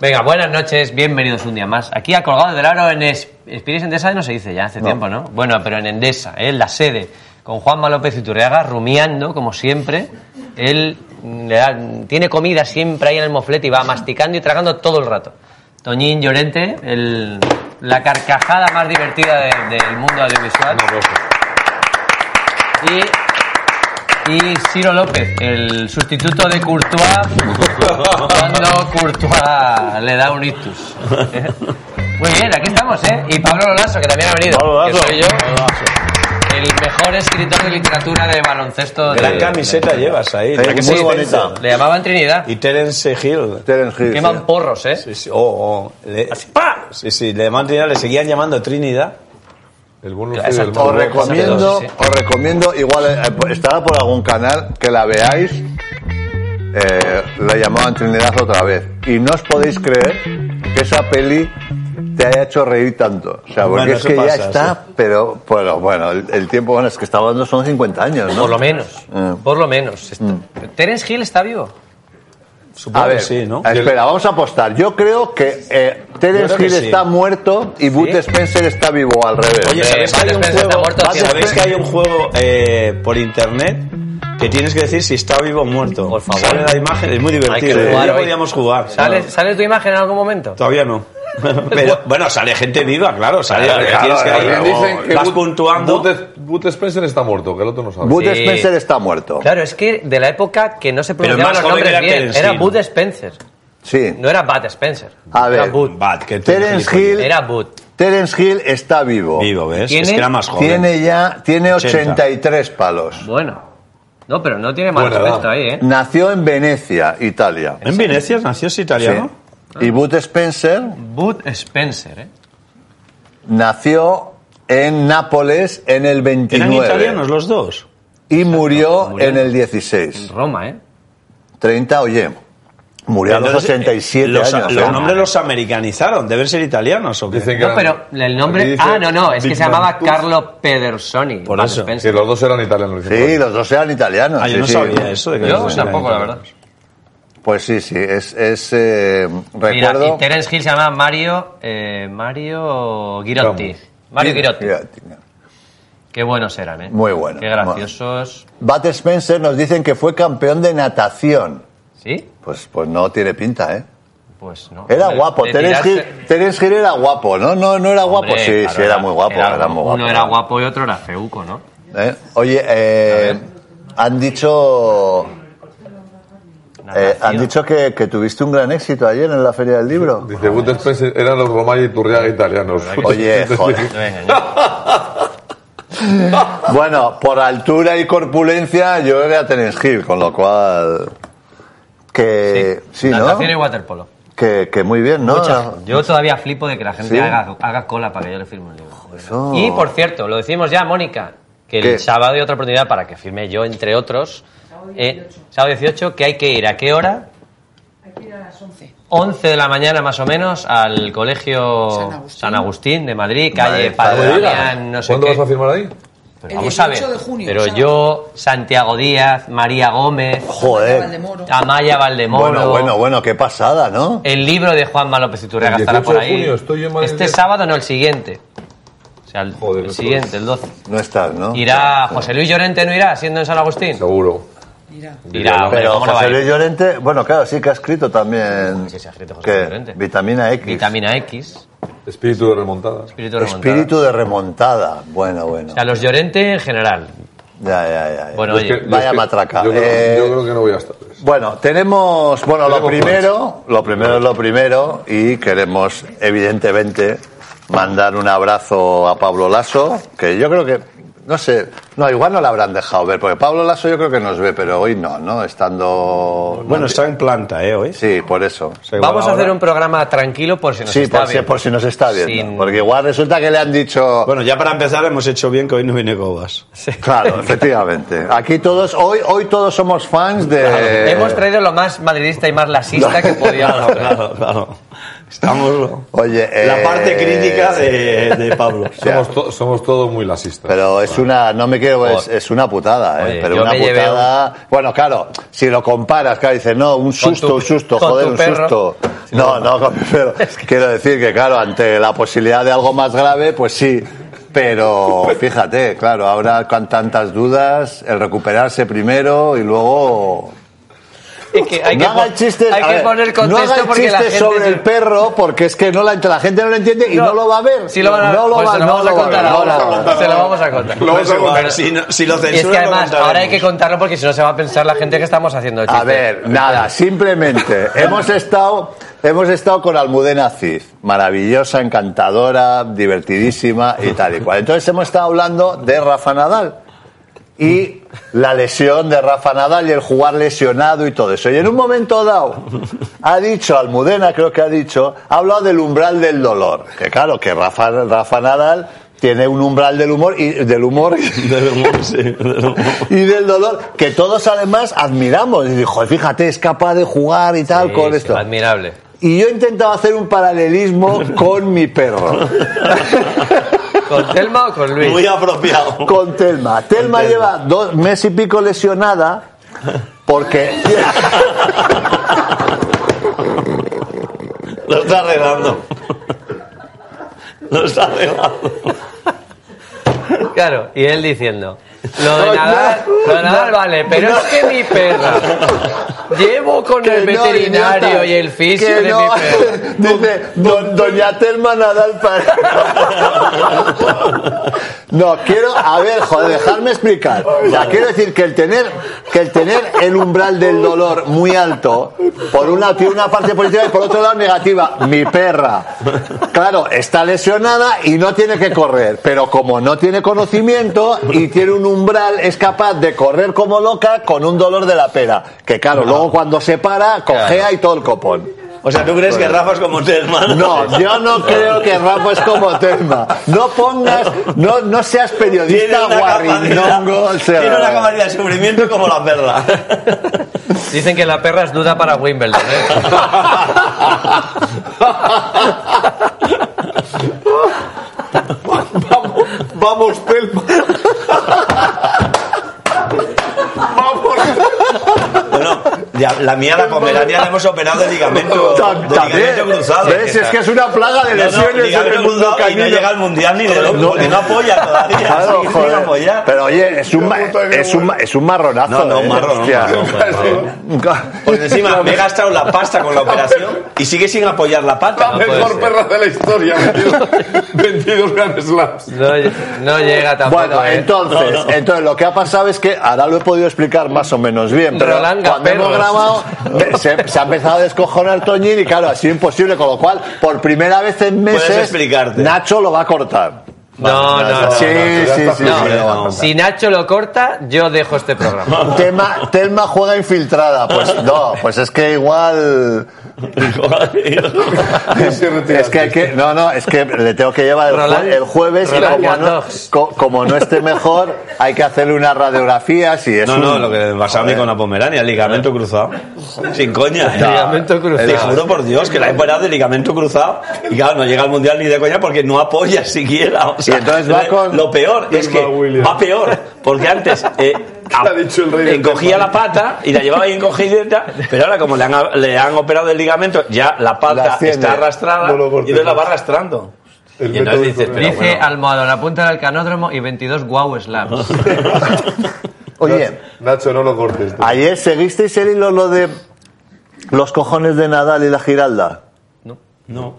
Venga, buenas noches, bienvenidos un día más. Aquí a Colgado del Aro en es... Experience Endesa no se dice ya, hace tiempo, ¿no? Bueno, pero en Endesa, en la sede, con Juanma López Iturriaga, rumiando, como siempre. Él le da- tiene comida siempre ahí en el moflete y va masticando y tragando todo el rato. Toñín Llorente, el- la carcajada más divertida de- del mundo audiovisual. Y, y Ciro López, el sustituto de Courtois, cuando Courtois le da un ictus. Eh, Muy bien, aquí estamos, ¿eh? Y Pablo Lolaso, que también ha venido. que soy yo, el mejor escritor de literatura de baloncesto. de- Gran camiseta llevas ahí. Sí, muy Muy bonita. Le llamaban Trinidad. Y Terence Hill. Terence Hill, Queman sí. porros, ¿eh? Sí, sí. Oh, oh. Le, sí, sí, le llaman Trinidad, le seguían llamando Trinidad. El bonus Exacto. del Os mundo. recomiendo, Sí, sí. os recomiendo, igual eh, estará por algún canal que la veáis. Eh, la llamaban Trinidad otra vez. Y no os podéis creer que esa peli te haya hecho reír tanto. O sea, porque Bueno, es eso que ya pasa, está, sí. pero bueno, bueno, el, el tiempo bueno, es que estaba dando son 50 años, ¿no? Por lo menos. Eh. Mm. Por lo menos. Está- Mm. Terence Hill está vivo. Supongo A ver, que sí, ¿no? espera, vamos a apostar. Yo creo que eh, Yo Terence creo que Hill sí. está muerto y Bud Spencer está vivo al revés. Oye, ¿sabéis que hay un Spencer está juego, muerto hace- ¿sabéis que hay un juego eh, por internet que tienes que decir si está vivo o muerto? Por favor. Sale la imagen, es muy Hay divertido. que jugar Ya hoy. podíamos jugar. ¿Sale, Bueno, ¿Sale tu imagen en algún momento? Todavía no. Pero, bueno, sale gente viva, claro. Sale, Claro, claro, tienes que- claro. Dicen que vas Bud- puntuando. Bud- Bud Spencer está muerto, que el otro no sabe. Bud Sí. Spencer está muerto. Claro, es que de la época que no se Pero pronunciaban más los joven nombres era bien. Terence Era Hill. Bud Spencer. Sí. No era Bud Spencer. A Era ver, Bud. Bad, que tú- Terence Hill, Era Bud. Terence Hill está vivo. Vivo, ¿ves? Tiene- Es que era más joven. Tiene ya, tiene 80. 83 palos. Bueno. No, pero no tiene mal Buena aspecto edad. ahí, ¿eh? Nació en Venecia, Italia. ¿En Ah. Venecia nació ese Sí. italiano? Y Bud Spencer Bud Spencer, ¿eh? nació en Nápoles en el ¿Eran italianos 29 los dos? y murió murió. en el En 16. Roma, ¿eh? 30, oye, murió a los Entonces, 87 los, años. Los ¿eh? nombres los americanizaron, deben ser italianos o qué. Dicen que No, eran- pero el Aquí nombre... dice Ah, no, no. Es que Big se llamaba Man. Carlo Pedersoni. Por Bud eso. Que Spencer. los dos eran italianos. Sí, los dos eran italianos. Ah, yo sí, no sí. sabía eso. De que Yo eran tampoco, la italianos. verdad. Pues sí, sí, es, es, eh, Mira, recuerdo... y Terence Hill se llama Mario... eh, Mario Girotti. Vamos. Mario Girotti. Girotti. Qué buenos eran, ¿eh? Muy bueno. Qué graciosos. Bat Spencer nos dicen que fue campeón de natación. ¿Sí? Pues, pues no tiene pinta, ¿eh? Pues no. Era Hombre, guapo. de Terence tirarse- Hill, Terence Hill era guapo, ¿no? No, no era guapo. Hombre, sí, claro, sí, era muy guapo. Era, muy guapo. Uno era guapo y otro era feuco, ¿no? ¿Eh? Oye, eh, han dicho Eh, han dicho que, que tuviste un gran éxito ayer en la Feria del Libro. Dice, Bud Spencer eran los Romay y Turriaga italianos. Oye, joder. Bueno, por altura y corpulencia yo era Terence Hill, con lo cual... Que... Sí, ¿no? Natación y waterpolo. Que, que muy bien, ¿no? Mucha gente. Yo todavía flipo de que la gente Sí. haga, haga cola para que yo le firme un libro. Eso. Y por cierto, lo decimos ya, Mónica, que el ¿Qué? sábado hay otra oportunidad para que firme yo, entre otros. Eh, sábado 18, que hay que ir. ¿A qué hora? Hay que ir a las 11. 11 de la mañana más o menos al colegio San Agustín. San Agustín de Madrid, calle Madre, Padre Oye, Damián, no sé ¿Cuándo qué. vas a firmar ahí? Pero El vamos a 18 ver. de junio, Pero sábado. yo, Santiago Díaz, María Gómez, Joder. Valdemoro. Amaya Valdemoro. Bueno, bueno, bueno, qué pasada, ¿no? El libro de Juanma López Iturriaga El estará 18 por de ahí. junio estoy yo en Madrid. este sábado no, el siguiente. O sea, el, Joder, el pues, no sé siguiente, el 12. No estás, ¿no? pues. Irá José Luis Llorente, ¿no irá? Siendo en San Agustín. Seguro. Mira. Irá, hombre, Pero ¿cómo no va a José ir? Luis Llorente, bueno, claro, sí que ha escrito también. Sí, sí, ha escrito José ¿qué? Luis Llorente. Vitamina X. Vitamina X, Espíritu de remontada. espíritu de remontada. Espíritu de remontada. Bueno, bueno. O sea, los Llorente en general. Ya, ya, ya. ya. Bueno, Yo es oye. que- yo Vaya es que- matraca. Yo creo, Eh, yo creo que no voy a estar. Bueno, tenemos, bueno, lo Tenemos primero, lo primero es lo primero y queremos evidentemente mandar un abrazo a Pablo Lasso, que yo creo que no sé, no, igual no la habrán dejado ver, porque Pablo Lasso yo creo que nos ve, pero hoy no, ¿no? Estando Bueno, está en planta, ¿eh? Hoy. sí, por eso. O sea, igual Vamos a hacer ahora- un programa tranquilo por si nos Sí, está por si, bien. por si nos está viendo, Sin- porque igual resulta que le han dicho Bueno, ya para empezar hemos hecho bien que hoy no viene Cobas. Claro, efectivamente. Aquí todos hoy hoy todos somos fans de Hemos traído lo más madridista y más lasista que podíamos Claro, traer. claro, claro. Estamos... Oye, La eh, parte crítica de, de Pablo. Somos, to- somos todos muy lasistas. Pero es una, no me quiero, es, es una putada, ¿eh? Oye, pero yo una me llevé putada. Bueno, claro, si lo comparas, claro, dices, no, un susto, tu- un susto, con joder, tu un perro. susto. No, no, con mi perro. Quiero decir que, claro, ante la posibilidad de algo más grave, pues sí. Pero fíjate, claro, ahora con tantas dudas, el recuperarse primero y luego. Es que hay que, no po- hagan chistes, hay a que ver, poner no contexto hagan porque la chistes gente... sobre se- el perro, porque es que no la, la gente no lo entiende y no, lo va a ver. Sí lo van a No lo pues va- se lo no vamos a lo va contar ver, no lo va a ahora. ver. Se lo vamos a contar. Lo vamos a contar. Pero- Si no- si lo Y es que censuran, lo además, contaremos. ahora hay que contarlo porque si no se va a pensar la gente que estamos haciendo el chiste. A ver, nada, simplemente hemos estado hemos estado con Almudena Cid, maravillosa, encantadora, divertidísima y tal y cual. Entonces hemos estado hablando de Rafa Nadal y la lesión de Rafa Nadal y el jugar lesionado y todo eso. Y en un momento dado ha dicho Almudena, creo que ha dicho, ha hablado del umbral del dolor. Que claro, que Rafa Rafa Nadal tiene un umbral del humor y del humor Del humor, sí, del humor. y del dolor que todos además admiramos. Y dijo, fíjate, es capaz de jugar y tal Sí, con sí, esto. Admirable. Y yo he intentado hacer un paralelismo con mi perro, ¿Con Telma o con Luis? Muy apropiado. con Telma. Telma Telma. lleva dos meses y pico lesionada porque... Lo está arreglando. Lo está arreglando. Claro, y él diciendo, lo de Nadal, lo de Nadal vale, pero es que mi perra, llevo con que el no, veterinario idiota, y el fisio que de no. mi perra. Dice, "Don- doña Telma Nadal para... No, quiero, a ver, joder, dejarme explicar. O sea, quiero decir que el tener que el tener el umbral del dolor muy alto, por una tiene una parte positiva y por otro lado negativa. Mi perra, claro, está lesionada y no tiene que correr, pero como no tiene conocimiento y tiene un umbral, es capaz de correr como loca con un dolor de la pera. Que claro, luego cuando se para, cojea y todo el copón. O sea, ¿tú crees que Rafa es como usted, hermano? No, yo no creo que Rafa es como Telma. No pongas, no, no seas Tiene periodista una, guarrinongo. capacidad, o sea, tiene una capacidad de sufrimiento como la perla. Dicen que la perra es duda para Wimbledon. ¿eh? Vamos, Telma. Vamos. Bueno, ya, la mía, la pomerania, la hemos operado de ligamento, Tam- de también. ligamento cruzado. ¿Ves? Es que es una plaga de No, no, lesiones en el ligamento mundo cruzado y no canino. llega al mundial ni de loco, No. porque no apoya todavía. Claro, sigue sin joder. apoyar. Pero oye, es un, ma- es un, ma- es un marronazo. No, no, eh, un marrón, hostia. un Porque encima me he gastado la pasta con la operación y sigue sin apoyar la pata. La mejor perra de la historia, 22, 22 Grand Slams. No, lle- no llega tampoco. Bueno, ¿eh? entonces, entonces lo que ha pasado es que ahora lo he podido explicar más o menos bien, pero Roland cuando Gaperro, hemos programa se, se ha empezado a descojonar Toñín y claro, ha sido imposible, con lo cual, por primera vez en Puedes meses, explicarte. Nacho lo va a cortar. No, no, no. sí, no, sí, no, sí, no, sí, no, lo va a no. cortar. Si Nacho lo corta, yo dejo este programa. Telma, Telma juega infiltrada. Pues no, pues es que igual. Es que, hay que- no, no, es que le tengo que llevar el, jue- Roland- el jueves y Roland como no, Yandox. co- como no esté mejor, hay que hacerle unas radiografías y es No, un- no, lo que vas a mí con la pomerania, ligamento cruzado. Sin coña. ¿eh? Ligamento cruzado. Te juro por Dios que la he parado de ligamento cruzado. Y claro, no llega al mundial ni de coña porque no apoya siquiera. O sea, Y entonces va lo- con- Lo peor es que Vilma Williams. va peor. Porque antes. eh, ha dicho el rey del encogía la pata y la llevaba ahí encogida. Pero ahora, como le han, le han operado el ligamento, ya la La pata asciende. está arrastrada No lo y cortes entonces la va más. arrastrando. El y entonces método dices, pero Torrero. Dice Almohado, la punta del canódromo y 22 wow slams. Oye, Nacho, no lo cortes. tú. ayer seguisteis el hilo lo de los cojones de Nadal y la Giralda. No.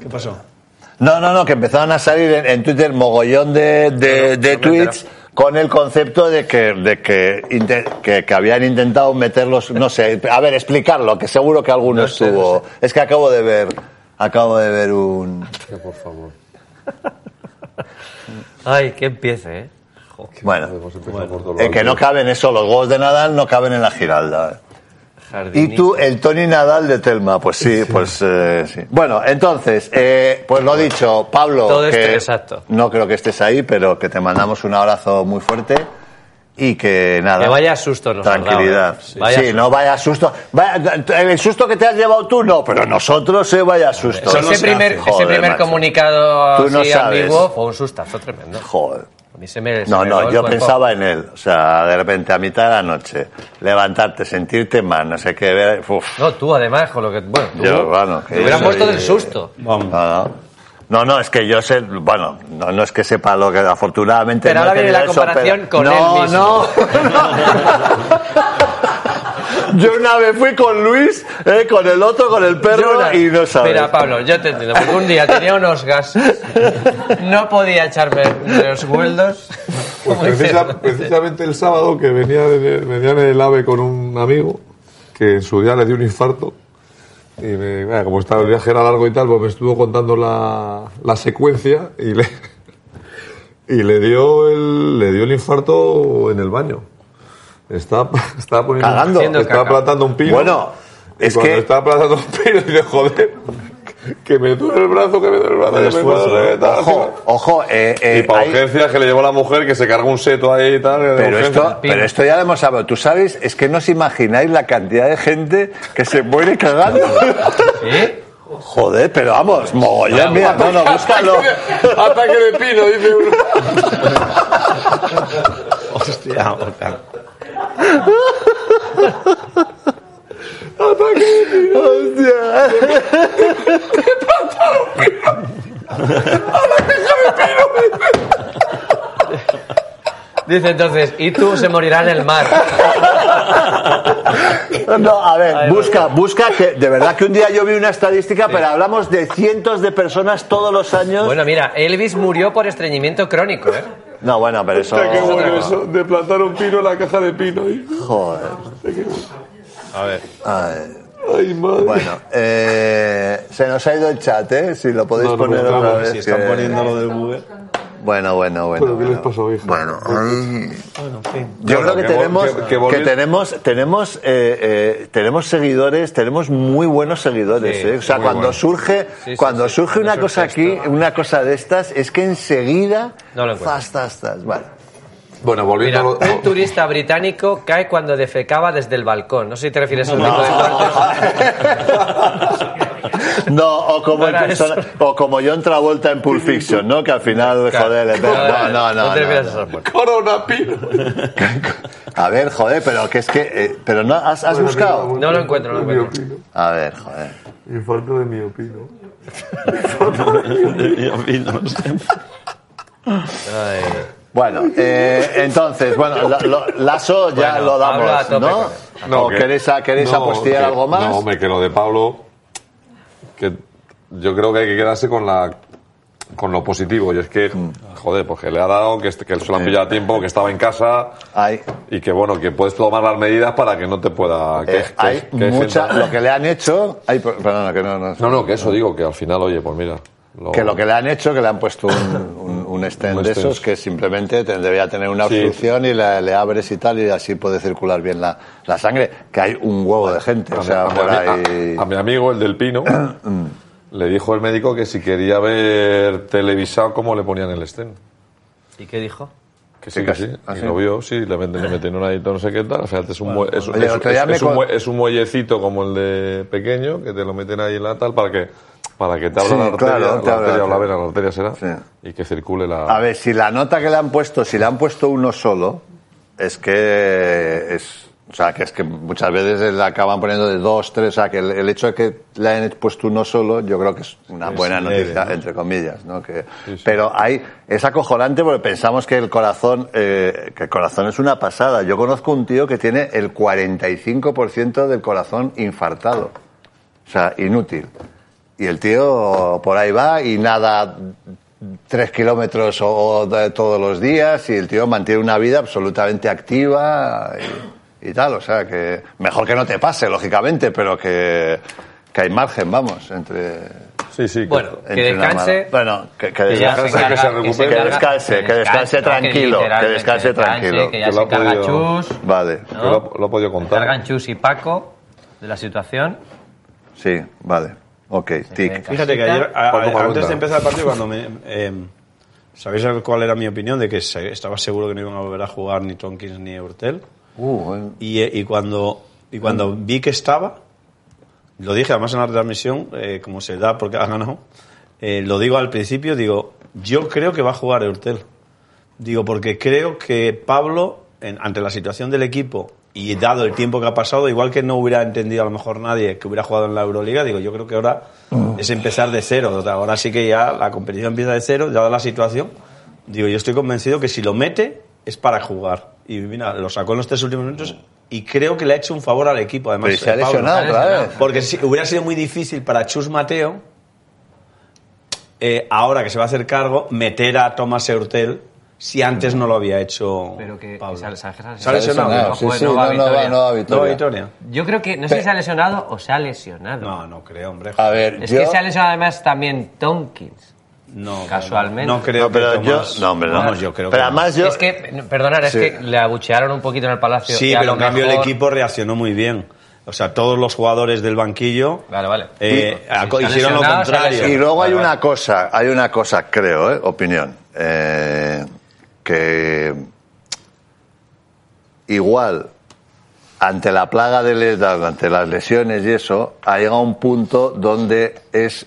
¿Qué pasó? No, no, no, que empezaron a salir en, en Twitter mogollón de, de- de tweets con el concepto de que, de que, inte- que, que habían intentado meterlos, no sé, a ver, explicarlo, que seguro que alguno estuvo. Es que acabo de ver, acabo de ver un... Que por favor. Ay, que empiece, ¿eh? Bueno, Hemos empezado por todo lo eh, que alto. no caben eso, los huevos de Nadal no caben en la Giralda. eh. Jardinito. Y tú, el Tony Nadal de Telma, pues sí, pues eh, sí. Bueno, entonces, eh, pues lo dicho, Pablo, Todo esto, que exacto. no creo que estés ahí, pero que te mandamos un abrazo muy fuerte y que nada. Que vaya susto nos has dado, Tranquilidad. ¿eh? Vaya sí, susto. no vaya susto. Vaya- el susto que te has llevado tú, no, pero nosotros, eh, vaya susto. Eso no ese se primer, hace. ese Joder, primer macho. comunicado Tú no así sabes. ambiguo fue un sustazo tremendo. Joder. A mí se me- se No, me regó no, el yo cuerpo. pensaba en él. O sea, de repente a mitad de la noche, levantarte, sentirte mal, no sé qué, ver. uf. No, tú además, con lo que. Bueno, tú. Yo, bueno, que te hubieran yo puesto soy- del susto. Vamos. No, no. No, no, es que yo sé, bueno, no, no es que sepa lo que afortunadamente... Pero no he ahora viene la tenido eso, comparación pero- con no, él mismo. No, no. Yo una vez fui con Luis, eh, con el otro, con el perro Yo- y no sabes. Mira, Pablo, yo te entiendo. Porque un día tenía unos gases, no podía echarme de los sueldos. Pues como dice- precisa- precisamente el sábado que venía, de- venía en el AVE con un amigo que en su día le dio un infarto. Y me- mira, como estaba el viaje era largo y tal, pues me estuvo contando la, la secuencia y le, y le dio el le dio el infarto en el baño. Estaba, estaba poniendo Cagando. Haciendo estaba caca. plantando un pino. Bueno, y es cuando que- estaba plantando un pino y de joder, que me duele el brazo, que me duele el brazo, El que me esfuerzo, duele, eh. tal, Ojo, ojo, eh, eh, y para hay- urgencias que le llevó la mujer que se cargó un seto ahí y tal. de Pero urgencias. esto, pero esto ya lo hemos hablado. Tú sabes, es que no os imagináis la cantidad de gente que se muere cagando. ¿Eh? Joder, pero vamos, mogollón, mira, no, no, búscalo. Ataque de pino, dice uno. Hostia, Orca. Dice entonces, y tú se morirá en el mar. No, a ver, busca, busca que de verdad que un día yo vi una estadística, pero hablamos de cientos de personas todos los años. Bueno, mira, Elvis murió por estreñimiento crónico, ¿eh? No, bueno, pero eso. Hostia, qué bueno eso, de plantar un pino en la caja de pino. y- Joder. A ver. Ay, Ay, madre. bueno, eh, se nos ha ido el chat, ¿eh? Si lo podéis No, no, poner no, otra no, vez. Si están que- poniendo lo del Google. Bueno, bueno, bueno. Pero, ¿qué les bueno. pasó, hijo? Bueno, ay. Bueno, en fin. Yo creo que, que vol- tenemos, que- que que, volvi- tenemos, tenemos, eh, eh, tenemos seguidores, tenemos muy buenos seguidores. Sí, eh. O sea, muy cuando buenos. surge, sí, cuando sí. surge una Cuando cosa surge aquí, esto. una cosa de estas, es que enseguida, No lo encuentro. fas, tas, tas. Bueno, Bueno, Mira, volviendo a lo- un turista británico cae cuando defecaba desde el balcón. No sé si te refieres a un tipo de no, o como, No el era persona- o como John Travolta en Pulp Fiction, ¿no? Que al final, joder, le pega- No, no, no. te no, refieres no. a esas muertes. Corona pino. A ver, joder, pero que es que, eh, pero no, has, has buscado. No lo encuentro, no lo De encuentro. miopino. A ver, joder. Infarto de miopino. En fin, no sé. Bueno, eh, entonces, bueno, la- lo- Lasso ya Bueno, lo habla a damos, tope ¿no? con ¿O que- queréis, a- queréis no, apostillar que- algo más? No, hombre, que lo de Pablo, que yo creo que hay que quedarse con la con lo positivo. Y es que, Mm. joder, pues que le ha dado, que, est- que se lo han pillado a tiempo, que estaba en casa Hay, eh, y que, bueno, que puedes tomar las medidas para que no te pueda... Que, eh, que- hay que hay mucha. gente- Lo que le han hecho. Hay, perdona, que no, no, No, no, que eso digo, que al final, oye, pues mira... lo- Que lo que le han hecho, que le han puesto un, un, un stand Un de stand. esos que simplemente te- debería tener una Sí. obstrucción y la- le abres y tal, y así puede circular bien la, la sangre. Que hay un huevo de gente, o sea, a, mi, por a mi- ahí. Mm. a- a mi amigo, el del Pino, le dijo el médico que si quería ver televisado cómo le ponían el estén. ¿Y qué dijo? Que Sí, sí, que casi. Ah, sí. Y sí. pues, lo vio, sí, le, met- le metieron ahí todo no sé qué tal. O sea, es un, mue- es, Oye, es- otro día es- me es un co- mue- es un muellecito como el de pequeño, que te lo meten ahí en la tal para que, para que te abra Sí, la arteria, claro, te la abra arteria la o la arteria. vena, la arteria será, Sí. y que circule la... A ver, si la nota que le han puesto, si le han puesto uno solo, es que es, o sea, que es que muchas veces le acaban poniendo de dos, tres, o sea, que el, el hecho de que le hayan puesto uno solo, yo creo que es una buena noticia, entre comillas, ¿no? Que, Pero hay, es acojonante porque pensamos que el corazón, eh, que el corazón es una pasada. Yo conozco un tío que tiene el 45% del corazón infartado. O sea, inútil. Y el tío por ahí va y nada tres kilómetros o, o de- todos los días y el tío mantiene una vida absolutamente activa y, y tal. O sea, que mejor que no te pase, lógicamente, pero que, que hay margen, vamos, entre... Sí, sí. que- Bueno, que entre una descanse. mala- Bueno, que, que Que ya descanse. se que se encarga- recupere. se Que encarga- descanse, que descanse no, tranquilo, que literalmente descanse tranquilo. Que ya Que se lo ha encarga podido- Chus, Vale, que ¿no? lo, ha- lo ha podido se encargan contar. Chus y Paco de la situación. sí, vale. Ok, tic. venga. Fíjate que ayer, a- a- Paco Maruenda. antes de empezar el partido, cuando me. eh, ¿Sabéis cuál era mi opinión? De que se- estaba seguro que no iban a volver a jugar ni Tonkins ni Urtel. Uh, eh, Y, eh, y cuando, y cuando vi que estaba, lo dije además en la transmisión, eh, como se da porque ha ganado, eh, lo digo al principio, digo, yo creo que va a jugar Eurtel. Digo, porque creo que Pablo, en- ante la situación del equipo y dado el tiempo que ha pasado, igual que no hubiera entendido a lo mejor nadie que hubiera jugado en la Euroliga, digo, yo creo que ahora es empezar de cero. O sea, Ahora sí que ya la competición empieza de cero, dada la situación. Digo, yo estoy convencido que si lo mete es para jugar. Y mira, lo sacó en los tres últimos minutos y creo que le ha hecho un favor al equipo. Además, eh, Pero se ha Pablo. lesionado otra vez. Porque si, hubiera sido muy difícil para Chus Mateo, eh, ahora que se va a hacer cargo, meter a Tomás Eurtel si antes no lo había hecho Pero que, Pablo. que se ha- se ha- se ha Se ha lesionado, que no, no sí, juega- sí, no va a no, no va- Vitoria. no va a ¿No, Vitoria. Victoria? Yo creo que, no sé si Pe- se ha lesionado o se ha lesionado. No, no creo, hombre. A ver, es yo... que se ha lesionado además también Tompkins. No, Casualmente. No creo No, pero que yo... Tomás- No, hombre, no. Vamos, yo creo pero que no. además yo... Es que, perdonar, es Sí. que le abuchearon un poquito en el Palacio. y Sí, a pero lo en cambio el mejor- equipo reaccionó muy bien. O sea, todos los jugadores del banquillo Vale, vale. eh, Sí, aco- se ha hicieron lesionado, lo se ha contrario. lesionado. Y luego hay Vale, una cosa, hay una cosa, creo, ¿eh? opinión, eh, que igual ante la plaga de les- ante las lesiones y eso, ha llegado un punto donde es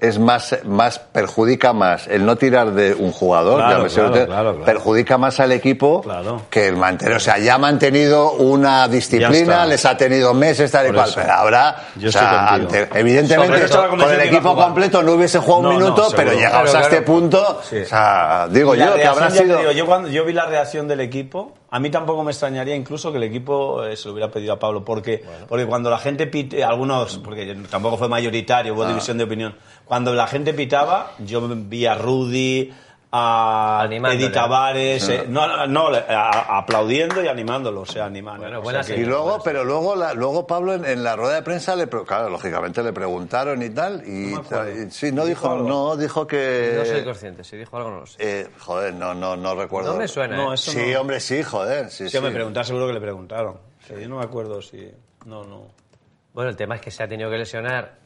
es más más perjudica más el no tirar de un jugador, Claro, llámese claro, usted, claro, claro. perjudica más al equipo Claro. que el mantener, o sea, ya ha mantenido una disciplina, está. les ha tenido meses tal y Por cual, eso. pero ahora, Yo o sea, estoy contigo. ante- evidentemente Sobre todo estaba con el convencido que iba a equipo jugar. completo no hubiese jugado No, un no, minuto, seguro. pero llegados Claro, a este claro. punto, Sí. o sea, digo La Pues yo que reacción, habrá ya te sido digo, yo cuando yo vi la reacción del equipo, a mí tampoco me extrañaría incluso que el equipo eh, se lo hubiera pedido a Pablo, porque porque cuando la gente pite, algunos, porque tampoco fue mayoritario, Ah. hubo división de opinión. Cuando la gente pitaba, yo vi a Rudy, a Animándole. Edith Tavares, Ah. eh, no, no, no, le- a- aplaudiendo y animándolo, o sea, animando. Bueno, O sea buenas que- y luego, pero luego, la- luego Pablo en, en la rueda de prensa le, pre- claro, lógicamente le preguntaron y tal No y, me acuerdo. y sí, no dijo, algo? no dijo que, No soy consciente, si dijo algo no lo sé. eh, joder, no, no, no recuerdo. No me suena. No, ¿eh? eso Sí, no. hombre, sí, joder, sí, Si sí. me preguntas, seguro que le preguntaron. O sea, yo no me acuerdo si. No, no. Bueno, el tema es que se ha tenido que lesionar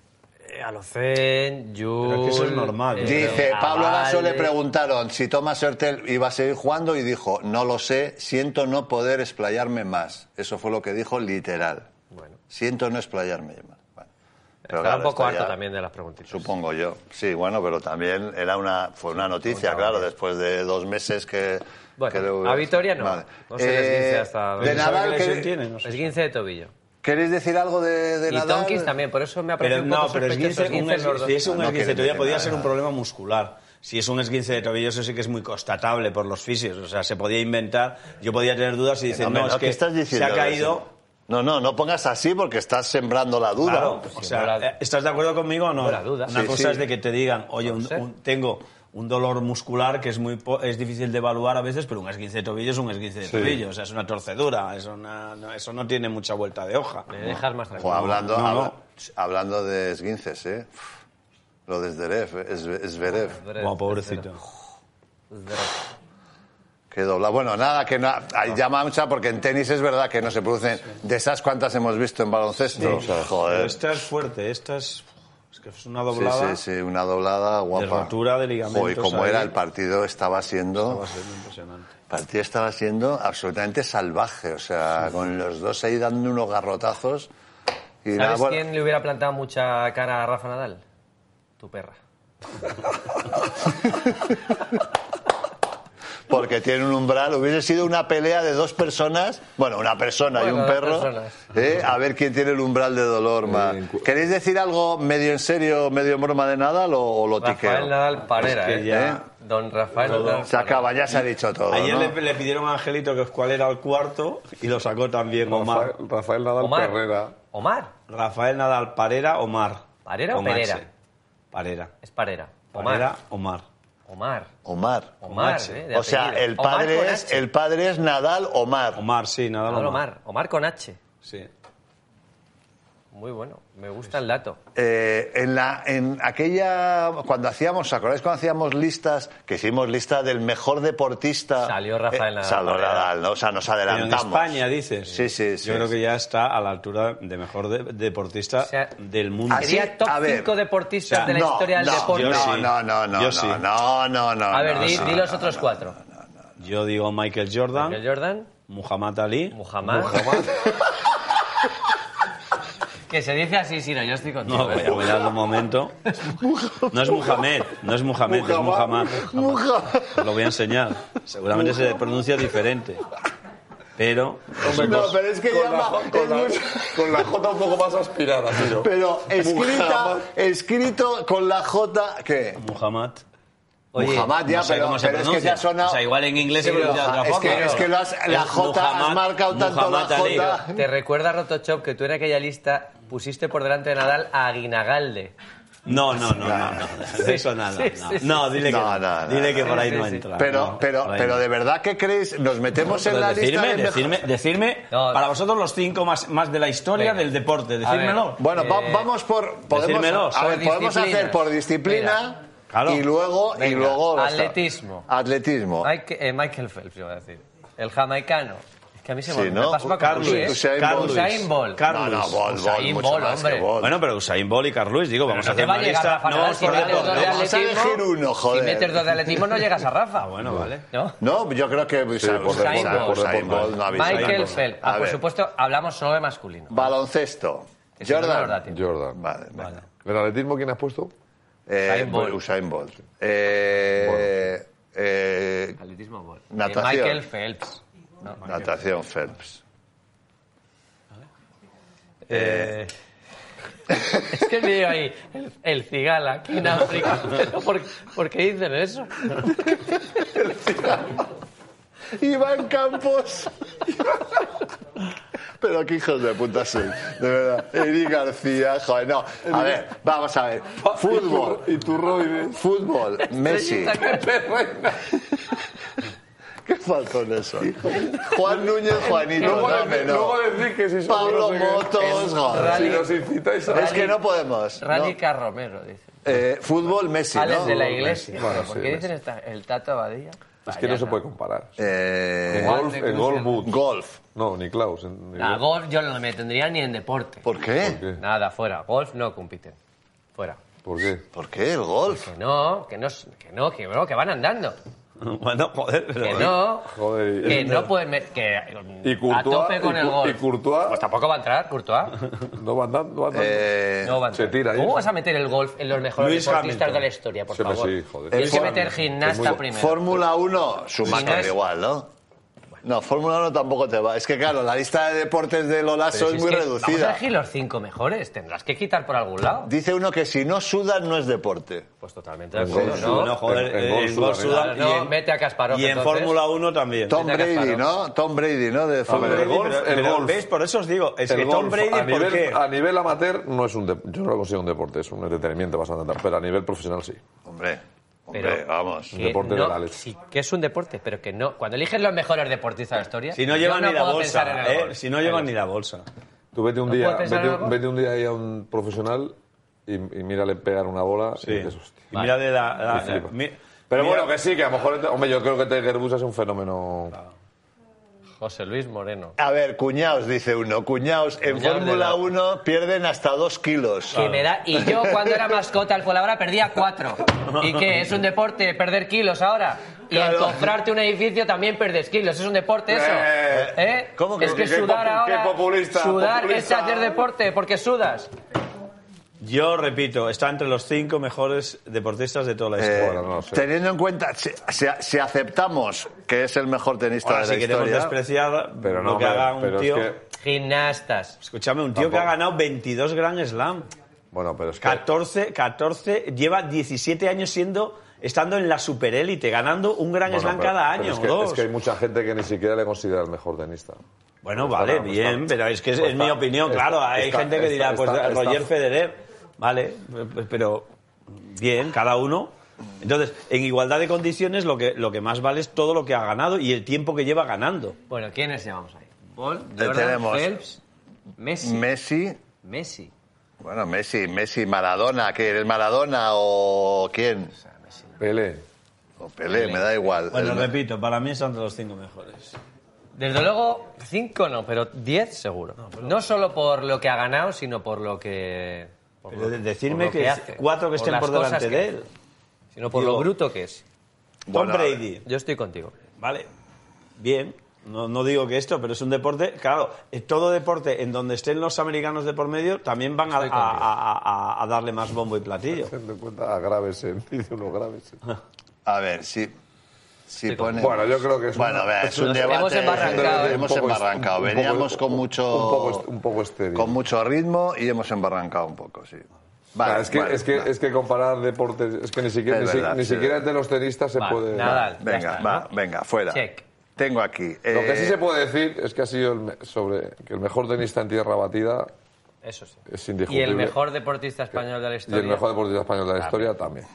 eh, a Lozen, Jules... Pero es que eso es normal, Eh, yo creo. Dice, a Pablo Lasso le Valde. preguntaron si Tomás Hertel iba a seguir jugando y dijo, no lo sé, siento no poder explayarme más. Eso fue lo que dijo literal. Bueno, Siento no explayarme más. Bueno. Pero estaba claro, un poco esto harto ya- también de las preguntitas. Supongo yo. Sí, bueno, pero también era una, fue una noticia, claro, después de dos meses que... Bueno, que le hubo- a Vitoria no. No se les dice hasta- De ¿Sabe Nadal, qué ¿qué- lesión tiene? No sé. Esguince de tobillo. ¿queréis decir algo de, de Y Nadal? Tonkins también, por eso me ha parecido Pero un no, poco pero sospechoso esguince, un esguince en los esguince, dos. si es un No esguince de quieren tobillo, decir podía nada. ser un problema muscular. Si es un esguince de tobillo, eso sí que es muy constatable por los fisios. O sea, se podía inventar. Yo podía tener dudas y decir, hombre, no, es ¿qué que estás se diciendo ha de caído. eso? No, no, no pongas así porque estás sembrando la duda. Claro, o Siempre sea, la- ¿estás de acuerdo conmigo o no? la duda. Una Sí, cosa sí. es de que te digan, oye, un- sé. un- tengo un dolor muscular que es muy po- es difícil de evaluar a veces, pero un esguince de tobillo es un esguince de Sí. tobillo, o sea, es una torcedura, es una- no- eso no tiene mucha vuelta de hoja. Me dejas más tranquilo. Ojo, hablando, no, no. habla- hablando de esguinces, ¿eh? Uf, Lo de Zverev, eh, es, es Zverev, Guau, pobrecito. que dobla. Bueno, nada, que no, ahí llama mucha porque en tenis es verdad que no se producen. De esas cuantas hemos visto en baloncesto. O sea, Pero joder. esta es fuerte, esta es, es que es una Sí, Este doblada. sí, sí, una doblada guapa. rotura de ligamentos Joder, como ahí. era el partido, estaba siendo. Va a ser impresionante. El partido estaba siendo absolutamente salvaje. O sea, con los dos ahí dando unos garrotazos. Y nada, ¿Sabes bueno, quién le hubiera plantado mucha cara a Rafa Nadal? Tu perra. Porque tiene un umbral. Hubiese sido una pelea de dos personas, bueno, una persona y Bueno, un dos perro, personas. ¿eh? a ver quién tiene el umbral de dolor más. Eh, cu- ¿Queréis decir algo medio en serio, medio en broma de Nadal o, o lo Rafael tiqueo? Nadal Parera, Es que ¿eh? ya- Don Rafael Todo. Nadal. Se acaba, ya se ha dicho todo. Ayer ¿no? le, le pidieron a Angelito que cuál era el cuarto y lo sacó también Omar. Rafael, Rafael Nadal Omar. Carrera. Omar. Rafael Nadal, Parera, Omar. ¿Parera o Con H. Perera? Parera. Es Parera. Parera, Omar. Omar. Omar. Omar. Omar, H. ¿eh? De O sea, apellido. el Omar padre, con es, H. el padre es Nadal Omar. Omar, sí, Nadal Nadal Omar. Omar. Omar con H. Sí. Muy bueno. Me gusta el dato. Eh, en, la, en aquella, cuando hacíamos, ¿os acordáis cuando hacíamos listas? Que hicimos lista del mejor deportista. Eh, Salió Rafael Nadal. salió Nadal, ¿no? O sea, nos Pero en adelantamos. España, dices. Sí, sí, sí. Yo creo que ya está a la altura de mejor de- deportista O sea, del mundo. así- Sería top a ver, 5 deportistas o sea, de la no, historia del no, deporte. No, Yo sí. no, no, no, Yo no, sí. no, no, no. A ver, di, no, di no, los no, otros no. cuatro. Yo digo Michael Jordan, Michael Jordan, Muhammad Ali. Muhammad. que se dice así, si no, yo estoy contigo. ¿eh? No, voy a mirar un momento. No es Muhammad, no es Muhammad, es Muhammad. Os Lo voy a enseñar. Seguramente se pronuncia diferente. Pero No, pero es que ya Con la, bajo- con es la- mucho- con la J un poco más aspirada, tío. Pero escrita, Muhammad. escrito con la J, ¿qué? Muhammad. Muhammad ya, no sé pero, cómo se pero es que pronuncia. ya ha sonado. O sea, igual en inglés se Sí, pronuncia de Muhammad. otra es, forma. que, es que lo has- la Es J has Muhammad- marcado tanto Muhammad la Ali. J. Te recuerda, Rotochop, que tú en aquella lista pusiste por delante de Nadal a Aguinagalde. No, no, no, no, no. De eso nada. Sí, sí, No, sí, No, dile que no. No, no, no, Dile que no. por ahí Sí, no sí, sí. entra. Pero, no, pero, por ahí pero no. de verdad que creéis, nos metemos en Pero la decirme, lista. de mejor- decirme, decirme No, no. para vosotros los cinco más, más de la historia Venga. del deporte, A ver. decírmelo. Bueno, va- Eh, vamos por podemos, decírmelos. a ver, Por podemos hacer por disciplina disciplina. Claro. y luego y Venga, luego los- atletismo. Atletismo. Mike- eh, Michael Phelps, iba a decir. El jamaicano. Es que a mí se Sí, me, ¿no? me pasó con Carlos, Usain, ¿eh? Usain Carlos, Usain Bolt. Carlos. No, no, Bol, Bol, Usain mucho Bolt, más que hombre. Bol. Bueno, pero Usain Bolt y Carl Lewis, digo, vamos a no te hacer va una a llegar lista. Rafa No Nadal vamos si por metes dos de deporte. Vamos a atletismo. elegir uno, joder. Si metes dos de atletismo no llegas a Rafa. Ah, bueno, vale. ¿No? no, yo creo que pues, por Usain deporte, Bolt, por Usain deporte. Bolt no ha habido. Michael Usain Bolt. Phelps. A Ah, por ver. supuesto, hablamos solo de masculino. Baloncesto. Que si no, no habrá Jordan. tiempo. Jordan. Vale, venga. ¿El atletismo quién has puesto? Eh, Usain Bolt. Usain Bolt. Eh, eh, Atletismo Bolt. Eh, Natación. Michael Phelps. No. natación Phelps. Eh, Es que veo ahí el, el cigala aquí en África. Pero ¿por, por qué dicen eso? Iván Campos. Pero qué hijos de puta soy, de verdad. Eric García, joder, no. A ver, vamos a ver. Fútbol, Y tu Roides. fútbol, Messi. Reina. ¿Qué faltones son? Juan Núñez, Juanito, Luego, dame, decir- luego no. decir que si son Pablo no sé qué. Motos, joder. Si nos incitáis a... Es que no podemos. ¿no? Rádica Romero, dice. Eh, fútbol, Messi, Alex ¿no? de la Iglesia. Bueno, ¿Por sí, qué Messi. dicen esta- el Tato Abadilla? Es que no se puede comparar. Eh, En Juan golf, de en Cruz golf y- boot. golf. No, ni Klaus. eh, ni- La golf yo no me tendría ni en deporte. ¿Por qué? qué? Nada, fuera. Golf no compiten. Fuera. ¿Por qué? ¿Por qué el golf? Que no, que no, s- que no, que, no, que van andando. bueno, joder, pero. Que no, Joder, y- que no pueden... met- Que ¿eh? Y a tope Courtois, con y, el Cou- y golf. Courtois Pues tampoco va a entrar, Courtois. no va andando. No va andando. Eh, No va a Se entrar. tira ahí. ¿Cómo vas a meter el golf en los mejores Luis deportistas Hamilton. de la historia, por Sí, pero favor? sí, joder. Tienes que El meter Hamilton. gimnasta Es muy- primero. Fórmula 1, Schumacher Gimnasta. igual, ¿no? No, Fórmula 1 tampoco te va. Es que claro, la lista de deportes de Lolaso Pero es, si muy que Vamos a reducida. elegir los cinco mejores. Tendrás que quitar por algún lado. Dice uno que si no sudan no es deporte. Pues totalmente de Golf, acuerdo, No, ¿no? Sudan, no, joder, En- en eh, Gol en Sudan, Gol Sudan. ¿no? No, y en- mete a Kasparov, Y en entonces. Fórmula 1 también. Tom Vete a Brady, Gasparo. ¿no? Tom Brady, ¿no? De Tom Fórmula Hombre, el Brady, golf, pero- el pero golf. ¿Veis? Por eso os digo, es El que Tom golf, Brady, a, ¿por nivel, qué? a nivel amateur no es un dep- yo no lo considero un deporte, es un entretenimiento bastante tal, pero a nivel profesional sí. Hombre. pero Hombre, vamos. que deporte de no- la leche. sí, que es un deporte, pero que no. Cuando eliges los mejores deportistas de la historia, Si no yo llevan ni la puedo pensar en bolsa, el ¿eh? gol. Si no llevan ni la bolsa. Tú vete un, ¿No día, puedo pensar vete, en algo? vete un día ahí a un profesional y, y mírale pegar una bola Sí. y dices, hostia. Y mira de la. la- Y flipa. mi- Pero mira- bueno, que sí, que a lo mejor. Hombre, yo creo que Tiger Woods es un fenómeno. José Luis Moreno. A ver, cuñados, dice uno. Cuñados, en Cuñaos de Fórmula la- 1 pierden hasta dos kilos. Que me da- y yo cuando era mascota al Fuenlabrada perdía cuatro. ¿Y qué? ¿Es un deporte perder kilos ahora? Y al Claro. comprarte un edificio también perdes kilos. ¿Es un deporte eso? Eh, ¿Eh? ¿cómo que es no? que Qué sudar popu- qué ahora... populista, sudar populista. es hacer deporte, porque sudas. Yo repito, está entre los cinco mejores deportistas de toda la Eh, historia. Bueno, no lo sé. Teniendo en cuenta, si, si- si aceptamos que es el mejor tenista Ahora, de la si queremos historia, despreciar Pero no, lo que hombre, haga un pero tío. es que. Gimnastas. Escúchame, un tío que ha Tampoco. ganado 22 Grand Slam. Bueno, pero es que. 14, 14, lleva 17 años siendo, estando en la superélite, ganando un Grand bueno, Slam pero- cada pero año. Es que, dos. es que hay mucha gente que ni siquiera le considera el mejor tenista. Bueno, Pues vale, está, pues bien, está. pero es que es, Pues es está, mi opinión, está, claro. Hay está, gente que está, dirá, pues está, está. Roger Federer, vale, pues, pero bien, cada uno. Entonces, en igualdad de condiciones, lo que, lo que más vale es todo lo que ha ganado y el tiempo que lleva ganando. Bueno, ¿quiénes llevamos ahí? Ball, Le Jordan, tenemos. Phelps, Messi. Messi, Messi. bueno, Messi, Messi, Maradona, ¿qué? ¿El Maradona o quién? Pele. O Pelé, me da igual. Bueno, El- repito, para mí son de los cinco mejores. Desde luego, cinco no, pero 10 seguro. No solo por lo que ha ganado, sino por lo que... por Pero lo- de- por decirme lo que, hace, cuatro que estén las por cosas delante que de hace, él. Sino por lo Digo- bruto que es. Tom Bueno, a ver. Brady, Yo estoy contigo. Vale, bien. No, no digo que esto, pero es un deporte, claro, eh, todo deporte en donde estén los americanos de por medio también van a, Estoy contigo. a- a- a- a darle más bombo y platillo. Teniendo en cuenta a Gravesen. Dice uno Gravesen. A ver, si, si Estoy con- pone... Bueno, yo creo que es Bueno, un- vea, es un Nos debate... hemos embarrancado, ¿eh? Hemos Un poco est- embarrancado. un poco- Veníamos con un- mucho... un poco est- un poco este estéril. Con mucho ritmo y hemos embarrancado un poco, sí. Vale, Claro, Ah, es, que, vale, es, que, vale. es que comparar deportes. Es que ni siquiera, Es ni si- verdad, ni sí. siquiera entre los tenistas se Vale, puede. nada. Ya Venga, está, va, ¿no? venga, fuera. Check. Tengo aquí... Lo que sí eh, se puede decir es que ha sido el me- sobre que el mejor tenista en tierra batida Eso sí. Es y indiscutible. el mejor deportista español de la y historia. el mejor deportista español de la historia también.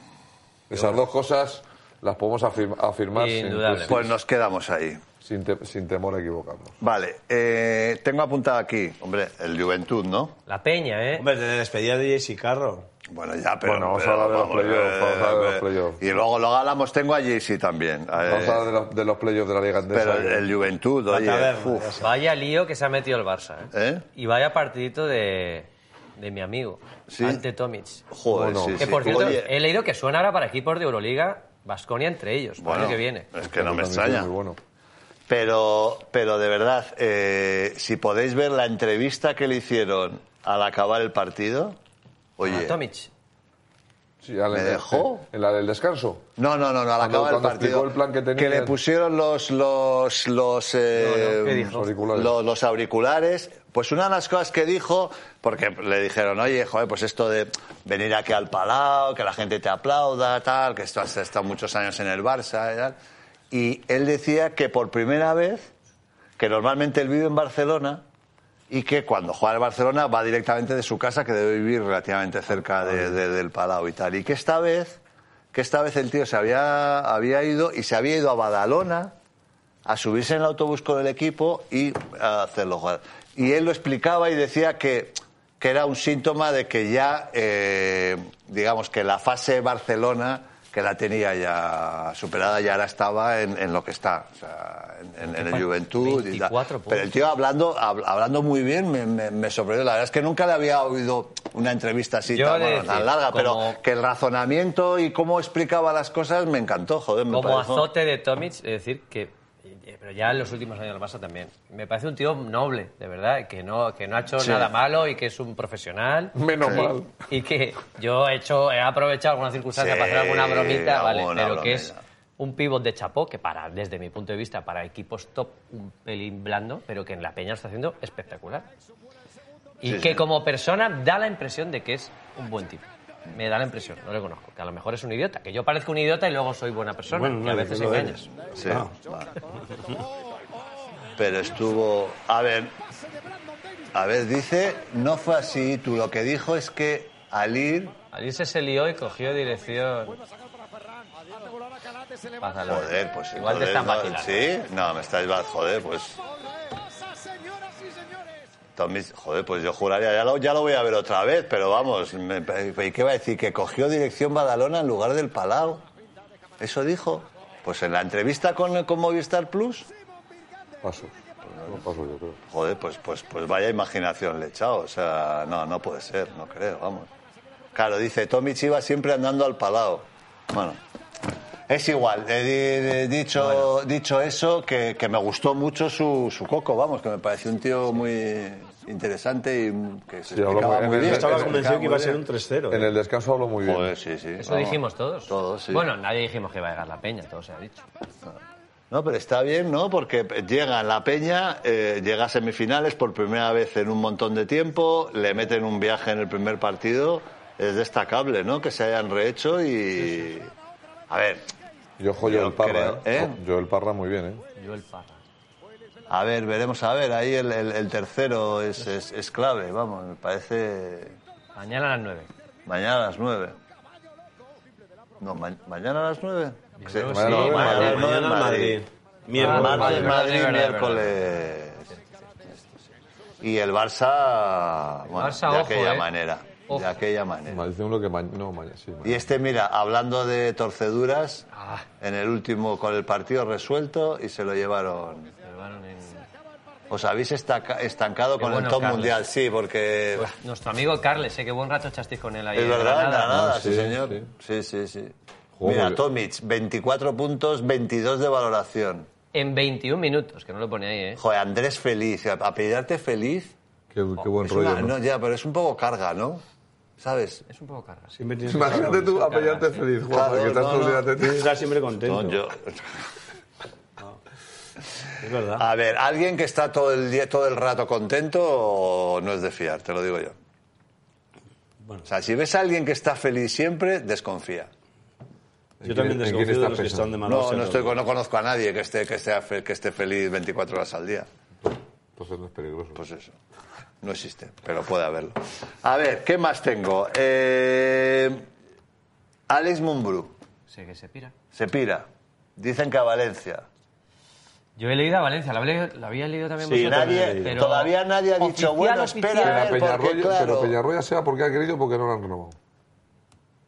Esas dos cosas las podemos afirma- afirmar sin, Indudable. Pues nos quedamos ahí. sin te- sin temor a equivocarnos. Vale, eh, tengo apuntado aquí, hombre, el Juventud, ¿no? La Peña, ¿eh? Hombre, te despedía de Jesse Carro. Bueno, ya, pero... Bueno, vamos a pero hablar de los vamos, playoffs, eh, vamos a hablar de los eh, playoffs. Y luego lo galamos, tengo allí sí también. eh, Vamos a hablar de los, de los playoffs de la Liga Andesa. pero el Juventud, La oye... taberna, uf, ya está. Vaya lío que se ha metido el Barça, ¿eh? ¿Eh? Y vaya partidito de, de mi amigo, Sí. ante Tomic. Joder, Bueno, sí, Que sí. por cierto, Oye, he leído que suena ahora para equipos de Euroliga, Vasconia entre ellos, para el bueno, año que viene. Es que no me También es extraña. muy bueno. Pero, pero de verdad, eh, si podéis ver la entrevista que le hicieron al acabar el partido, A oye, Tomic. Sí, al- ¿Me en- dejó? En la del descanso. no, no, no, no al Cuando- acabar el cuando partido, explicó el plan que tenía- le pusieron los los los eh, No, no, ¿qué dijo? Los auriculares. lo- los auriculares. Pues una de las cosas que dijo, porque le dijeron, oye, joder, pues esto de venir aquí al Palau, que la gente te aplauda, tal, que esto has estado muchos años en el Barça, y tal. Y él decía que por primera vez que normalmente él vive en Barcelona y que cuando juega en Barcelona va directamente de su casa, que debe vivir relativamente cerca de- de- del Palau y tal. Y que esta vez, que esta vez el tío se había, había ido y se había ido a Badalona a subirse en el autobús con el equipo y a hacerlo jugar. Y él lo explicaba y decía que, que era un síntoma de que ya, eh, digamos, que la fase Barcelona, que la tenía ya superada, ya ahora estaba en, en lo que está, o sea, en, en- en el Juventud. y tal. 24 puntos. Pero el tío hablando, hab- hablando muy bien me, me, me sorprendió. La verdad es que nunca le había oído una entrevista así Yo tan, he de bueno, decir, tan larga, como- pero que el razonamiento y cómo explicaba las cosas me encantó, joder. Me Como pareció- azote de Tomic, es decir, que. eh, Pero ya en los últimos años lo pasa también. Me parece un tío noble, de verdad, que no, que no ha hecho nada malo y que es un profesional. Menos Y- mal. Y que yo he, hecho, he aprovechado alguna circunstancia Sí, para hacer alguna bromita, vale, alguna pero que es bromita. un pivot de chapó que para, desde mi punto de vista, para equipos top, un pelín blando, pero que en la peña lo está haciendo espectacular. Y Sí, que sí. como persona da la impresión de que es un buen tipo. Me da la impresión, no le conozco. Que a lo mejor es un idiota, que yo parezco un idiota y luego soy buena persona, que a veces no engañas. Sí. vale. Pero estuvo. A ver. A ver, dice. No fue así. Tú lo que dijo es que al ir. Alice se lió y cogió dirección. Pásalo. Joder, pues Igual te entonces están no- vacilando. Sí, no, me estáis va- joder, pues Tommy, joder, pues yo juraría, ya lo, ya lo voy a ver otra vez, pero vamos, me- me- ¿y qué va a decir? Que cogió dirección Badalona en lugar del Palau. ¿Eso dijo? Pues en la entrevista con, con Movistar Plus, Paso. No paso yo creo. joder, pues, pues, pues vaya imaginación le he echado, o sea, no, no puede ser, no creo, vamos. Claro, dice, Tommy iba siempre andando al Palau. Bueno, es igual, he di- he dicho, dicho eso, que, que me gustó mucho su, su coco, vamos, que me pareció un tío muy interesante y que se Sí, habló explicaba muy bien. muy bien. Yo Estaba que se convencido explicaba que iba a muy ser bien. un 3-0. En ¿eh? el descanso hablo muy bien. Joder, sí, sí. Eso Vamos. dijimos todos. Todos, sí. Bueno, nadie dijimos que iba a llegar la peña, todo se ha dicho. No, pero está bien, ¿no? Porque llega la Peña, eh, llega a semifinales por primera vez en un montón de tiempo, le meten un viaje en el primer partido. Es destacable, ¿no? Que se hayan rehecho y. A ver, Yo joyo Yo el parra, creo, ¿eh? ¿eh? Yo el parra muy bien, ¿eh? Yo el parra. a ver, veremos, a ver. Ahí el, el- el tercero es, es- es clave, vamos, me parece. Mañana a las 9. Mañana a las nueve. No, ma- mañana a las nueve. Sí, creo que sí, mañana, a las Madrid, nueve en Mañana Madrid. Madrid. Miércoles. Ah, Martes, vale, vale, vale, Madrid, vale, miércoles. Y el Barça, bueno, Barça, de ojo, aquella eh. manera, Ojo. de aquella manera. Me dice uno que ma- no, mañana sí. mañana. Y este, mira, hablando de torceduras, Ah. en el último con el partido resuelto y se lo llevaron. Pero bueno, en- Os habéis estaca- estancado Qué con bueno, el top Carlos. mundial, sí, porque Pues nuestro amigo Carles, sé que buen rato echasteis con él ahí. Es en verdad, Granada. nada, nada, Ah, sí, sí, señor. sí. Sí, sí, sí. Juego Mira, muy- Tomic, 24 puntos, 22 de valoración. En 21 minutos, que no lo pone ahí, ¿eh? Joder, Andrés Feliz, a- apellidarte Feliz. Qué, qué buen Oh, es rollo. una- ¿no? no, ya, pero es un poco carga, ¿no? ¿Sabes? Es un poco carga. sí. Siempre tienes que estar Imagínate tú apellarte sí. feliz, Juan, Claro, porque estás no, todo el día no. te- Tienes que estar siempre contento. No, yo- Es verdad. A ver, alguien que está todo el día, todo el rato contento o no es de fiar, te lo digo yo. O sea, si ves a alguien que está feliz siempre, desconfía. Yo también ¿En quién desconfío de estás los que pensando? están de mal No, no, estoy, no conozco a nadie que esté, que, sea fe- que esté feliz 24 horas al día. Entonces no es peligroso. Pues eso. No existe, pero puede haberlo. A ver, ¿qué más tengo? Eh, Alex Mumbrú Sé que se pira. se pira. Dicen que a Valencia. Yo he leído a Valencia, la, hablé- la había leído también Y vosotros, nadie, pero todavía nadie ha dicho, oficial, bueno, oficial, espera eh, a Pero ver, porque Peñarroya, claro... pero Peñarroya sea porque ha querido o porque no lo han renovado.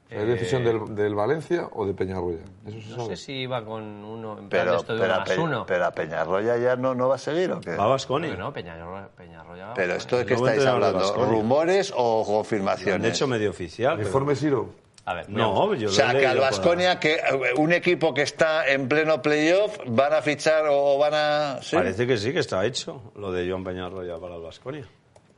¿Es decisión del, del Valencia o de Peñarroya? Eso se No sabe. sé si iba con uno en plan de Pero, esto de pero uno a más Pe- uno. pero a Peñarroya ya no, no va a seguir, ¿o qué? Va Vasconi. Pero no, Peñarroya. Peñarroya va Pero con esto él. es que No voy a estáis entrar a hablando, Vasconia. ¿rumores o confirmaciones? De hecho, medio oficial. pero- ¿Informe Siro? A ver, cuidado. No, yo O sea, lo he que al leído por- Vasconia, que eh, un equipo que está en pleno playoff, van a fichar o van a. ¿sí? Parece que sí, que está hecho lo de Joan Peñarroya para el Vasconia.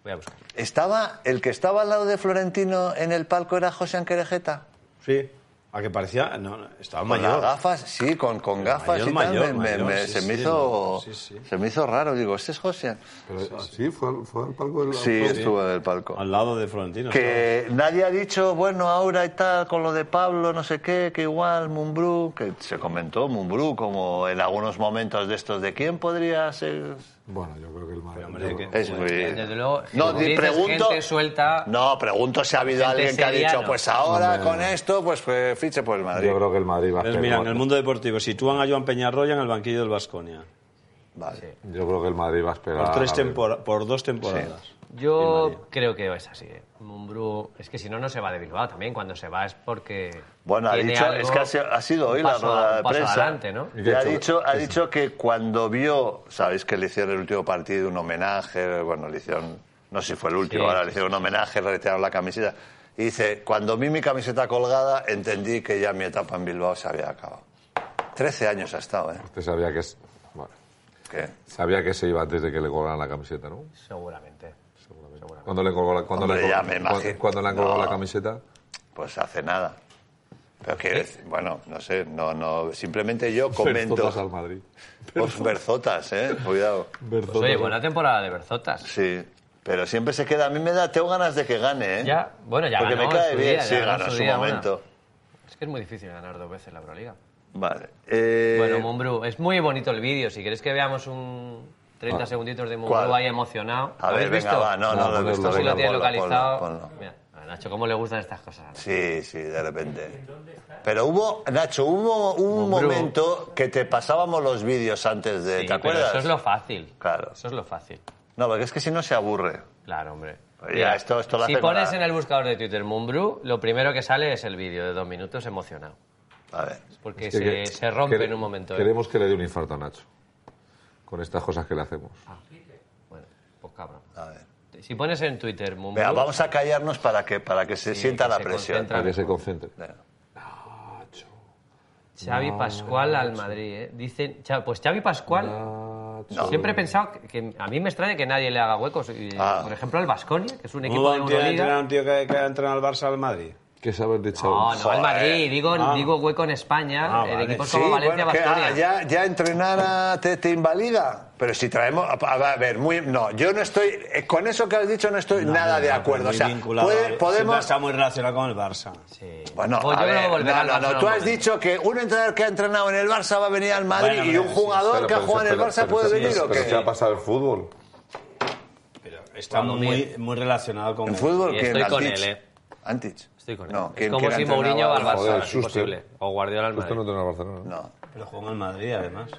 Voy a buscar. Estaba, el que estaba al lado de Florentino en el palco era José Anquerejeta. Sí. A que parecía. No, no, estaba Con mayor. las gafas, sí, con, con gafas y tal. mayor, me- me- mayor, me- sí, se, me sí, hizo, no, sí, sí. se me hizo raro. Digo, ¿este es José? Pero, sí, fue, al, fue al palco del. Sí, estuvo en el palco. Al lado de Florentino. Que nadie ha dicho, bueno, ahora y tal, con lo de Pablo, no sé qué, que igual, Mumbrú, que se comentó Mumbrú como en algunos momentos de estos de quién podría ser. Bueno, yo creo que el Madrid. hombre, yo- que- Es muy... Desde luego, no, como di- dices, pregunto, gente suelta, no, pregunto si ha habido gente alguien que ha seria, dicho, no. pues ahora con esto, pues eh, fiche por el Madrid. Yo creo que el Madrid va a Entonces, hacer Pues mira, en gol. el mundo deportivo sitúan a Joan Peñarroya en el banquillo del Vasconia. Vale. Yo creo que el Madrid va a esperar. Ah, Por, tres a ver. tempora- por dos temporadas. Yo creo que es así. ¿eh? Mumbrú, es que si no, no se va de Bilbao también. Cuando se va es porque. Bueno, ha tiene dicho, algo- es que ha sido, ha sido hoy un la paso- rueda un de paso prensa. adelante, ¿no? Y Y ha que- dicho, ha dicho que cuando vio, sabéis que le hicieron el último partido un homenaje, bueno, le hicieron, no sé si fue el último, Sí, ahora sí, le hicieron un homenaje, le retiraron la camiseta. Y dice, cuando vi mi camiseta colgada, entendí que ya mi etapa en Bilbao se había acabado. Trece años ha estado, ¿eh? Usted Este sabía que, es- vale. Que- sabía que se iba antes de que le colgaran la camiseta, ¿no? Seguramente. Seguramente. Cuando le, colgó la, cuando Hombre, le, colgó- ya me imagino. cuando, cuando le han colgado No. la camiseta. pues hace nada. Pero quiero ¿Eh? decir, bueno, no sé, no, no, simplemente yo comento. Todas al Madrid. Os berzotas, ¿eh? Cuidado. Pues, oye, buena temporada de Berzotas. Sí, pero siempre se queda. A mí me da, tengo ganas de que gane, ¿eh? Ya, bueno, ya Porque ganó me en cae su bien, día, sí, ya ganó ganó en en su su día una. momento. Es que es muy difícil ganar dos veces la Euroliga. Vale. eh, Bueno, Mumbrú, es muy bonito el vídeo. Si queréis que veamos un 30 segunditos de Mumbrú ¿Cuál? ahí emocionado. A ¿Lo ver, habéis venga, visto? va, no, no, lo Ah. No, he ponlo, visto. No sé si venga, lo tienes ponlo, ponlo, localizado. ponlo. Mira, a ver. Nacho, ¿cómo le gustan estas cosas? Sí, sí, de repente. Pero hubo, Nacho, hubo un Hombre. momento que te pasábamos los vídeos antes Sí, de. ¿Te pero acuerdas? Eso es lo fácil. Claro. Eso es lo fácil. No, porque es que si no se aburre. Claro, hombre. Oye, esto- esto lo si hace con pones la- en el buscador de Twitter Moonbrew, lo primero que sale es el vídeo de dos minutos emocionado. A ver. Porque Es que- se, se rompe quere- en un momento. ¿eh? Queremos que le dé un infarto a Nacho. Con estas cosas que le hacemos. Ah, Bueno, pues cabrón. A ver. Si pones en Twitter Moonbrew... Venga, vamos a callarnos para que, para que se Sí, sienta que la se presión. concentra. Para que se concentre. Venga. Xavi Pascual al Madrid, ¿eh? Dicen... Cha- Pues Xavi Pascual... Nacho. No. Siempre he pensado que, que a mí me extraña que nadie le haga huecos. Y, Ah. Por ejemplo, al Vasconia, que es un equipo ¿Hubo de un tío, entrenar a Euroliga. un tío que, que ha entrenado al Barça al Madrid? ¿Qué sabes de Chavo? No, no, al Joder. Madrid. Digo, Ah. digo hueco en España, Ah, en vale. equipos Sí, como bueno, Valencia, que, ah, Vasconia. ya, ya entrenar a te, te invalida. Pero si traemos. A, a ver, muy. No, yo no estoy. eh, Con eso que has dicho no estoy nada de acuerdo. O sea, eh, puede- podemos. Está muy relacionado con el Barça. Sí. Bueno, Pues a yo ver, creo que volverá no, al no, no, Barcelona tú un has momento. dicho que un entrenador que ha entrenado en el Barça va a venir al Madrid Bueno, y bueno, un sí, jugador Pero, que ha pero, jugado en el pero, Barça pero, puede pero, venir o pero, ¿Qué ha qué? pasado en el fútbol? Pero está muy, muy relacionado con En fútbol, Y ¿quién? estoy con Antich. él, eh. Antich. Estoy con él. No, es ¿quién- como quién si entrenaba Mourinho va al Barcelona, Joder, es Schuster. imposible. O Guardiola al Justo Madrid. no tenía Barcelona. ¿no? No. Pero jugó en el Madrid, además.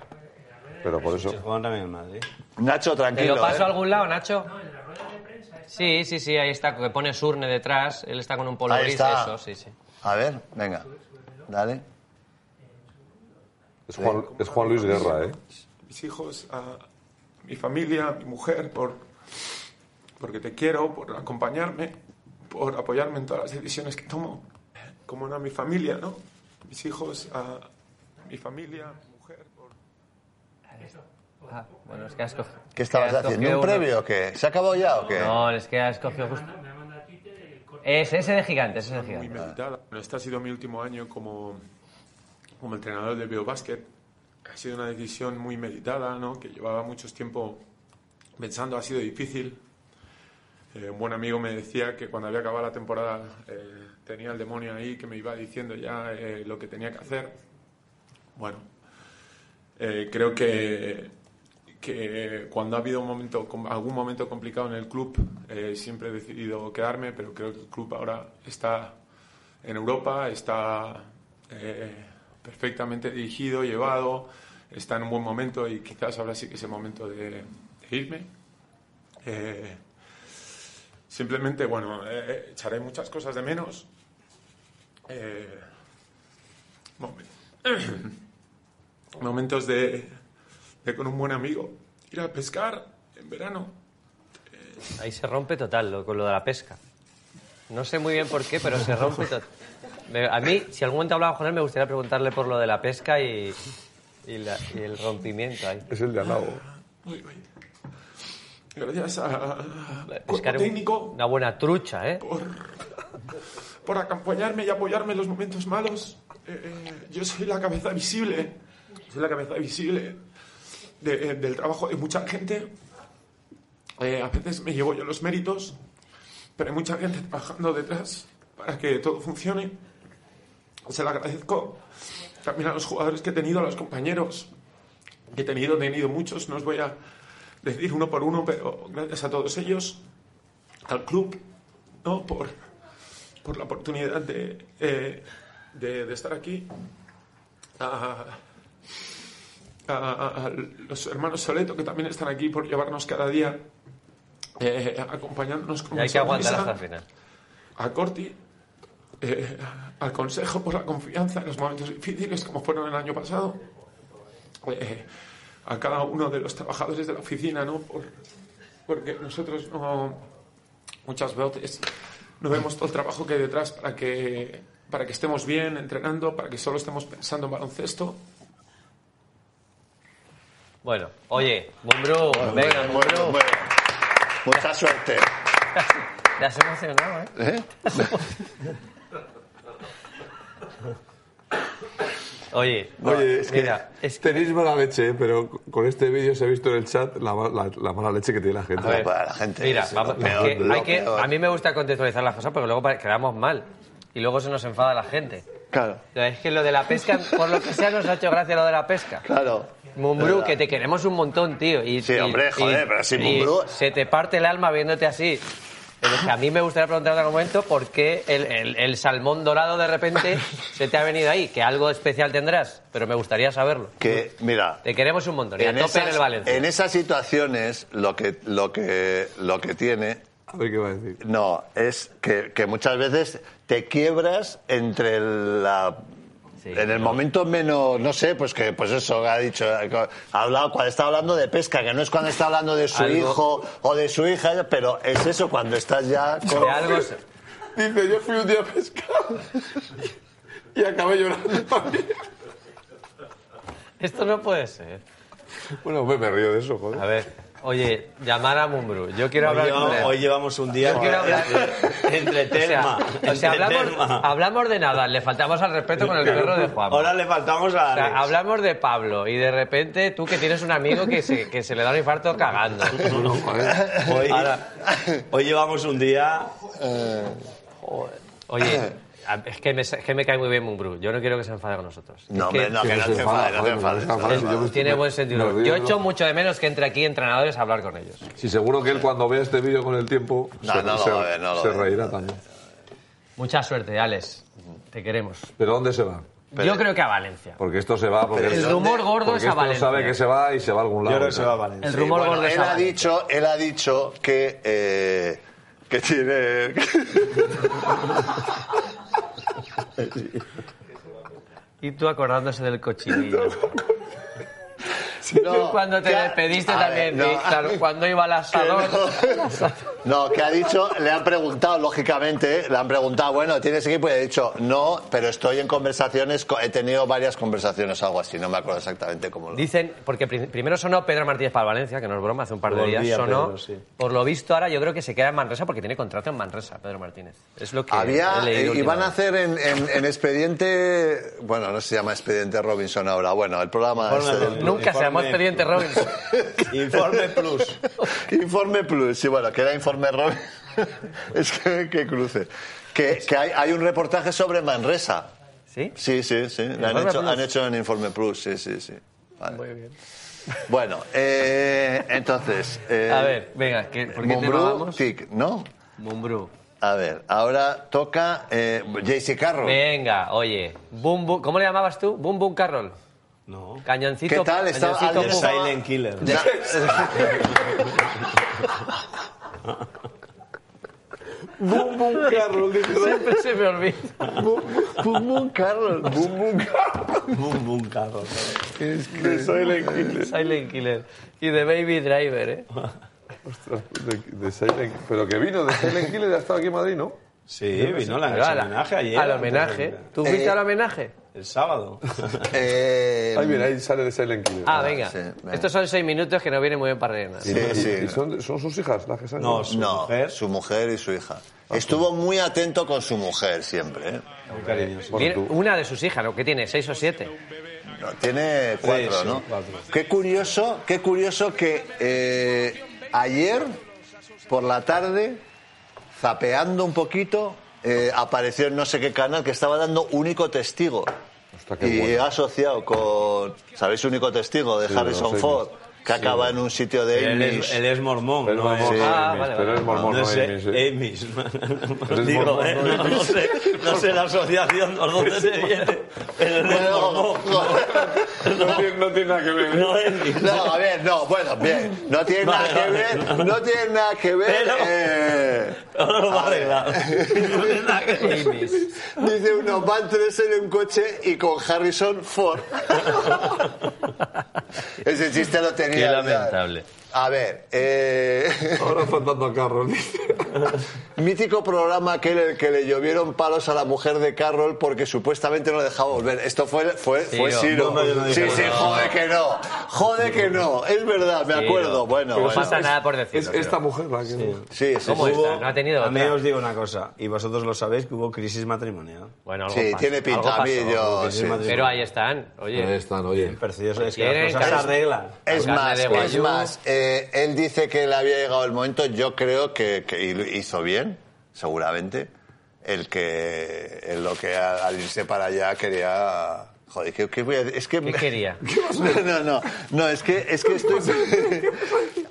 Pero por eso. Se jugó también en el Madrid. Nacho, ¿Te lo tranquilo. paso ¿eh? a algún lado, Nacho? No, en la rueda de prensa. Sí, sí, sí, ahí está, que pone Surne detrás. Él está con un polo Ahí gris, está. eso, sí, sí. A ver, venga. Dale. Es Juan, es Juan Luis Guerra, ¿eh? mis hijos, a mi familia, a mi mujer, por, porque te quiero, por acompañarme, por apoyarme en todas las decisiones que tomo, como a mi familia, ¿no? Mis hijos, a mi familia, a mi mujer, por... Ah, bueno, es que has cogido. ¿Qué estabas es que has haciendo? cogido ¿Un uno. previo o qué? ¿Se ha acabado ya o qué? No, es que has cogido justo. Es ese de gigante, ese de muy gigante. meditada. Bueno, Este ha sido mi último año como, como entrenador del biobásquet. Ha sido una decisión muy meditada, ¿no? que llevaba mucho tiempo pensando, ha sido difícil. Eh, un buen amigo me decía que cuando había acabado la temporada eh, tenía el demonio ahí, que me iba diciendo ya eh, lo que tenía que hacer. Bueno, eh, creo que, que cuando ha habido un momento, com- algún momento complicado en el club, eh, siempre he decidido quedarme, pero creo que el club ahora está en Europa, está eh, perfectamente dirigido, llevado, está en un buen momento y quizás ahora sí que es el momento de, de irme. Eh, simplemente, bueno, eh, echaré muchas cosas de menos. Eh, momen- momentos de, de con un buen amigo, ir a pescar en verano. Ahí se rompe total lo- con lo de la pesca. No sé muy bien por qué, pero se rompe total. A mí, si algún momento hablaba con él, me gustaría preguntarle por lo de la pesca y, y la- y el rompimiento ahí. Es el de al lado. Uy, uy. Gracias a Pescar cuerpo un- técnico una buena trucha, ¿eh? por acompañarme y apoyarme en los momentos malos. Eh, eh, yo soy la cabeza visible, soy la cabeza visible de- eh, del trabajo de mucha gente. Eh, a veces me llevo yo los méritos, pero hay mucha gente trabajando detrás para que todo funcione. Se lo agradezco también a los jugadores que he tenido, a los compañeros que he tenido, he tenido muchos, no os voy a decir uno por uno, pero gracias a todos ellos, al club, ¿no? por, por la oportunidad de, eh, de, de estar aquí. A, a- a los hermanos Soleto que también están aquí por llevarnos cada día, eh, acompañándonos con Y hay una que aguantar sonrisa hasta el final. a Corti, eh, al Consejo por la confianza en los momentos difíciles como fueron el año pasado, eh, a cada uno de los trabajadores de la oficina, ¿no? Por- porque nosotros no, muchas veces no vemos todo el trabajo que hay detrás para que, para que estemos bien entrenando, para que solo estemos pensando en baloncesto. Bueno, oye, Mumbrú, venga, Bueno, Mumbrú. bueno, bueno. Mucha suerte. Te has emocionado, ¿eh? ¿Eh? Oye, Oye, es que, mira, es que... tenéis mala leche, ¿eh? pero con este vídeo se ha visto en el chat la, ma- la- la mala leche que tiene la gente. A ver. para la gente Mira, es vamos, lo peor, que lo hay que, peor. a mí me gusta contextualizar las cosas porque luego pare- quedamos mal y luego se nos enfada la gente. Claro, O sea, Es que lo de la pesca, por lo que sea, nos ha hecho gracia lo de la pesca. claro. Mumbrú, Verdad. que te queremos un montón, tío. Y, Sí, y- hombre, joder, pero si y Mumbrú- Se te parte el alma viéndote así. En el que a mí me gustaría preguntar en otro momento por qué el, el- el salmón dorado de repente se te ha venido ahí, que algo especial tendrás, pero me gustaría saberlo. Que, mira, Te queremos un montón y a tope en el Valencia. en esas situaciones lo que, lo que, lo que tiene A ver qué va a decir. No, es que, que muchas veces te quiebras entre la... Sí, en el no. momento menos, no sé, pues que pues eso ha dicho, ha hablado cuando está hablando de pesca, que no es cuando está hablando de su Algo. hijo o de su hija, pero es eso cuando estás ya con- De algo se- Dice, yo fui un día a pescar y acabé llorando también. Esto no puede ser. Bueno, me, me río de eso, joder. A ver, oye, llamar a Mumbrú. Yo quiero hablar con él. hoy llevamos un día Yo quiero hablar- entre, entre O sea, terma. o sea, entre hablamos, terma. hablamos de nada, le faltamos al respeto con el perro de Juan. Ahora le faltamos a O sea, Alex. hablamos de Pablo y de repente tú que tienes un amigo que se, que se le da un infarto cagando. No, no, joder. Hoy, hoy llevamos un día. Oye, a- es que me, es que me cae muy bien Mumbrú. Yo no quiero que se enfade con nosotros. Es No, que hombre, no, Ah, que no se te enfada, enfades, no te joder, no enfades. se enfada, no te si yo me- tiene buen sentido. me río, Yo ¿no? echo mucho de menos que entre aquí entrenadores a hablar con ellos. Si seguro que él cuando vea este vídeo con el tiempo No, no lo va a ver, no lo se va a ver. reirá también. Mucha suerte, Alex. Te queremos. ¿Pero dónde se va? Yo creo que a Valencia. Porque esto se va porque El rumor gordo porque es a esto Valencia. sabe que se va y se va a algún Yo lado. creo que se va a Valencia. El Sí, rumor bueno, gordo es él a ha Valencia. dicho, él ha dicho que eh, que tiene Y tú acordándose del cochinillo. No, Tú cuando te que ha- despediste a ver, también, no. di- claro, cuando iba al asador. No, que ha dicho, le han preguntado, lógicamente, le han preguntado, bueno, ¿tienes equipo? Y ha dicho, no, pero estoy en conversaciones, co- he tenido varias conversaciones, algo así, no me acuerdo exactamente cómo lo. Dicen, porque pri- primero sonó Pedro Martínez para el Valencia, que no es broma, hace un par de Volvía días sonó. Pedro, sí. Por lo visto, ahora yo creo que se queda en Manresa porque tiene contrato en Manresa, Pedro Martínez. Es lo que Había, he eh, leído iban a últimamente. hacer en, en- en expediente, bueno, no se llama expediente Robinson ahora, bueno, el programa Informe este- Robinson. Nunca se llamó Informe. Expediente Robinson. Informe Plus. Informe Plus, sí, bueno, que era Informe Robinson, es que, que cruce. Que, que hay, hay un reportaje sobre Manresa. ¿Sí? Sí, sí, sí, lo han Informe hecho, Plus. han hecho en Informe Plus, sí, sí, sí. Vale. Bueno, eh, entonces. eh, A ver, venga, que- ¿por qué te Mumbrú, vamos? tic, ¿no? Mumbrú. A ver, ahora toca eh, JC Carroll. Venga, oye. Boom, boom, ¿Cómo le llamabas tú? Boom Boom Carroll. No. Cañoncito. ¿Qué tal? Estaba- Cañoncito alguien Pum. estaba- Silent Killer. Na- Bum, bum, Carlos, dice. Siempre se me olvida. Bum Bum Carroll. Bum Bum Carroll. Boom, boom, carro. De Silent Killer. Silent Killer. Y de Baby Driver, ¿eh? Ostras, de- de Silent- Pero que vino de Silent Killer ya estaba aquí en Madrid, ¿no? Sí, vino la Pero a la- homenaje ayer. Al homenaje. ¿Tú fuiste Eh, al homenaje? El sábado. Eh, Ahí viene, ahí sale de Silent Killer. Ah, venga. sí, venga. Estos son seis minutos que no vienen muy bien para rellenar. Y- sí, y- sí. y son, son sus hijas las que salen? No, su no, mujer. su mujer y su hija. Estuvo muy atento con su mujer siempre. ¿eh? Muy cariñoso. Mira, tú. una de sus hijas, lo que tiene, seis o siete. No, tiene cuatro, Sí, sí, ¿no? cuatro. Qué curioso, qué curioso que eh, ayer por la tarde, zapeando un poquito, eh, apareció en no sé qué canal que estaba dando único testigo. Ah, Hostia, qué Y bueno. ha asociado con, ¿sabéis? Único testigo de Sí, lo Harrison sé, Ford, que acaba en un sitio de Él Amish. es, él es mormón, Pero no es mormón, es. no Ah, es, vale, pero vale. es mormón, no no, sé, eh, es, sí. Amish. Pero es Digo, mormón, eh, no no, no sé, no sé la asociación por dónde se viene. Pero es mormón. No tiene, no tiene nada que ver. ¿eh? No es ni- No, a ver, no, bueno, bien. No tiene Vale, nada que vale, ver, vale. no tiene nada que ver. Pero- eh, Ahora lo va a arreglar. No tiene nada que ver. Dice uno, van tres en un coche y con Harrison Ford. Ese chiste lo tenía. Qué ya. lamentable. A ver, eh, Ahora faltando a Carroll, dice. mítico programa aquel en el que le llovieron palos a la mujer de Carroll porque supuestamente no le dejaba volver. Esto fue, fue, fue Ciro. Ciro. No, no, yo no sí, dije sí, nada. jode que no. Jode que no. Es verdad, me acuerdo. Bueno, no bueno. pasa nada por Es decirlo. esta pero- mujer la que... Sí, sí, ¿Cómo sí. esta? Pues, No ha tenido A mí otra. os digo una cosa, y vosotros lo sabéis, que hubo crisis matrimonial. Bueno, algo Sí, pasó, tiene algo pinta. A mí pasó. yo. Sí, sí. Madrid. Pero ahí están, Ahí oye. están, oye. Pero tío, pues es que Quieren las cosas se casar- arreglan. Es Carne más, de es guayú. más, eh, él dice que le había llegado el momento, yo creo que, que hi- hizo bien, seguramente, el que en lo que a- al irse para allá quería... Joder, ¿qué, qué voy a decir? Es que... ¿Qué quería? No, no, no, no, es que, es que estoy...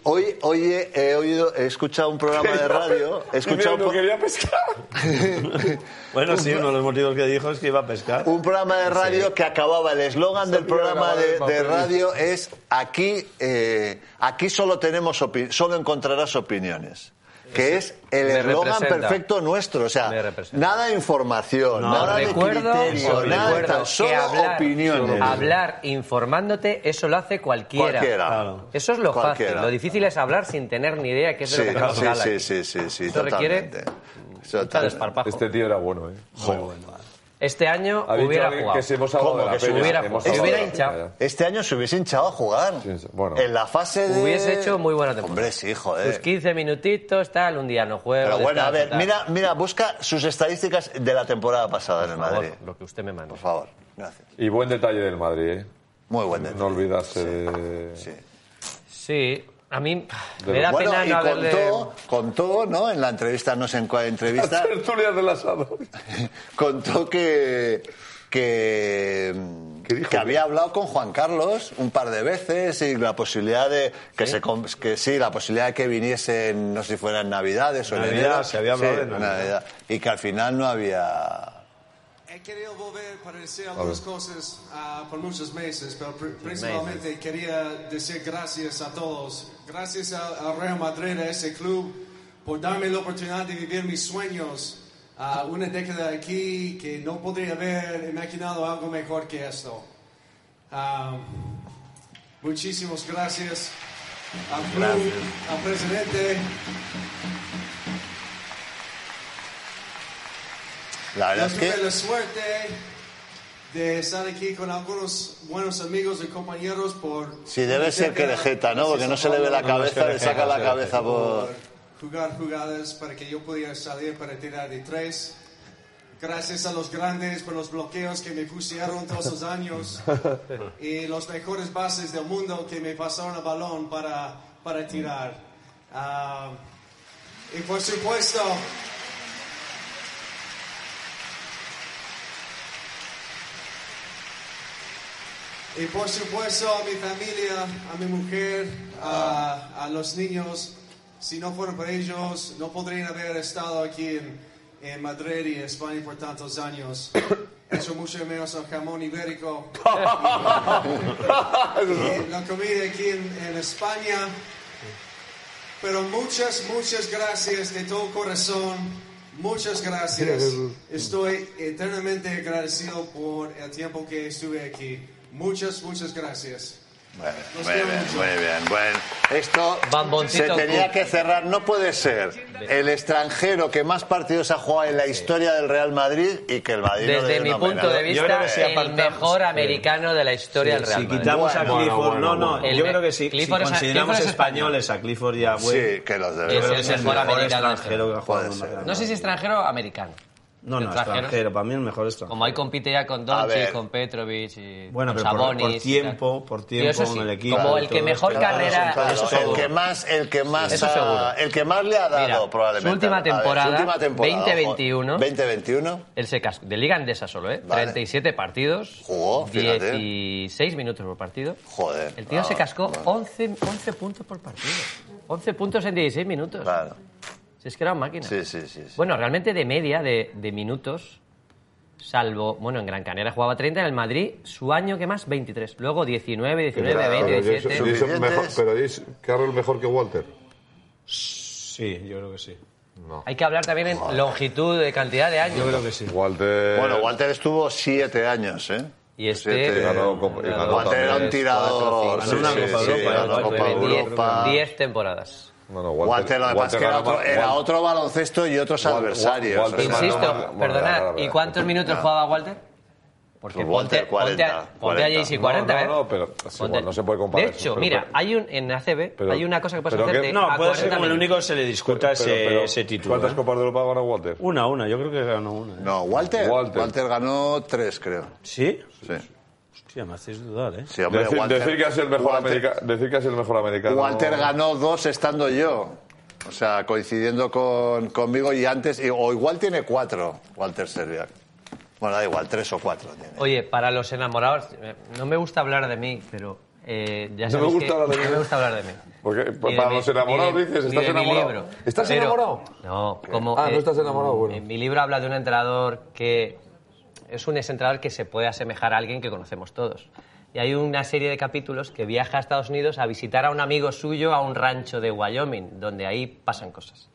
Hoy, hoy he, he oído, he escuchado un programa de radio. He escuchado un, no pro- quería pescar. Bueno, sí, uno de los motivos que dijo es que iba a pescar. un programa de radio que acababa. El eslogan del primera programa grabada de, en papel. de radio es aquí, eh, aquí solo tenemos opi- solo encontrarás opiniones. Que es el Me eslogan representa. perfecto nuestro. O sea, Me representa. nada de información, No, nada Recuerdo, de criterio, os nada de recuerdo tal, solo que hablar, opiniones. hablar informándote, eso lo hace cualquiera. Cualquiera. Claro. Eso es lo Cualquiera. fácil. Lo difícil es hablar sin tener ni idea qué es de Sí, lo que acabas de sí, hablar. sí, sí, sí, sí, Esto requiere totalmente. Tal Totalmente. desparpajo. Este Este, tío era bueno, ¿eh? año Ha dicho hubiera alguien jugado. que se hemos hablado ¿Cómo de la que se peña, hubiera hemos jugado? Se hablado hubiera de la hinchado. peña. Este año se hubiese hinchado a jugar. Sí, sí, bueno. en la fase de... Hubiese hecho muy buena temporada. Hombre, sí, joder. Sus 15 minutitos, tal, un día no juego. Pero bueno, a descanso, ver, tal. mira, mira, busca sus estadísticas de la temporada pasada en el Por favor, Madrid. Lo que usted me manda. Por favor, gracias. Y buen detalle del Madrid, ¿eh? Muy buen detalle. No olvidarse de... Sí. Sí, a mí me da Bueno, pena y no haberle... contó, contó, ¿no? En la entrevista, no sé en cuál entrevista, Tertulias del asado. contó que que, que había hablado con Juan Carlos un par de veces y la posibilidad de que se com- que sí la posibilidad de que viniese no sé si fuera en Navidades o en Navidad, enero. se había hablado Sí, de Navidad. y que al final no había He querido volver para decir algunas cosas ah, por muchos meses, pero pr- principalmente quería decir gracias a todos. Gracias a- al Real Madrid, a ese club, por darme la oportunidad de vivir mis sueños. Ah, una década aquí que no podría haber imaginado algo mejor que esto. Ah, muchísimas gracias al club, al presidente. la Yo verdad es que tuve la suerte de estar aquí con algunos buenos amigos y compañeros por... Sí, debe ser que de jeta, ¿no? Porque no se le ve la cara. cabeza, le saca la cabeza por... Jugar jugadas para que yo pudiera salir para tirar de tres. Gracias a los grandes por los bloqueos que me pusieron todos los años y los mejores bases del mundo que me pasaron el balón para, para tirar. Ah, y por supuesto, Y por supuesto a mi familia, a mi mujer, a, a los niños. Si no fueran por ellos, no podrían haber estado aquí en, en Madrid y España por tantos años. He hecho mucho de menos al jamón ibérico. Y la comida aquí en, en España. Pero muchas, muchas gracias de todo corazón. Muchas gracias. Estoy eternamente agradecido por el tiempo que estuve aquí. Muchas, muchas gracias. Bueno, Muy bien, muy bien. Bueno, esto se Bamboncito tenía Cook. que cerrar. No puede ser el extranjero que más partidos ha jugado en la historia del Real Madrid y que el Madrid no le Desde dio mi una punto pena. de Yo creo vista, que si el apartamos- mejor americano de la historia del Real Si Madrid. quitamos a Bueno, Clifford, bueno, no, no, bueno. yo El creo que me- sí. Clifford si es- consideramos Clifford es españoles a Clifford y a Wade, Sí, que los Es yo debe. creo el que es el mejor mejor americano. extranjero que ha jugado Puede en ser. una No sé si extranjero o americano. No, no, Extranjero. extranjero. Para mí el mejor extranjero. Como ahí compite ya con A ver. Doncic, con Petrovic y Bueno, con pero por- Sabonis. por y tal. tiempo, por Y tiempo eso con sí, el equipo Como y el todo que mejor esto. carrera... Claro, eso el seguro. que más, el que más, Eso ha- seguro. el que más le ha dado Mira, probablemente. su última A ver, su temporada, última temporada, ojo. 20-21. 20-21. El Secas, de Liga Andesa solo, ¿eh? Vale. 37 partidos. Jugó, fíjate. 16 minutos por partido. Joder. El tío Ah, se cascó bueno. 11, 11 puntos por partido. 11 puntos en 16 minutos. Claro. Si es que era una máquina. Sí, sí, sí. sí. Bueno, realmente de media de, de minutos, salvo, bueno, en Gran Canaria jugaba 30, en el Madrid su año que más 23, luego 19, 19, Pero 20, Jason- 17. Jason Suficientes. mejor- Pero es Carroll mejor que Walter. Sí, yo creo que sí. Hay que hablar también en longitud de cantidad de años. Yo creo que sí. Walter... Bueno, Walter estuvo siete años, ¿eh? Y este Siete. ganó Copa- y ganó Walter era un también. tirador. Cuatro, cinco, sí, ganó sí, Copa sí, Europa, ganó ganó Copa Copa Europa. 10 temporadas. No, no, Walter, lo que pasa es que era ganó otro, más- era Wal- otro baloncesto y otros Wal- Wal- adversarios. Walter o sea, ganó Insisto, más- bueno, perdonad, ganó, ¿y ganó. cuántos minutos jugaba Walter? Porque Pues Walter, ponte, 40, a, ponte a Jay-Z 40, No, ¿eh? no, no, pero es igual, Ponte- no se puede comparar De hecho, eso, pero- mira, pero- hay un, en ACB pero- hay una cosa que puedes pero que- hacerte No, No, a puede ser 40 como el minutos. único que se le discuta Pero- ese, pero- ese título. ¿Cuántas ¿eh? copas de Europa ganó Walter? Una, una. Yo creo que ganó una. ¿eh? No, Walter, Walter. Walter. ganó tres, creo. ¿Sí? Sí, Hostia, me hacéis dudar, ¿eh? sí hombre, Decir, Walter, decir que es el mejor Walter- america- decir que es el mejor americano. Walter ganó dos estando yo. O sea, coincidiendo con, conmigo y antes. y- o igual tiene cuatro, Walter Serbiak. Bueno, da igual, tres o cuatro tiene. Oye, para los enamorados, eh, no me gusta hablar de mí, pero eh, ya No sabéis me que gusta hablar de no mí. me gusta hablar de mí. Porque, Ni pa- de para mi- los enamorados ni de- dices, ni ¿estás de mi enamorado? libro. ¿Estás enamorado? No, como... Ah, no estás enamorado, bueno. en mi libro habla de un entrenador que es un exentrenador que se puede asemejar a alguien que conocemos todos. Y hay una serie de capítulos que viaja a Estados Unidos a visitar a un amigo suyo a un rancho de Wyoming, donde ahí pasan cosas.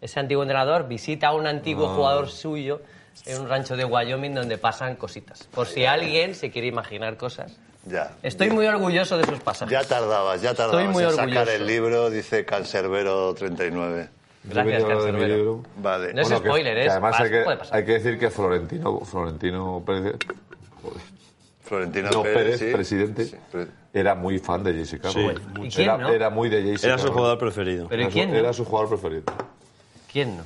Ese antiguo entrenador visita a un antiguo jugador suyo en un rancho de Wyoming donde pasan cositas. Por si alguien se quiere imaginar cosas. Ya. Estoy muy orgulloso de sus pasajes. Ya tardabas, ya tardabas muy en sacar orgulloso. el libro, dice Cancerbero 39. Gracias, Yo venía a hablar de mi Cancerbero. libro. Vale. No es Bueno, que- spoiler, que ¿eh? es- además pasa, hay que, puede pasar. hay que decir que Florentino, Florentino Pérez, Florentino no, Pérez, Pérez, sí. presidente, Sí, pre- era muy fan de Jesse Carroll. ¿Y mucho. quién era, no? era muy de Jesse Era su Carroll. jugador preferido. Pero ¿y Era su- quién no? Era su jugador preferido. ¿Quién no?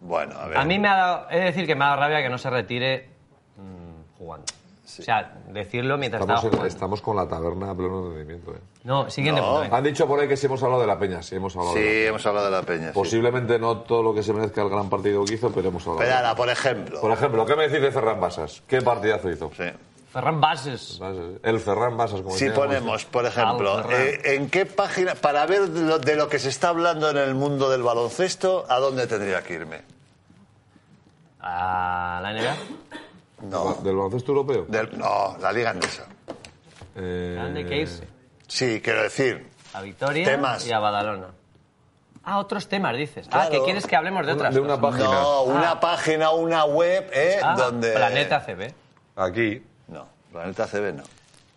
Bueno, a ver. A mí me ha dado, he de decir que me ha dado rabia que no se retire mm, jugando. O sea, decirlo mientras Estamos, estaba en- jugando. estamos con la taberna a pleno rendimiento. eh. No, siguiente No. punto. venga. Han dicho por ahí que sí hemos hablado de la peña, sí hemos hablado. Sí, de la Peña. hemos hablado de la peña. sí. Posiblemente no todo lo que se merezca el gran partido que hizo, pero hemos hablado. de Pero la ahora, por ejemplo. Por ejemplo, ¿qué me decís de Ferran Basas? ¿Qué partidazo hizo? Sí. Ferran Bases. Basas, El Ferran Basas, como Si decíamos. ponemos, por ejemplo, Vamos, Ferran. eh, ¿en qué página, para ver de lo, de lo que se está hablando en el mundo del baloncesto, a dónde tendría que irme? A la NBA. No, ¿Del baloncesto europeo? del- no, la Liga Andesa. Eh, ¿A dónde hay que irse? Sí, quiero decir, A Vitoria Temas. y a Badalona. Ah, otros temas, dices. Ah, Claro. que quieres que hablemos de otras de una cosas. página. no, una página, una web, ¿eh? Ah, donde... Planeta CB. Aquí. No, Planeta CB no.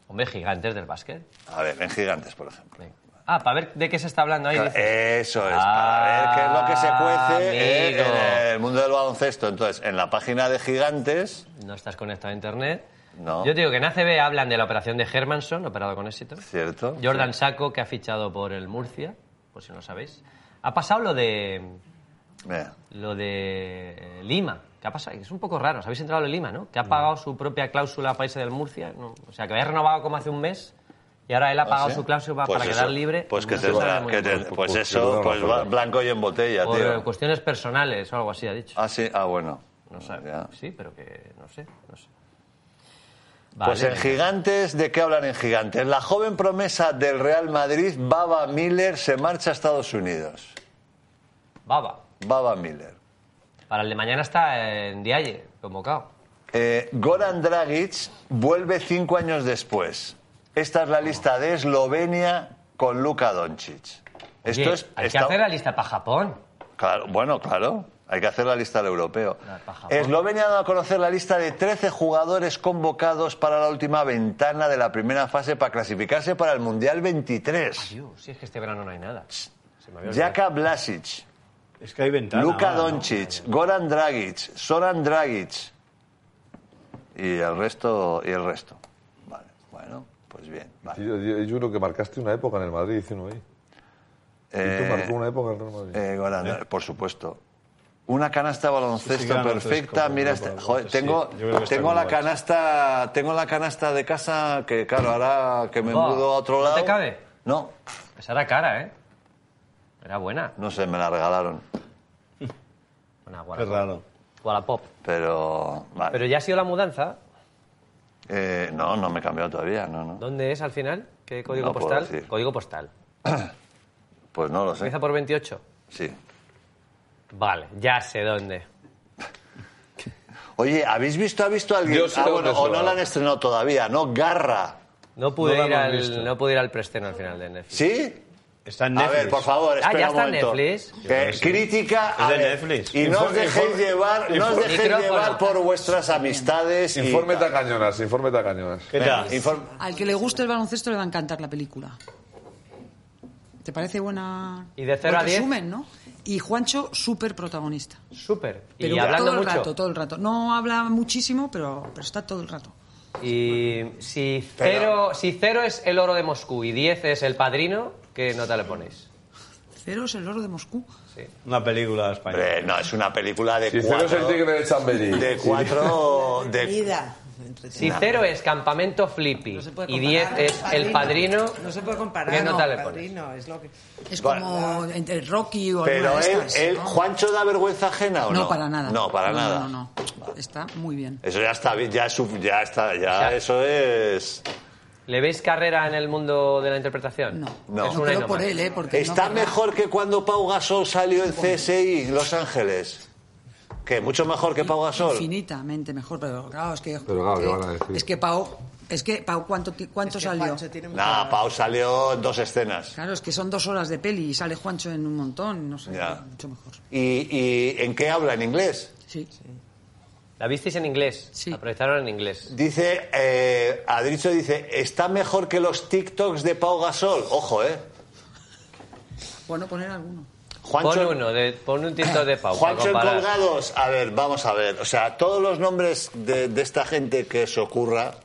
Hombre, gigantes del básquet. A ver, en Gigantes, por ejemplo. Venga. Ah, para ver de qué se está hablando ahí. dices. Eso es, Ah, para ver qué es lo que se cuece eh, amigo. en el mundo del baloncesto. Entonces, en la página de Gigantes, No estás conectado a internet. eh. No. Yo te digo que en ACB hablan de la operación de Hermanson, operado con éxito. ¿cierto? Jordan Saco, que ha fichado por el Murcia, por si no lo sabéis. Ha pasado lo de Mira, lo de eh, Lima. ¿Qué ha pasado? Es un poco raro. Os habéis entrado en Lima, ¿no? Que ha pagado su propia cláusula a Países del Murcia. ¿no? O sea, que había renovado como hace un mes y ahora él ha pagado ¿sí? su cláusula Pues para eso, quedar libre. Pues que No se sabe tendrá, muy que bien. te- Pues- pues pues eso, perdona, pues perdona. va blanco y en botella, Por eh, tío. cuestiones personales o algo así, ha dicho. Ah, sí, ah, bueno. no sabe. Ya. Sí, pero que no sé. No sé. Pues Vale. en Gigantes, ¿de qué hablan en Gigantes? La joven promesa del Real Madrid, Baba Miller, se marcha a Estados Unidos. Baba. Baba Miller. Para el de mañana está en Dialle, convocado. Eh, Goran Dragic vuelve cinco años después. Esta es la lista de Eslovenia con Luka Doncic. Esto Oye, es. Hay está- que hacer la lista para Japón. Claro, bueno, claro. Hay que hacer la lista del europeo. La paja, ¿no? Eslovenia ha dado a conocer la lista de 13 jugadores convocados para la última ventana de la primera fase para clasificarse para el Mundial 23. Dios, si es que este verano no hay nada. Se me había olvidado. Jaka Blasic, Es que hay ventana. Luka ahora, ¿no? Doncic, Goran Dragic, Soran Dragic y el resto y el resto. Vale, bueno, pues bien. vale. Yo, yo- yo creo que marcaste una época en el Madrid, dice uno ahí. Y tú Eh, marcó una época en el Real Madrid. Eh, Goran, por supuesto. Una canasta Sí, baloncesto sí, gana tres perfecta. copas, Mira, ¿no? este- Para joder, baloncesto, tengo, sí. Yo creo que está tengo como la va. canasta, tengo la canasta de casa que, claro, ahora que me Va, mudo a otro Oh, ¿no lado. te cabe? No, Esa era cara, ¿eh? Era buena. no sé, me la regalaron, Una Es Wallapop. raro. Wallapop. pero vale. Pero ya ha sido la mudanza. Eh, no, no me he cambiado todavía, no, no. ¿Dónde es al final? ¿Qué código No puedo postal? decir. ¿Eh? Código postal. Pues no lo sé. Empieza por 28. Sí. Vale, ya sé dónde. Oye, ¿habéis visto, ha visto alguien? Yo sí Ah, tengo bueno, que o no probar. la han estrenado todavía, ¿no? Garra. No pude, No lo ir, hemos al, visto. no pude ir al preestreno al final de Netflix. ¿Sí? Está en A Netflix. ver, por favor, espera Ah, ya está un en momento. Netflix. Que Crítica a Es de ver, Netflix. Y no os Informe- dejéis informe- llevar, no os informe- dejéis Micrófono. llevar por vuestras amistades. y Informe tal. tacañonas, informe tacañonas. ¿Qué Venga, tal? informe- Al que le guste el baloncesto le va a encantar la película. ¿Te parece buena? Y de cero buen a diez. resumen, ¿no? Y Juancho, súper protagonista. Súper. Pero Y hablando todo el mucho. rato, todo el rato. No habla muchísimo, pero, pero está todo el rato. Y si cero, si cero es el oro de Moscú y 10 es el padrino, ¿qué nota le ponéis? Cero es el oro de Moscú. Una película española. Hombre, no, es una película de Si cero es el cuatro. tigre de Chamberí. De cuatro. De, Vida. Si cero es campamento flippy No se puede y comparar. 10 es el padrino, No se puede comparar. ¿qué nota le no, pones? padrino, es lo que... Es Vale. como entre Rocky o pero alguna de él, estas, él, ¿no? ¿Juancho da vergüenza ajena o no? No, para nada. No, para nada. No, no, no. Está muy bien. Eso ya está, bien, ya, es su- ya está, ya sea, eso es. ¿Le veis carrera en el mundo de la interpretación? No, No. Es no una y creo no por más. él, ¿eh? Porque no Está querrá. mejor que cuando Pau Gasol salió en CSI Los Ángeles. ¿Qué? ¿Mucho mejor que Pau Gasol? Infinitamente mejor, pero claro, es que. Pero claro, que- ¿qué van a decir? Es que Pau. Es que Pau, ¿cuánto, ti- cuánto salió? No, Pau salió en dos escenas. Claro, es que son dos horas de peli y sale Juancho en un montón, no sé, Ya. mucho mejor. ¿Y, y en qué habla? ¿En inglés? Sí. ¿La visteis en inglés? Sí. La proyectaron en inglés. Dice, eh, Adricho dice, está mejor que los TikToks de Pau Gasol. Ojo, ¿eh? Bueno, poner alguno. Pon Juancho, uno, de- pon un TikTok de Pau. para Juancho en comparar. Colgados. A ver, vamos a ver. O sea, todos los nombres de, de esta gente que se ocurra,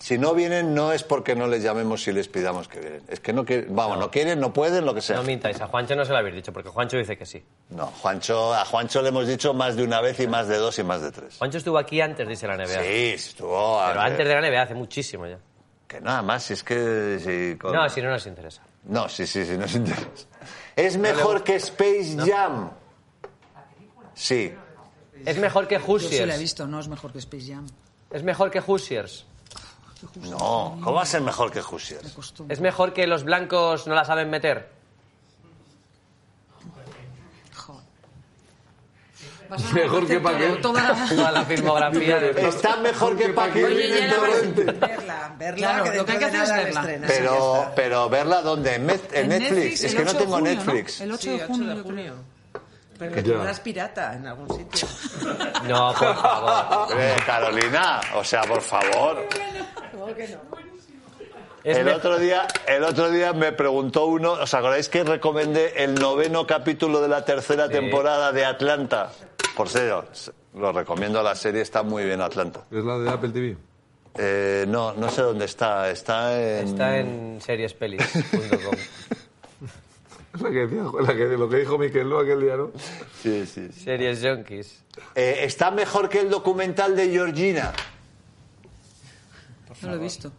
si no vienen, no es porque no les llamemos y les pidamos que vienen. Es que no quieren, vamos, no, quieren, no pueden, lo que sea. No mintáis, a Juancho no se lo habéis dicho, porque Juancho dice que sí. No, Juancho, a Juancho le hemos dicho más de una vez y más de dos y más de tres. Juancho estuvo aquí antes, dice la NBA. Sí, estuvo. a Pero ver, antes de la NBA, hace muchísimo ya. Que nada más, si es que. Si, con- No, si no nos interesa. No, sí, sí, sí, nos interesa. Es mejor que Space Jam. Sí. Es mejor que Yo sí la he Hoosiers. visto, no es mejor que Space Jam. Es mejor que Hoosiers. No, ¿cómo va a ser mejor que Hoosiers? Me costó. Es mejor que los blancos no la saben meter. Joder. Vas a Mejor que hacer pa' todo- qué. Toda Toda la... la filmografía de... Está mejor que Paquín Oye, ya la Torrente. Verla, verla, Claro, que lo que hay dentro que de hacer es nada la verla. estrenan. Pero, pero verla donde en, Met- en Netflix. Es el que 8 no de tengo junio, ¿no? Netflix. El 8 Sí, de junio. yo creo. Pero que Ya. tú eras pirata en algún sitio. No, por favor. Hombre, Ah. Eh, Carolina, o sea, por favor. ¿Cómo que no? Es el me- otro día, el otro día me preguntó uno, ¿os acordáis que recomendé el noveno capítulo de la tercera temporada de Atlanta? Por cero, lo recomiendo la serie, está muy bien Atlanta. Es la de Apple TV. Eh, no, no sé dónde está, está en... Está en seriespelis.com. Es la que decía, la que, lo que dijo Miquel Lo aquel día, ¿no? Sí, sí, sí. Series Junkies. Eh, está mejor que el documental de Georgina. No lo he visto.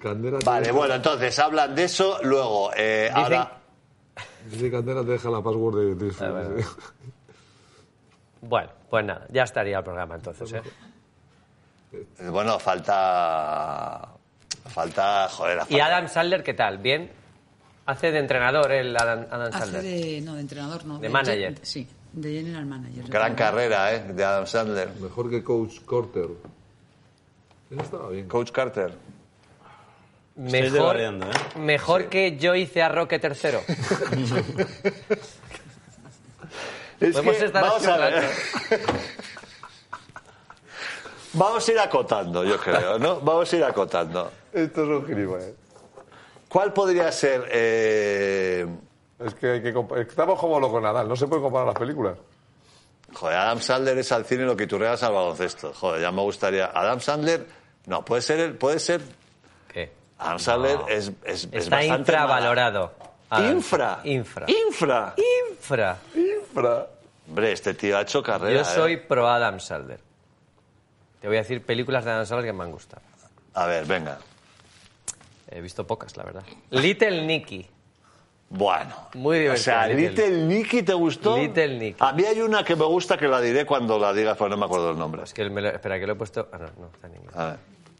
Candela te Vale, deja- bueno, entonces hablan de eso, luego eh, Dicen- ahora... Dice Candela te deja la password de Netflix. Bueno, pues nada, ya estaría el programa entonces, ¿eh? eh, Bueno, falta... Falta... Joder, ¿Y falta- Adam Sandler qué tal? ¿Bien? Hace de entrenador el Adam, Adam Hace Sandler. de... eh, No, de entrenador, no. De manager. gen- Sí, de general manager. Gran carrera, ¿eh? De Adam Sandler. Mejor que Coach Corter. Eso estaba bien. Coach Carter. Estáis Mejor, divariando, ¿eh? mejor que yo hice a Roque tercero. Es Podemos que, estar vamos así un a ver. rato. Vamos a ir acotando, yo creo, ¿no? Vamos a ir acotando. Esto es un gilipollas. ¿Cuál podría ser? eh, Es que, hay que compa- estamos como lo con Nadal. No se puede comparar las películas. Joder, Adam Sandler es al cine lo que turreas al baloncesto. Joder, ya me gustaría. Adam Sandler, no, puede ser, el- puede ser. ¿Qué? Adam Sandler es, es, es Está bastante infravalorado. mala. Adam- Infra. Infra. Infra. Infra. Infra. Hombre, este tío ha hecho carrera. Yo soy ¿eh? pro Adam Sandler. Te voy a decir películas de Adam Sandler que me han gustado. A ver, venga. He visto pocas, la verdad. Little Nicky. Bueno. Muy divertido, O sea, Little. Little, Nicky te gustó. Little Nicky. A mí hay una que me gusta que la diré cuando la digas, pero no me acuerdo el nombre. Es que me lo- espera, que lo he puesto. Ah, no, no, está en inglés. A ver.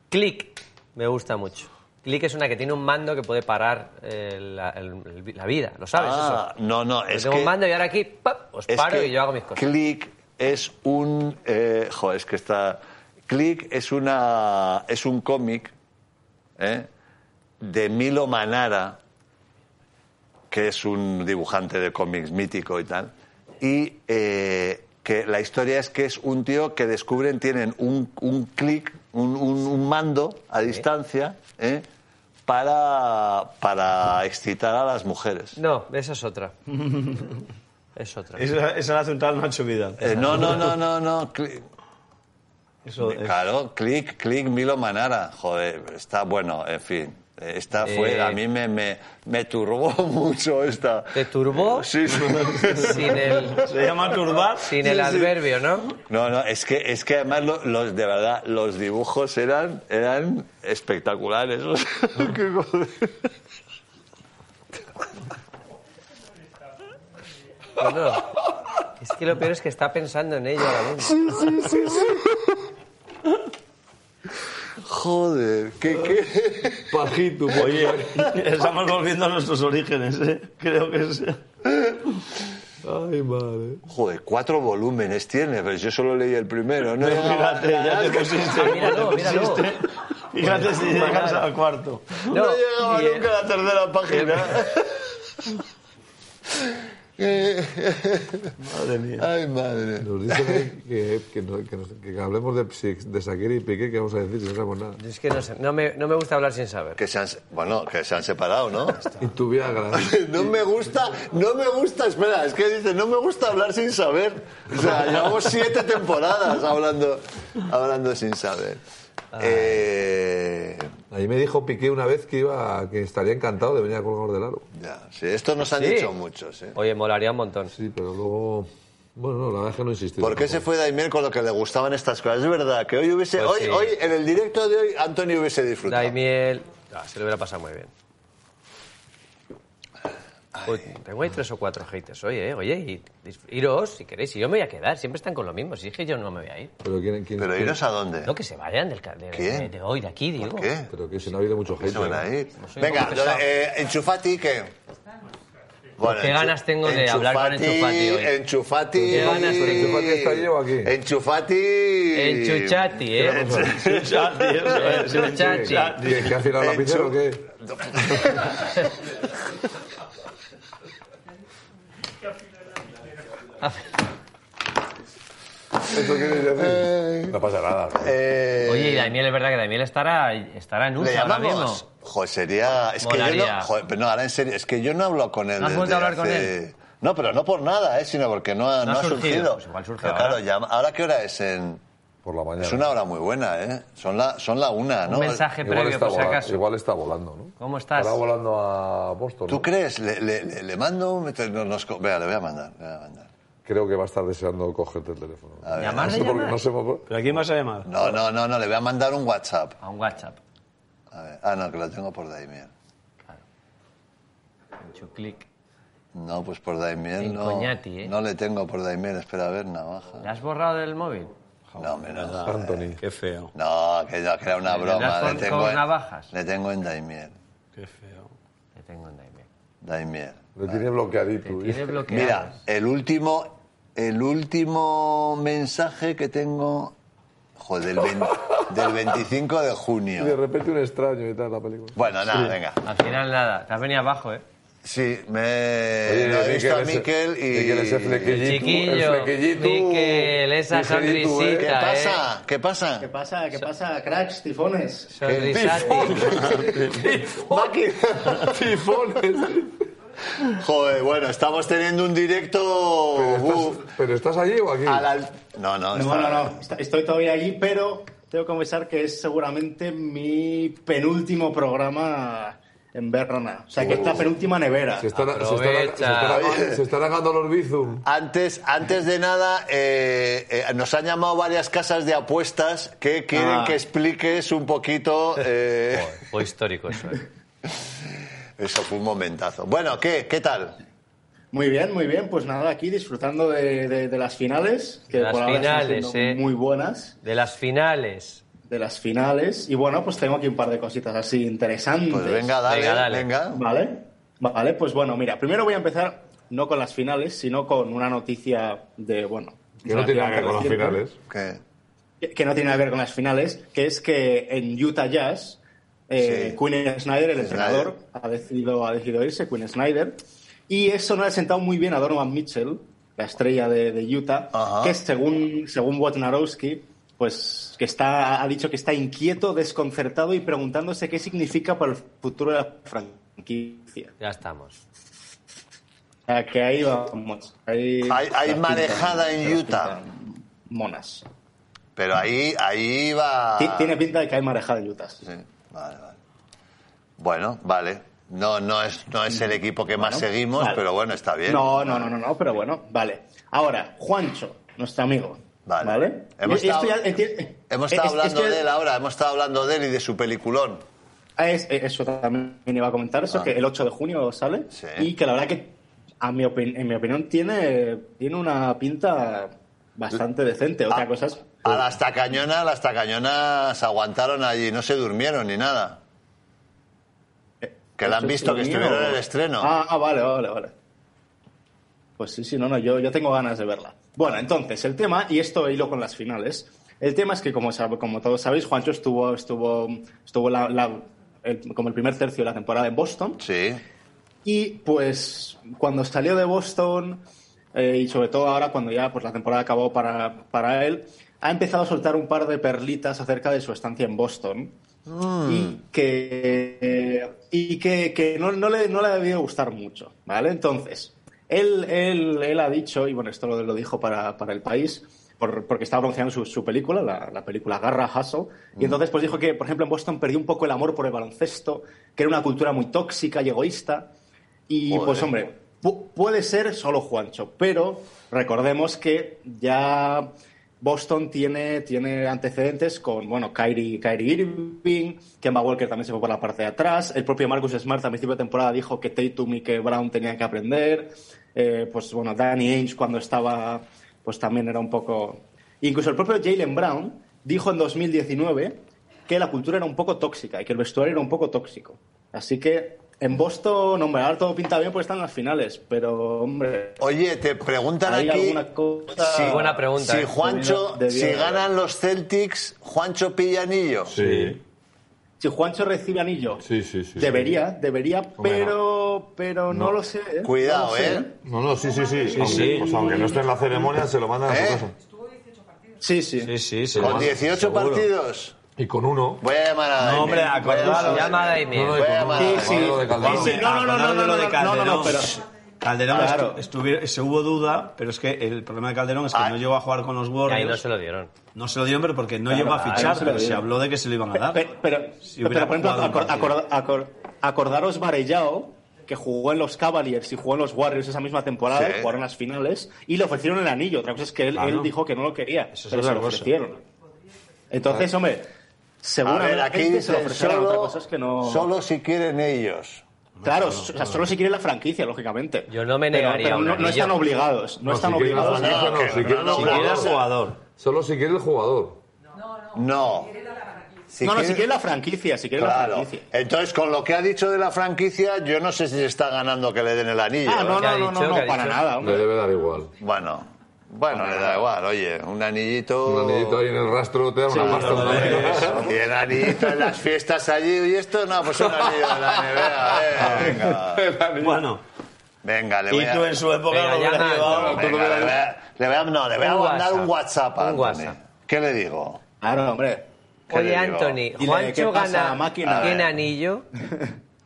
Click. Me gusta mucho. Click es una que tiene un mando que puede parar eh, la, el- el- la vida. ¿Lo sabes? Ah, eso? no, no, Yo es tengo que. un mando y ahora aquí ¡pap! os es paro que y yo hago mis cosas. Click es un. Eh, joder, es que está. Click es una. Es un cómic. ¿eh? De Milo Manara. Que es un dibujante de cómics mítico y tal. Y. eh, que la historia es que es un tío que descubren, tienen un, un clic, un, un- un mando a distancia, ¿eh? para, para excitar a las mujeres. No, esa es otra. es otra. Esa, esa la hace un tal Nacho Vidal. Eh, no, no, no, no, no. Click. Eso es. Claro, clic, clic, Milo Manara. Joder, está bueno, en fin. Eh, Esta fue, Eh. a mí me, me, me turbó mucho esta. ¿Te turbó? Sí, sí. Sin el, Se llama Turbar. sin el adverbio, ¿no? No, no, es que, es que además lo- los, de verdad, los dibujos eran, eran espectaculares. O sea, que joder. No, no. Es que lo peor es que está pensando en ello ahora mismo. Joder, ¿qué, qué? Pajito, Oye, estamos volviendo a nuestros orígenes, ¿eh? Creo que es... Ay, madre. Joder, cuatro volúmenes tiene, pero yo solo leí el primero, ¿no? Fíjate, ya te pusiste. míralo, te pusiste. Fíjate si llegas al cuarto. No, y, eh, a la tercera página. Madre mía. Ay, madre. Nos dicen ahí que, que, no- que, nos- que hablemos de, Psi- de Shakira y Piqué, que vamos a decir, no sabemos nada. Es que no sé, no me, no me gusta hablar sin saber. Que se han, bueno, que se han separado, ¿no? Y tu Viagra. No me gusta, no me gusta, espera, es que dice, no me gusta hablar sin saber. O sea, llevamos siete temporadas hablando, hablando sin saber. Eh, Ahí me dijo Piqué una vez que iba que estaría encantado de venir a colgar del aro. ya, sí, esto nos han Sí. dicho muchos. ¿eh? Oye, molaría un montón. Sí, pero luego. Bueno, no, la verdad es que no insistí. ¿Por qué se fue Daimiel con lo que le gustaban estas cosas? Es verdad que hoy hubiese, Pues hoy, sí. hoy en el directo de hoy, Antonio hubiese disfrutado. Daimiel. Ah, se lo hubiera pasado muy bien. Uy, tengo ahí tres o cuatro haters. Oye, eh, oye, y, dis- iros si queréis. Si yo me voy a quedar, siempre están con lo mismo. Si es que yo no me voy a ir. Pero quién, quién- Pero quién- iros a dónde? No, que se vayan del, ca- de, ¿Quién? de- de hoy, de aquí, digo. ¿Qué? Pero que si no ha habido mucho hate. Se van a ¿eh? ir. soy un Venga, poco pesado. eh, enchufati que. Bueno, Qué enchu- ganas tengo de hablar con Enchufati hoy. Enchufati. Qué ganas tengo. ¿Enchufati está ahí o aquí? Enchufati. Enchuchati, ¿eh? Chati, eso es, Enchuchati. chati. ¿Qué, ¿Que ha tirado la Eh, lapicero o chu- qué? ¿Esto qué quieres decir? No pasa nada. ¿no? Eh, Oye, y Daimiel, es verdad que Daimiel estará, estará en ¿Le USA Pues ahora llamamos? mismo. Joder, sería. Es que yo Molaría. no. Joder, pero no, ahora en serio, es que yo no hablo con él. ¿No has desde vuelto a hablar con hace- él? No, pero no por nada, ¿eh? sino porque no ha, no ha surgido. Pues igual surge Pero ahora. claro, llama- ¿ahora qué hora es? En... Por la mañana. Es una hora muy buena, ¿eh? Son la, son la una, Un ¿no? mensaje Igual previo, está por si vola- acaso. Igual está volando, ¿no? ¿Cómo estás? Está volando a Boston. ¿Tú ¿no? crees? Le, le, le, le mando un... te- no- nos co- Venga, le voy a mandar, le voy a mandar. Creo que va a estar deseando cogerte el teléfono. ¿Llamar no de sé por qué, llamar? no sé por ¿Pero a quién vas a llamar? No, no, no, no, le voy a mandar un WhatsApp. A un WhatsApp. A ver. Ah, no, que lo tengo por Daimiel. Enchuclic. No, pues por Daimiel En no... Coñati, ¿eh? No le tengo por Daimiel, espera, a ver, navaja. ¿Le has borrado del móvil? No, menos. Anthony. Qué feo, No, que, no, que era una ¿Le broma. das Le con- tengo, con en, navajas? le tengo en Daimiel. qué feo. Le tengo en Daimiel. Daimiel. Lo tiene bloqueadito. Te tiene bloqueado. Mira, el último, el último mensaje que tengo... Joder, del, 20 del 25 de Y de junio. repente un extraño y tal la película. Bueno, nada, venga. Al final nada. Te has venido abajo, ¿eh? Sí, me eh, lo he visto a Miquel y... Miquel ese flequillito. Chiquillo, el flequillito, Miquel, esa ligerito, sonrisita. ¿Qué eh. pasa? ¿Qué pasa? ¿Qué pasa? ¿Qué pasa? Cracks, tifones. Sonrisati. ¿eh? Tifones. Joder, bueno, estamos teniendo un directo... Pero estás, uf, pero estás allí o aquí? a la al- No, no, No, está- no, no. Est- Estoy todavía allí, pero tengo que confesar que es seguramente mi penúltimo programa en Berrona. O sea, que es la penúltima nevera. Se están, se están, se están, Aprovecha. se están agando los bizum. Antes, antes de nada, eh, eh, nos han llamado varias casas de apuestas que quieren Ah. que expliques un poquito... eh, Fue histórico eso, ¿eh? eso fue un momentazo. Bueno, ¿qué? ¿Qué tal? Muy bien, muy bien. Pues nada, aquí disfrutando de, de- de las finales, que Las por ahora están finales, siendo eh. muy buenas. De las finales. De las finales. Y bueno, pues tengo aquí un par de cositas así interesantes. Pues venga, dale, Venga, venga. dale. Vale, vale, pues bueno, mira, primero voy a empezar no con las finales, sino con una noticia de, bueno... Que no tiene nada que ver con las reciente, finales. ¿Qué? Que, que no tiene nada que ver con las finales, que es que en Utah Jazz, eh, Sí. Quinn Snyder, el Snyder. entrenador, ha decidido, ha decidido irse, Quinn Snyder, y eso no le ha sentado muy bien a Donovan Mitchell, la estrella de, de Utah, Ajá. que según, según Wojnarowski, pues que está, ha dicho que está inquieto, desconcertado y preguntándose qué significa para el futuro de la franquicia. Ya estamos. O sea, que ahí vamos. Ahí Hay- hay las marejada pintan- en las Utah. pintan Monas. Pero ahí, ahí va... Ti- Tiene pinta de que hay marejada en Utah. sí. Sí, vale, vale. Bueno, vale. No, no es, no es el equipo que más Bueno, seguimos, vale. pero bueno, está bien. No, no, no, no, no, pero bueno, vale. Ahora, Juancho, nuestro amigo. Vale. Vale. Hemos Y- y esto estado- ya enti- Hemos eh, es- estado es hablando que- de él ahora, hemos estado hablando de él y de su peliculón. Ah, es- eh, eso también iba a comentar, eso Ah. que el 8 de junio sale Sí. y que la verdad que, a mi opin- en mi opinión, tiene, tiene una pinta bastante decente. Otra Ah. cosa es A las tacañonas, las tacañonas aguantaron allí, no se durmieron ni nada. Que la han visto, que estuvieron en el estreno. Ah, ah, vale, vale, vale. Pues sí, sí, no, no, yo, yo tengo ganas de verla. Bueno, entonces, el tema, y esto hilo con las finales, el tema es que, como, sab- como todos sabéis, Juancho estuvo, estuvo, estuvo la- la- el- como el primer tercio de la temporada en Boston, Sí. y pues cuando salió de Boston, eh, y sobre todo ahora cuando ya pues, la temporada acabó para, para él, ha empezado a soltar un par de perlitas acerca de su estancia en Boston. Y que, eh, y que, que no, no le, no le ha debido gustar mucho, ¿vale? Entonces, él, él, él ha dicho, y bueno, esto lo, lo dijo para, para el país, por- porque estaba pronunciando su, su película, la, la película Garra Hustle, y entonces pues dijo que, por ejemplo, en Boston perdió un poco el amor por el baloncesto, que era una cultura muy tóxica y egoísta, y Joder. pues hombre, pu- puede ser solo Juancho, pero recordemos que ya Boston tiene, tiene antecedentes con, bueno, Kyrie, Kyrie Irving, Kemba Walker también se fue por la parte de atrás, el propio Marcus Smart a principio de temporada dijo que Tatum y que Brown tenían que aprender, eh, pues bueno, Danny Ainge cuando estaba, pues también era un poco... Incluso el propio Jalen Brown dijo en 2019 que la cultura era un poco tóxica y que el vestuario era un poco tóxico. Así que en Boston, hombre, ahora todo pinta bien porque están las finales, pero, hombre, Oye, te preguntan hay aquí alguna cosa... si, Buena pregunta, si eh. Juancho, Debió- si debió- ganan los Celtics, Juancho pilla anillo. Sí, Si Juancho recibe anillo, sí, sí. sí. debería, debería, Hombre, pero, pero no, No. lo sé. ¿eh? No Cuidado, lo sé, ¿eh? No, no, sí, sí, sí. aunque, sí. pues aunque no esté en la ceremonia, se lo mandan ¿Eh? a su casa. Sí, sí. Sí, sí, se Con Ah, llama- 18 seguro. partidos. Y con uno. Voy a llamar a No, hombre, Daimiel. Voy a acordaros. llamar a Llama a Daimiel. Daimiel. Voy a llamar a Sí, Daimiel. sí. Lo de Calderón. Sí, sí, No, no, no, no, Acordado no, de no, lo de no, no, Calderón. no, pero... Calderón Claro. estu- estuvi- se hubo duda, pero es que el problema de Calderón es que Ah. no llegó a jugar con los Y ahí Warriors. no se lo dieron. No se lo dieron, pero porque no llegó a claro, fichar, no se lo pero se dieron. habló de que se lo iban a dar. Pe- Ah, Pero, Si hubiera pero, por ejemplo, jugado un acor- partido. acor- acor- acordaros Varellao, que jugó en los Cavaliers y jugó en los Warriors esa misma temporada, Sí. jugaron las finales y le ofrecieron el anillo. Otra cosa es que él, él dijo que no lo quería, Eso es pero se otra lo cosa. ofrecieron. Entonces, hombre, A seguramente ver, aquí se lo dicen ofrecerán. Otra solo, cosa es que no. solo si quieren ellos. claro, o sea, solo si quieren la franquicia, lógicamente. Yo no me Pero- negaría pero un no, no anillo. están obligados. No, No, están si quieren la obligados. franquicia, a- no, si quieren la no, Si jugadora. quiere el no, jugador. Solo si quiere el jugador. No. No, no, si quieren la franquicia, si quieren la Claro. franquicia. Entonces, con lo que ha dicho de la franquicia, yo no sé si se está ganando que le den el anillo. Ah, ¿eh? no, ¿Qué ha no, no, no, dicho? ¿Qué ha no, para dicho? nada, Le hombre. debe dar igual. Bueno, bueno, le da igual, oye, un anillito. Un anillito ahí en el rastro te da una pasta. ¿no? Y el anillito en las fiestas allí, y esto no, pues un anillo de la NBA. Venga, Bueno, venga le voy y tú en a. su época Venga, lo hubieras llama, llevado. llama. venga, le voy a- le voy a- no, le voy a Un mandar WhatsApp. un WhatsApp a Un Anthony. WhatsApp. ¿Qué le digo? Claro, hombre. ¿Qué le Oye, digo? Anthony, ¿qué Juancho pasa, gana, máquina? tiene Eh. anillo.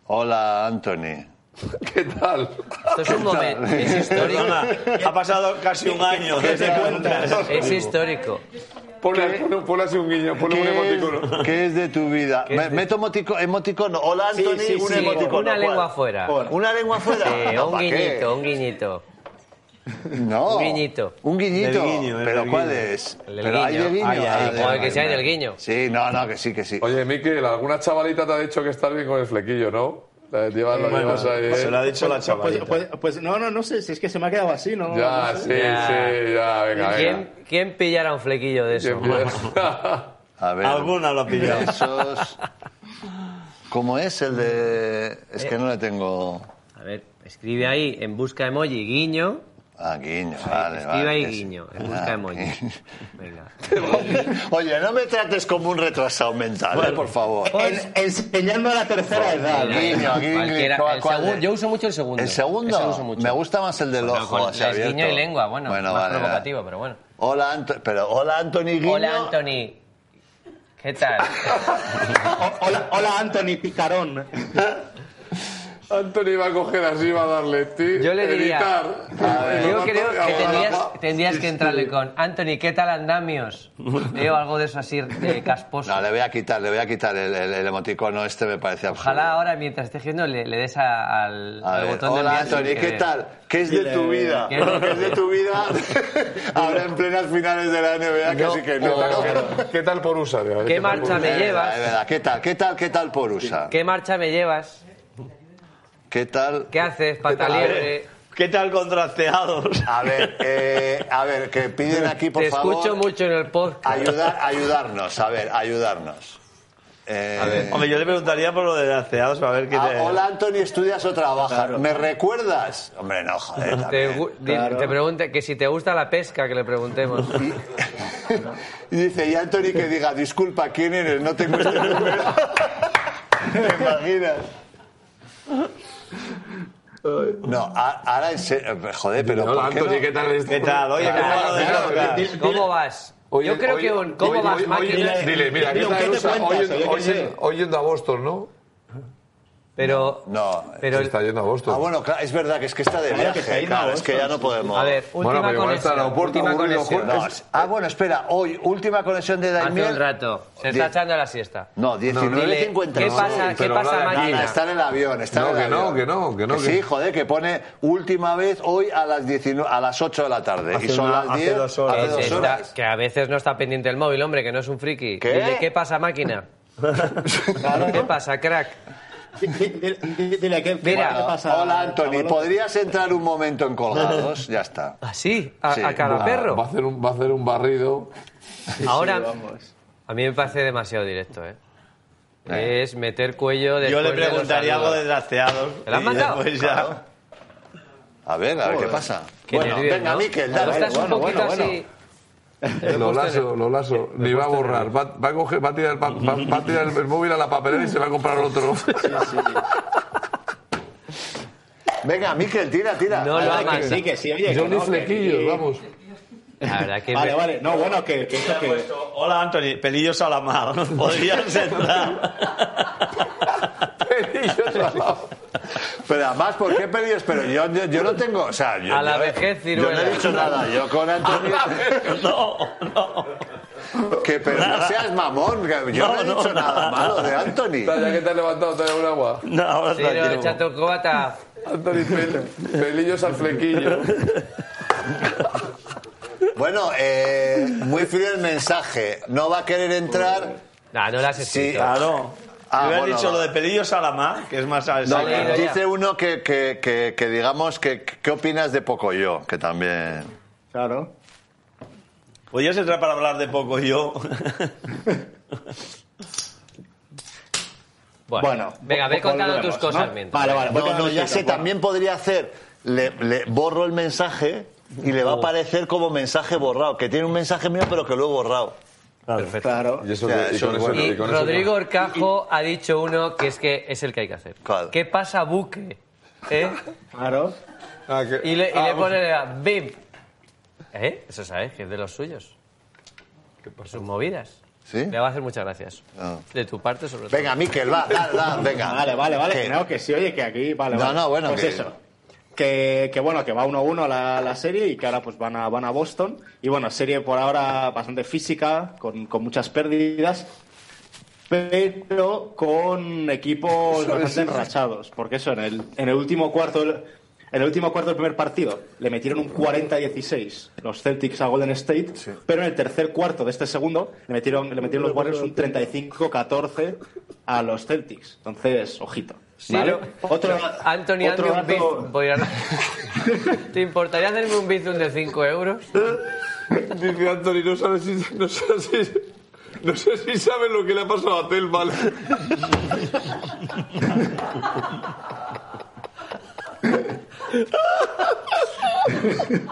Hola, Anthony. ¿Qué tal? Esto es un momento, es histórico. Perdona, ha pasado casi un año desde que entras. Es histórico. Ponle, ponle- ponle así un guiño, ponle un ¿Qué emoticono. es, qué es de tu vida? Me- Meto motico- emoticono. Hola, Sí, Anthony, sí, un sí. emoticono. una ¿cuál? lengua afuera. Hola. ¿Una lengua fuera? Sí, No, Eh, un ¿pa' qué? guiñito, un guiñito. No. Un guiñito. Un guiñito. Del guiño, el ¿Pero del cuál guiño. es? El del Pero hay guiño. de guiño. Ay, ay, Ah, ay, vale, Joder, que sea en vale. el guiño. Sí, no, no, que sí, que sí. Oye, Miquel, alguna chavalita te ha dicho que estás bien con el flequillo, ¿no? La llevas, lo Bueno, llevas ahí. ¿eh? se lo ha dicho la Pues, chavalita. pues- pues no, no, no sé, si es que se me ha quedado así, ¿no? Ya, no sé. sí, Ya. sí, ya, venga, venga. ¿Quién, ¿Quién pillara un flequillo de eso? A ver. Alguna lo ha pillado. Esos... ¿Cómo es el de...? Es que no le tengo... A ver, escribe ahí en busca emoji guiño. Ah, guiño, vale, Escribe vale, ahí que sí. guiño en Ah, busca emoji. guiño. Venga. Oye, no me trates como un retrasado mental, eh, por favor. En- enseñando a la tercera edad. Guiño, guiño, guiño, Cualquiera. ¿cuál- El cuál segun- es? yo uso mucho el segundo. ¿El Ese lo segundo? uso mucho. Me gusta más el del Bueno, ojo, con- así es guiño abierto. y lengua, bueno, más vale, provocativo, vale. pero bueno. Hola, Anto- pero hola, Anthony Guiño. Hola, Anthony. ¿Qué tal? O- hola, hola, Anthony Picarón. Anthony va a coger así, va a darle. ti- Yo le diría- editar. Yo Anthony, creo que ahora tendrías, va. tendrías que entrarle con Anthony, ¿qué tal andamios? Veo algo de eso así de casposo. No, le voy a quitar, le voy a quitar el, el- el emoticono este, me parece absurdo. Ojalá ahora, mientras estés giendo, le, le des a- al, A al ver, botón de hola enviar sin Anthony, ¿qué querer. tal? ¿Qué es de tu vida? ¿Qué es de tu ¿Qué es de tu vida? Ahora en plenas finales de la NBA, casi que no. ¿Qué tal por usar? ¿Qué marcha me Es verdad, es llevas? verdad. ¿Qué tal? ¿Qué tal? ¿Qué tal por USA? ¿Qué marcha me llevas? ¿Qué tal? ¿Qué haces, pata A ver, liebre? ¿Qué tal contrasteados? A ver, eh, a ver, que piden aquí, por Te favor. escucho mucho en el podcast. Ayudar, ayudarnos, a ver, ayudarnos. Eh, Hombre, yo le preguntaría por lo de trasteados a ver qué ah, te... hola, Anthony, ¿estudias o trabajas? ¿Me recuerdas? Hombre, no, joder. Te, también. gu- di- te pregunte que si te gusta la pesca, que le preguntemos. Y dice, y Anthony que diga, disculpa, ¿quién eres? No tengo este número. ¿Te imaginas? No, a- ahora en serio, joder, pero Hola, ¿por qué Anthony, no? ¿qué tal? eres? ¿Qué tal? Oye, ¿cómo va lo de Claro, Lorca? di- di- ¿Cómo vas? Oye, Yo creo oye, que un ¿cómo oye, vas, oye, máquina? oye, Dile, mira, ¿qué Dile, tal ¿qué te Usa? cuentas? Hoy yendo- Yo qué hoy sé. yendo- hoy yendo a Boston, ¿no? Pero, No, pero Se está yendo a Boston. Ah, bueno, claro, es verdad que es que está de Claro, que está viaje, yendo claro, a es que ya Boston, no podemos. a ver, Bueno, última pero igual está conexión. el aeropuerto última aburrido, conexión. No, es- ah, bueno, espera, hoy, última conexión de Hace Daimiel. un rato. Se Die- está echando la siesta. No, Dile, 19.50. ¿Qué pasa, ¿qué pero pasa nada, Nada, máquina? está en el avión, está No, en el que no, avión. que no, que no, que- Sí, joder, que pone última vez hoy a las, 19 a las 8 de la tarde. Hace y son una- las hace 10. dos horas. hace Que, dos se horas. está- que a veces no está pendiente el móvil, hombre, que no es un friki. ¿Qué? Dile, ¿qué pasa, máquina? ¿Qué pasa, crack? Dile, dile, dile, ¿qué, qué Mira, te pasa? Hola, Anthony, Pablo? ¿podrías entrar un momento en colgados? Ya está. ¿Así? ¿A, Sí, a cada va- perro? Va a hacer un, va a hacer un barrido. Ahora, vamos. a mí me parece demasiado directo, ¿eh? Es meter cuello después Yo de le los preguntaría algo saludos. de trasteados. ¿Te la han y mandado? después ya- A ver, a ver qué pasa. Qué bueno, nervios, venga, ¿no? Miquel, Cuando dale. estás bueno, un poquito bueno, bueno. así... Lo lazo, lo lazo. Ni va a borrar. Va, va a, coger, va a tirar, el pa- va, va a tirar el, el móvil a la papelera y se va a comprar otro. Venga, Miquel, tira, tira. No lo Vale, amas. que sí, que sí, oye. que Johnny no, que- Flequillos, vamos. La verdad que... Vale, vale. No, bueno, que, que esto que... Hola, Anthony. Pelillos a la mar. ¿Podrías entrar? Pero además, ¿por qué pedís? Pero yo, yo, yo no tengo. O sea, yo, A la yo- vejez, Yo no ciruela. he dicho nada. Yo con Antonio. no, no. Que, pero no seas mamón. que Yo no, he No, dicho no, nada nada. malo de Anthony. Ya que te has levantado, te un agua. No, ahora Sí, está no, tranquilo. chato cóbata. Anthony Pel- Pelillos al flequillo. Bueno, eh, muy frío el mensaje. No va a querer entrar. No, no la has escrito. Claro. Me Ah, hubieras bueno, dicho va. lo de pelillos a la mar, que es más a No, leído ya. dice uno que, que, que, que digamos que qué opinas de Pocoyo, que también. Claro. ¿Podrías entrar para hablar de poco yo? Bueno, venga, ve pues contando volvemos, tus cosas ¿no? mientras. Vale, vale. voy No, no, contando ya mis sé, cosas. también podría hacer, le, le borro el mensaje y le va a aparecer como mensaje borrado, que tiene un mensaje mío pero que lo he borrado. Claro. Y eso, O sea, que- y eso con es eso- Y y con eso- Rodrigo Orcajo ha dicho uno que es que es el que hay que hacer. Claro. ¿Qué pasa, buque? ¿Eh? Claro. Ah, que- Y le, y ah, le pone a bim. ¿Eh? Eso sabes que es de los suyos. Sus movidas. ¿Sí? Le va a hacer muchas gracias. Ah. De tu parte, sobre todo. Venga, Miquel, va, da, da, venga. Vale, vale, vale. Que- Que no, que sí, oye, que aquí, vale, No, vale. no, bueno, Pues que- eso. Que, que bueno, que va 1-1 la, la serie y que ahora pues van a, van a Boston. Y bueno, serie por ahora bastante física, con, con muchas pérdidas, pero con equipos bastante enrachados. Porque eso, en el, en el último cuarto... del- en el último cuarto del primer partido le metieron un 40-16 los Celtics a Golden State, pero en el tercer cuarto de este segundo le metieron, le metieron los Warriors un 35-14 a los Celtics. Entonces, ojito. Sí, ¿vale? lo- Otro, Anthony, hazme otro un dato- bizum. Voy a- ¿Te importaría hacerme un bizum de 5 euros? Dice Anthony, no sabe si. No, sabe si- no sé si saben lo que le ha pasado a Telma.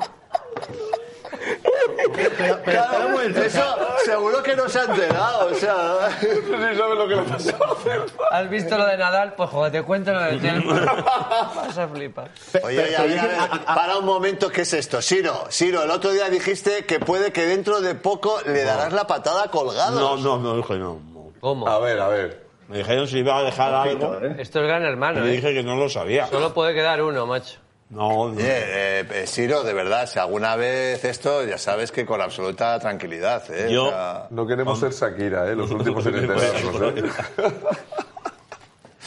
Claro, eso seguro que no se ha enterado, o sea... No sé si saben lo que le ha pasado a Telma. ¿Has visto lo de Nadal? Pues joder, te cuento lo de Telmo. Vas a flipar. Oye, oye, a ver, a ver, para un momento, ¿qué es esto? Siro, Siro, el otro día dijiste que puede que dentro de poco le darás la patada colgado. No, no, no, dije no. no. ¿Cómo? A ver, a ver. Me dijeron si iba a dejar algo. ¿eh? Esto es gran Y hermano, le ¿eh? dije que no lo sabía. Solo puede quedar uno, macho. No, no. Oye, eh, eh, Siro, de verdad, si alguna vez esto, ya sabes que con absoluta tranquilidad, ¿eh? Yo- No queremos ser Shakira, ¿eh? Los últimos en enterarnos, ¿eh?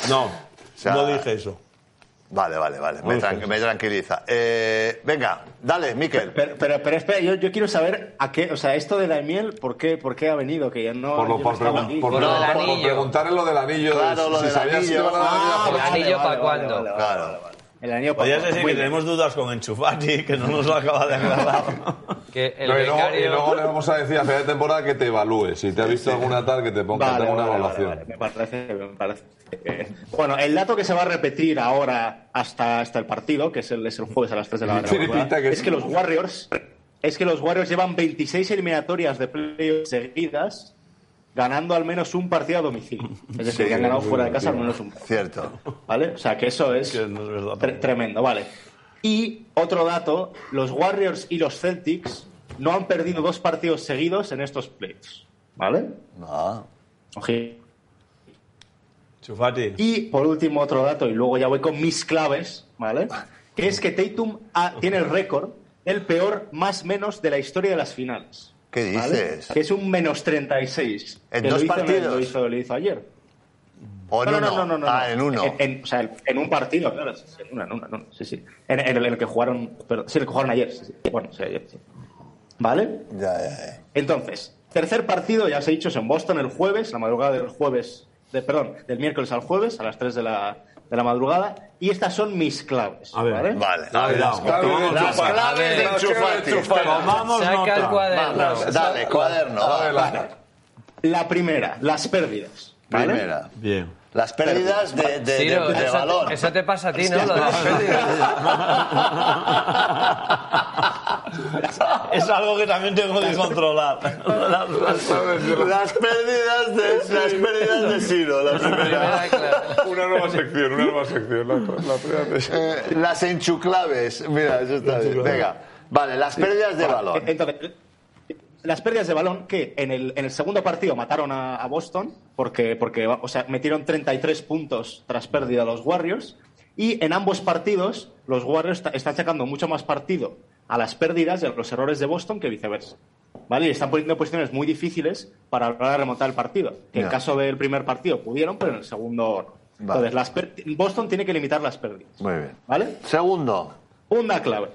No, sea- no dije eso. Vale, vale, vale, me, Muy tran- bien. me tranquiliza. Eh, venga, dale, Miquel. Pero, pero, pero espera, yo, yo quiero saber a qué, o sea, esto de Daimiel, ¿por qué, por qué ha venido? Que ya no. Por, lo, yo por, no estaba pregun- aquí. por, Por lo no, del por- por anillo. preguntarle lo del anillo. Claro, lo si del sabías si anillo. te van a dar la vida ¿El anillo para cuándo? Claro. El año Podrías pasado. decir Muy que bien. tenemos dudas con Enchufati, que no nos lo acaba de aclarar. Que el No, y, luego, becario- y luego le vamos a decir a final de temporada que te evalúe. Si te ha visto alguna tal, que te ponga que Vale, tenga una vale, evaluación. vale, vale, me parece, me parece. Eh, Bueno, el dato que se va a repetir ahora hasta, hasta el partido, que es el, es el jueves a las 3 de la Sí, madrugada, pinta que es que sí. los Warriors es que los Warriors llevan 26 eliminatorias de playoffs seguidas ganando al menos un partido a domicilio. Es decir, Sí, que han ganado muy fuera de casa al bien. menos un partido. Cierto. ¿Vale? O sea, que eso es, Que no es verdad, tre- tampoco. tremendo, ¿vale? Y otro dato, los Warriors y los Celtics no han perdido dos partidos seguidos en estos playoffs, ¿vale? No. Oji- Enchufati. Y por último, otro dato, y luego ya voy con mis claves, ¿vale? Que es que Tatum ha- tiene el récord el peor más menos de la historia de las finales. ¿Qué ¿vale? dices? Que es un menos 36. ¿En que lo dos hizo partidos? lo, hizo, lo hizo ayer. O en no, uno. no, no, no, no. Ah, en uno. en- o sea, en- en un partido, claro. sí, sí, En una, en una, en una, sí, sí. En, en el, en el que jugaron, perdón, sí, el que jugaron ayer. sí, sí. Bueno, sí, ayer, sí. ¿Vale? Ya, ya, ya. Entonces, tercer partido, ya os he dicho, es en Boston el jueves, la madrugada del jueves, de, perdón, del miércoles al jueves, a las 3 de la, de la madrugada. Y estas son mis claves. A ver, ¿vale? Vale. Dale, Las claves de Las Enchufati. claves de Las enchufati. Tomamos Saca el nota. cuaderno. Dale, cuaderno. va. La primera, las pérdidas. ¿vale? Primera. Bien. Las pérdidas de, de, Ciro, de- de eso, valor. eso te pasa a ti, ¿no? Lo de- Es algo que también tengo que controlar. Las pérdidas de, las pérdidas de Ciro. La primera. Primera clave. Una nueva sección, una nueva sección. La, la primera sección. Eh, las enchuclaves. Mira, eso está bien. Venga. Vale, las pérdidas de valor. Entonces, las pérdidas de balón que en el, en el segundo partido mataron a, a Boston porque, porque o sea, metieron 33 puntos tras pérdida a los Warriors y en ambos partidos los Warriors ta- están sacando mucho más partido a las pérdidas y a los errores de Boston que viceversa. ¿Vale? Y están poniendo en posiciones muy difíciles para lograr remontar el partido. Que en Ya. caso del primer partido pudieron, pero en el segundo no. Vale. Entonces, las pér- Boston tiene que limitar las pérdidas. Muy bien. ¿Vale? Segundo. Una clave.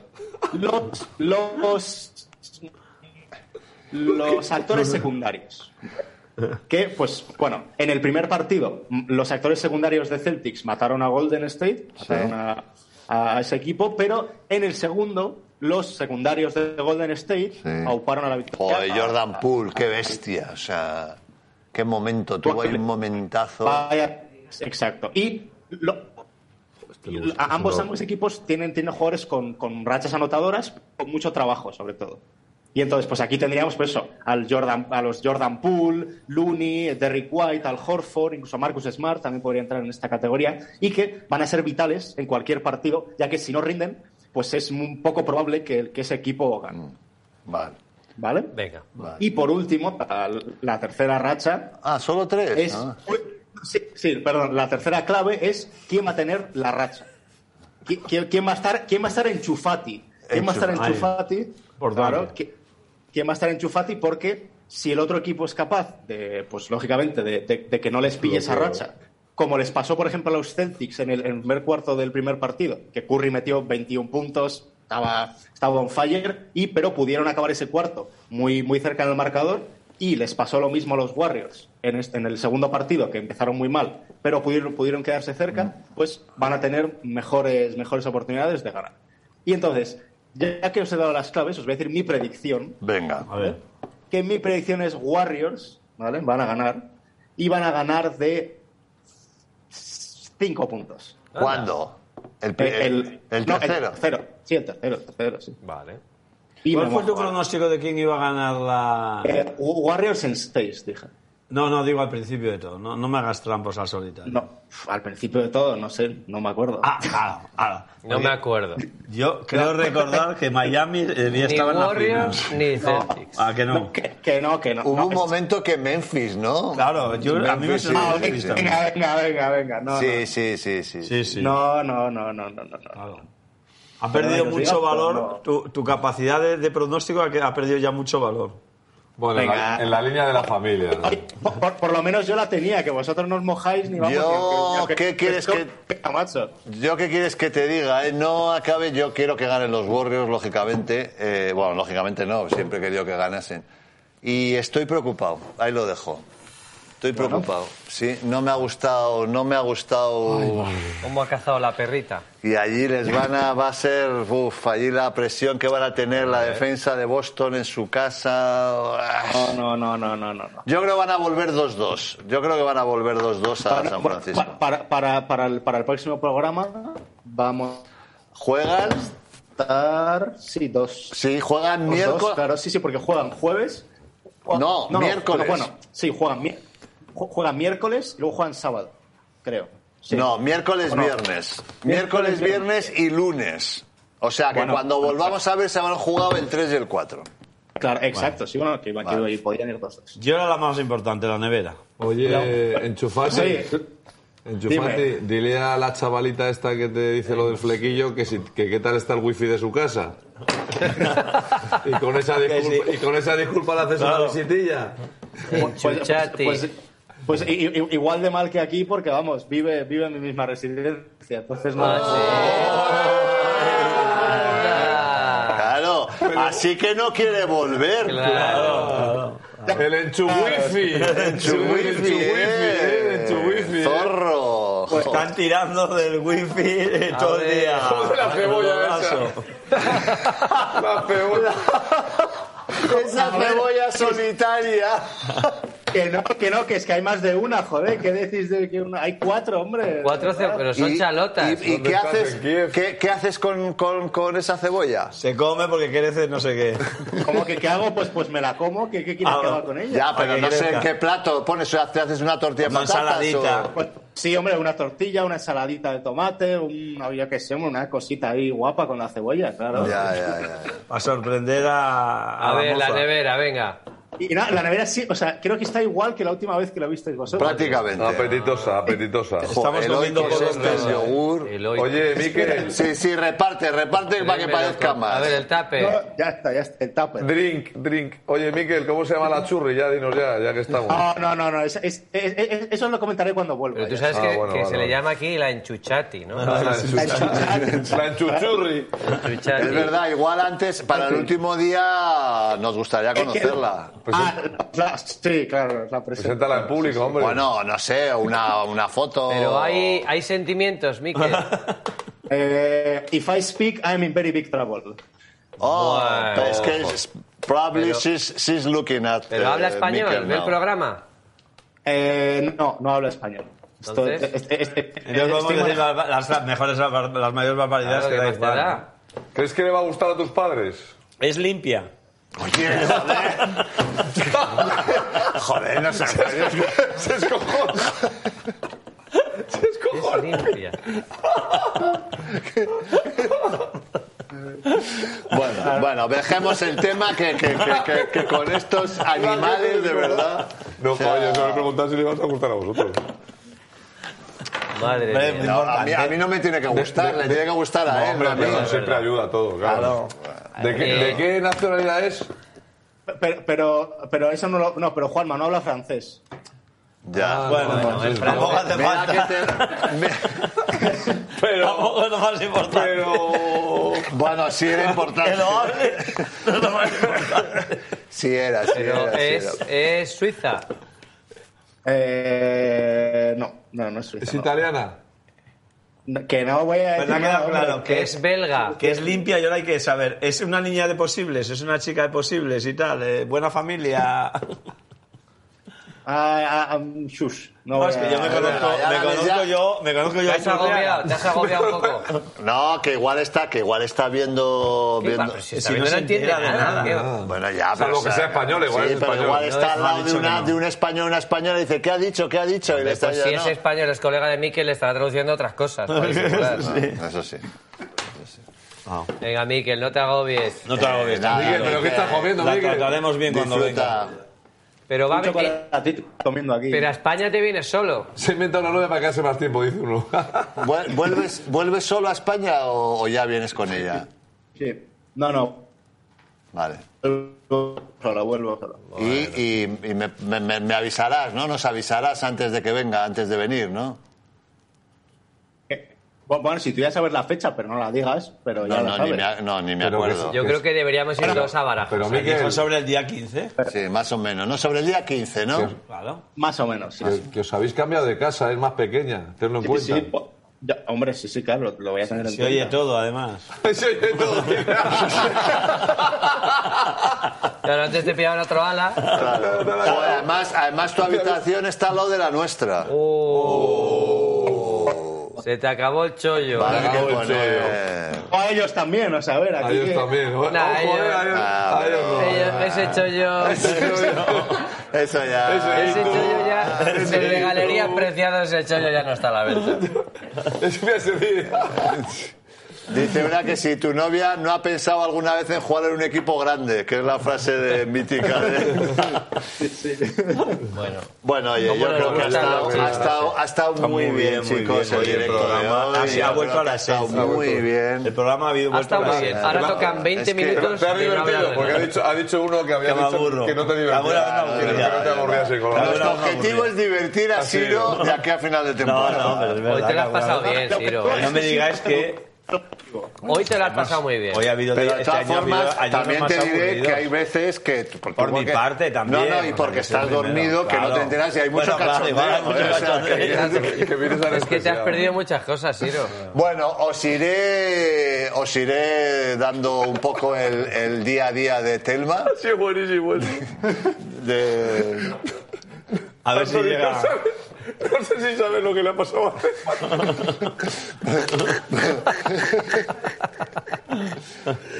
Los, los, los actores secundarios. Que, pues, bueno, en el primer partido, m- los actores secundarios de Celtics mataron a Golden State, mataron a, a ese equipo, pero en el segundo, los secundarios de Golden State Sí. auparon a la victoria. Joder, Jordan Poole, qué bestia. O sea, qué momento. Tuvo ahí un momentazo. Vaya- exacto. Y Este lo- Y a- ambos, ambos equipos tienen, tienen jugadores con, con rachas anotadoras, con mucho trabajo, sobre todo. Y entonces, pues aquí tendríamos, pues eso, al Jordan, a los Jordan Poole, Looney, Derrick White, al Horford, incluso Marcus Smart también podría entrar en esta categoría, y que van a ser vitales en cualquier partido, ya que si no rinden, pues es un poco probable que, que ese equipo gane. Vale. Mm. ¿Vale? Venga. Y por último, la- la tercera racha, Ah, solo tres. es. ¿no? Sí, sí, perdón. La tercera clave es quién va a tener la racha. ¿Qui- ¿Quién, quién va a estar? ¿Quién va a estar en Chufati? ¿Quién va a estar en Enchufati. Chufati? Importante. ¿qui- ¿Quién va a estar en Chufati? Porque si el otro equipo es capaz de, pues lógicamente, de, de- de que no les pille esa racha, como les pasó, por ejemplo, a los Celtics en el, en el primer cuarto del primer partido, que Curry metió 21 puntos, estaba, estaba on fire, y, pero pudieron acabar ese cuarto muy, muy cerca en el marcador, y les pasó lo mismo a los Warriors en, este- en el segundo partido, que empezaron muy mal, pero pudieron, pudieron quedarse cerca, pues van a tener mejores, mejores oportunidades de ganar. Y entonces, ya que os he dado las claves, os voy a decir mi predicción Venga. A ver. que mi predicción es Warriors, ¿vale? Van a ganar. Y van a ganar de 5 puntos. ¿Cuándo? El, El, pri- el, el no, tercero. Sí, el tercero, el tercero, sí. Vale. Y ¿Cuál me fue mojo. tu pronóstico de quién iba a ganar la...? Eh, Warriors en 6, dije. No, no, digo al principio de todo. No, no me hagas trampos al solitario. No, pf, al principio de todo, no sé, no me acuerdo. Ah, claro, claro. No me acuerdo. Yo creo recordar que Miami eh, ya Ni estaba en la Warriors ni Celtics. Ah, que No, no. que, que no, que no. este- Hubo no, un es- momento que Memphis, ¿no? Claro, yo, a mí me Memphis, sonaba Ah, sí, Memphis sí, también. venga, venga, venga, venga. No, Sí, sí, sí, sí. Sí, sí. no, no, no, no, no, no, no. Claro. Ha perdido Pero, mucho tío, valor, no. tu, tu capacidad de, de pronóstico ha, que- ha perdido ya mucho valor. Bueno, en la, Venga. en la línea de la familia. ¿no? Oye, Por, por- por lo menos yo la tenía, que vosotros no os mojáis ni vamos. Yo, ni- ni- ni- ¿qué quieres que- Venga, macho. Yo qué quieres que te diga, eh? no acabe, yo quiero que ganen los Warriors, lógicamente. Eh, bueno, lógicamente no, siempre he querido que ganasen. Y estoy preocupado, ahí lo dejo. Estoy preocupado. Sí, no me ha gustado, no me ha gustado. ¿Cómo ha cazado la perrita? Y allí les van a, va a ser, uff, allí la presión que van a tener la defensa de Boston en su casa. No, no, no, no, no, no. no. Yo creo que van a volver 2-2. Yo creo que van a volver 2-2 a Para, San Francisco. para- para- para- para el, para el próximo programa vamos Juegan, a estar... Sí, dos. sí, juegan Los dos, miércoles. claro, sí, sí, porque juegan jueves. juegan- No, miércoles. pero Bueno, sí, juegan, mi- ju- juegan miércoles y luego juegan sábado, creo. Sí. No, miércoles, ¿O no? viernes. Miércoles, Miércoles, viernes y lunes. O sea que Bueno. cuando volvamos a ver se habrán jugado el 3 y el 4. Claro, exacto, sí, bueno, que, iba- que iba- podían ir dos, dos. Yo era la más importante, la nevera. Oye, enchufate. Sí. Enchufate, dile a la chavalita esta que te dice lo del flequillo que, si, que qué tal está el wifi de su casa. y, con esa disculpa, y con esa disculpa le haces Claro. una visitilla. Enchuchate. pues- pues i- i- igual de mal que aquí, porque vamos, vive, vive en mi misma residencia, entonces no. Ah. Claro, así que no quiere volver. El enchuwifi. Enchuwifi, enchuwifi, eh, eh. enchuwifi, eh. Zorro. Están tirando del wifi eh, todo el día. Joder, la cebolla esa. Rodazo. La cebolla. Esa cebolla solitaria. Que no, que no, que es que hay más de una, joder, ¿qué decís de que una? Hay cuatro, hombre. Cuatro ce- pero son Y- chalotas. ¿Y, y qué estás, haces, en Kiev? qué, qué haces con, con- con esa cebolla? Se come porque crece no sé qué. Como que qué hago, pues, pues me la como, ¿qué, qué quieres Ah, que haga bueno. con ella? Ya, pero que no sé crezca. en qué plato pones. ¿Te haces una tortilla de Una patatas? ensaladita. o- Pues, sí, hombre, una tortilla, una ensaladita de tomate, una, yo qué sé, una cosita ahí guapa con la cebolla, claro. Ya, ya, ya. A sorprender a. A ver, la moza. nevera, venga. Y nada, la nevera sí, o sea, creo que está igual que la última vez que la visteis vosotros. Prácticamente. Apetitosa, apetitosa. Estamos Eloy comiendo con cosas sopes, raras. este, yogur. El hoy. Oye, Miquel, Sí, sí, reparte, reparte para que Tráemelo parezca con- más. A ver, el tape. No, ya está, ya está, el tupper. drink, drink. Oye, Miquel, ¿cómo se llama la churri? Ya dinos ya, ya que estamos. No, no, no, no, es- es- es- es- eso lo comentaré cuando vuelva. Pero tú ya. sabes Ah, que, bueno, que vale, se vale. le llama aquí la enchuchati, ¿no? La enchuchurri. La enchuchurri. Enchuchati. Es verdad, igual antes, para el último día, nos gustaría conocerla. Ah, la- sí, claro, la presento. Preséntala en público, hombre. Bueno, no sé, una, una foto. Pero hay, hay sentimientos, Miquel. Eh, if I speak, I'm in very big trouble. Oh, Bueno. pero es que es- probably Pero- she's, she's looking at. Pero habla eh, español, Miquel ve el now. programa. Eh, no, no hablo español. Esto- Entonces- este- este- este- Entonces podemos estoy decir manejando- las, las- las mejores, las, mayores barbaridades Eh, Claro, que ¿qué da más te igual. da? ¿Crees que le va a gustar a tus padres? Es limpia. Oye, joder. joder, no sé. Se escojona. Se Es escojona. limpia. Bueno, bueno, dejemos el tema que, que- que- que- que con estos animales, de verdad. No, O sea, coño, se me preguntado si le ibas a gustar a vosotros. Madre Hombre, mía. no, Eh, no, a, mí, a mí no me tiene que gustar, le tiene que gustar a él, Hombre, no a mí. pero siempre ayuda a todo, claro. ¿De qué, Eh. de qué nacionalidad es? Pero, pero, pero eso no lo- No, pero Juanma no habla francés. Ya. Bueno, bueno, tampoco hace Ah, Mira falta. que te- me- Pero tampoco es lo más importante. Pero. Bueno, sí era importante. Que lo hable. No es lo más importante. Sí era, sí Pero era. sí es, era. es Suiza. Eh, no, no, no es suiza. ¿Es no. italiana? No, Que no voy a Pues decir me ha quedado nada, claro hombre. Que es belga. Que es limpia y ahora hay que saber. ¿Es una niña de posibles? ¿Es una chica de posibles y tal? eh, ¿Buena familia? Ah, ah, um, shush. No, No, voy es que a- yo me conozco, ya me la ves, conozco ya. yo, me conozco Te yo. has agobiado, te has agobiado un poco. No, que igual está, que igual está viendo. ¿Qué va? viendo... Pero si si también no no se entiende entera de nada. nada. ¿qué va? Bueno, ya, Salvo pero. que sea español, igual Ah. sí, es pero español. igual No, está al me ha lado de, dicho una, que no. de un español, una española, y dice, ¿qué ha dicho? ¿Qué ha dicho? Y le está Pues si ya, es no. español, es colega de Miquel, le estará traduciendo otras cosas. parece, claro. Eso sí. Venga, Miquel, no te agobies. No te hago bien. Nada, Miguel, ¿pero qué estás comiendo, La Miguel? trataremos bien cuando venga. Disfruta. Pero va a Un venir. chocolatito comiendo aquí. Pero a España te vienes solo. Se inventa una novia para quedarse más tiempo, dice uno. Vuel- ¿Vuelves, ¿Vuelves solo a España o, o ya vienes con ella? Sí. No, no. Vale. Vuelvo solo, vuelvo solo. Y, y- y me, me- me- me avisarás, ¿no? Nos avisarás antes de que venga, antes de venir, ¿no? Bu- Bueno, si tú ya sabes la fecha, pero no la digas, pero Pues ya No, la no, sabes. ni me, a- no, ni me Pero que- acuerdo. Yo creo que deberíamos ir todos a barajas. Pero O sea, Miquel, Dijo sobre el día 15. Sí, más o menos. No, sobre el día 15, ¿no? Sí. Claro. Más o menos. sí, sí. que, que os habéis cambiado de casa, es más pequeña, tenlo en Sí, Pues cuenta. sí, po- ya, hombre, sí, sí, claro, lo voy a tener en Se cuenta. oye todo, además. Se oye todo. Claro, antes te pillaban otro ala. Claro. Joder, además, además, tu habitación está al lado de la nuestra. Se te acabó el chollo. Vale, acabo que el poner- O a ellos también, o sea, a ver, aquí A ellos que- también. ¿no? Nah, Oh, joder, ellos- a ellos- Ah, a ellos no. Ese- Ese chollo. Eso ya. Ese chollo ya. El de galerías preciadas, ese chollo ya no está a la venta. Eso me hace decir. Dice una que si tu novia no ha pensado alguna vez en jugar en un equipo grande, que es la frase de mítica de... Bueno. Bueno, oye, yo bueno, creo que ha está estado, bien, ha estado, ha estado muy muy bien, bien, muy bien, muy chicos, el bien el directo de programa. Ah, hoy. Ha sido- ha Yo vuelto creo a la que ha estado esencia, ha muy El bien. programa ha habido Ha vuelta estado muy bien. Ahora tocan 20 Es que- minutos. Te has de no hablar divertido, de porque ha nada. dicho, ha dicho uno que había Que me dicho aburro. que no te Que aburro, divertías. no, Que aburro, no te ya, aburrías ya. y con la- Claro. Nuestro objetivo es divertir a Ha sido. Siro de aquí a final de No, temporada. no, pero es verdad. Hoy te lo has que pasado ahora- bien, Ciro. ¿eh? No me digáis que Hoy te lo has pasado muy bien. hoy ha habido Pero de este todas año ha habido formas, años también más te diré aburridos. que hay veces que... porque Por igual mi que- parte también. No, no, y o sea, porque que soy estás primero, dormido, que no claro. te enteras y hay Bueno, mucho claro, igual, cachondeo. mucho ¿eh? O sea, que- cachondeo. Que vienes Es que te has perdido muchas cosas, Ciro. Bueno, os iré, os iré dando un poco el, el día a día de Telma. Sí, buenísimo. eh. buenísimo. De... A ver si No, llega. sabes- no sé si sabes lo que le ha pasado a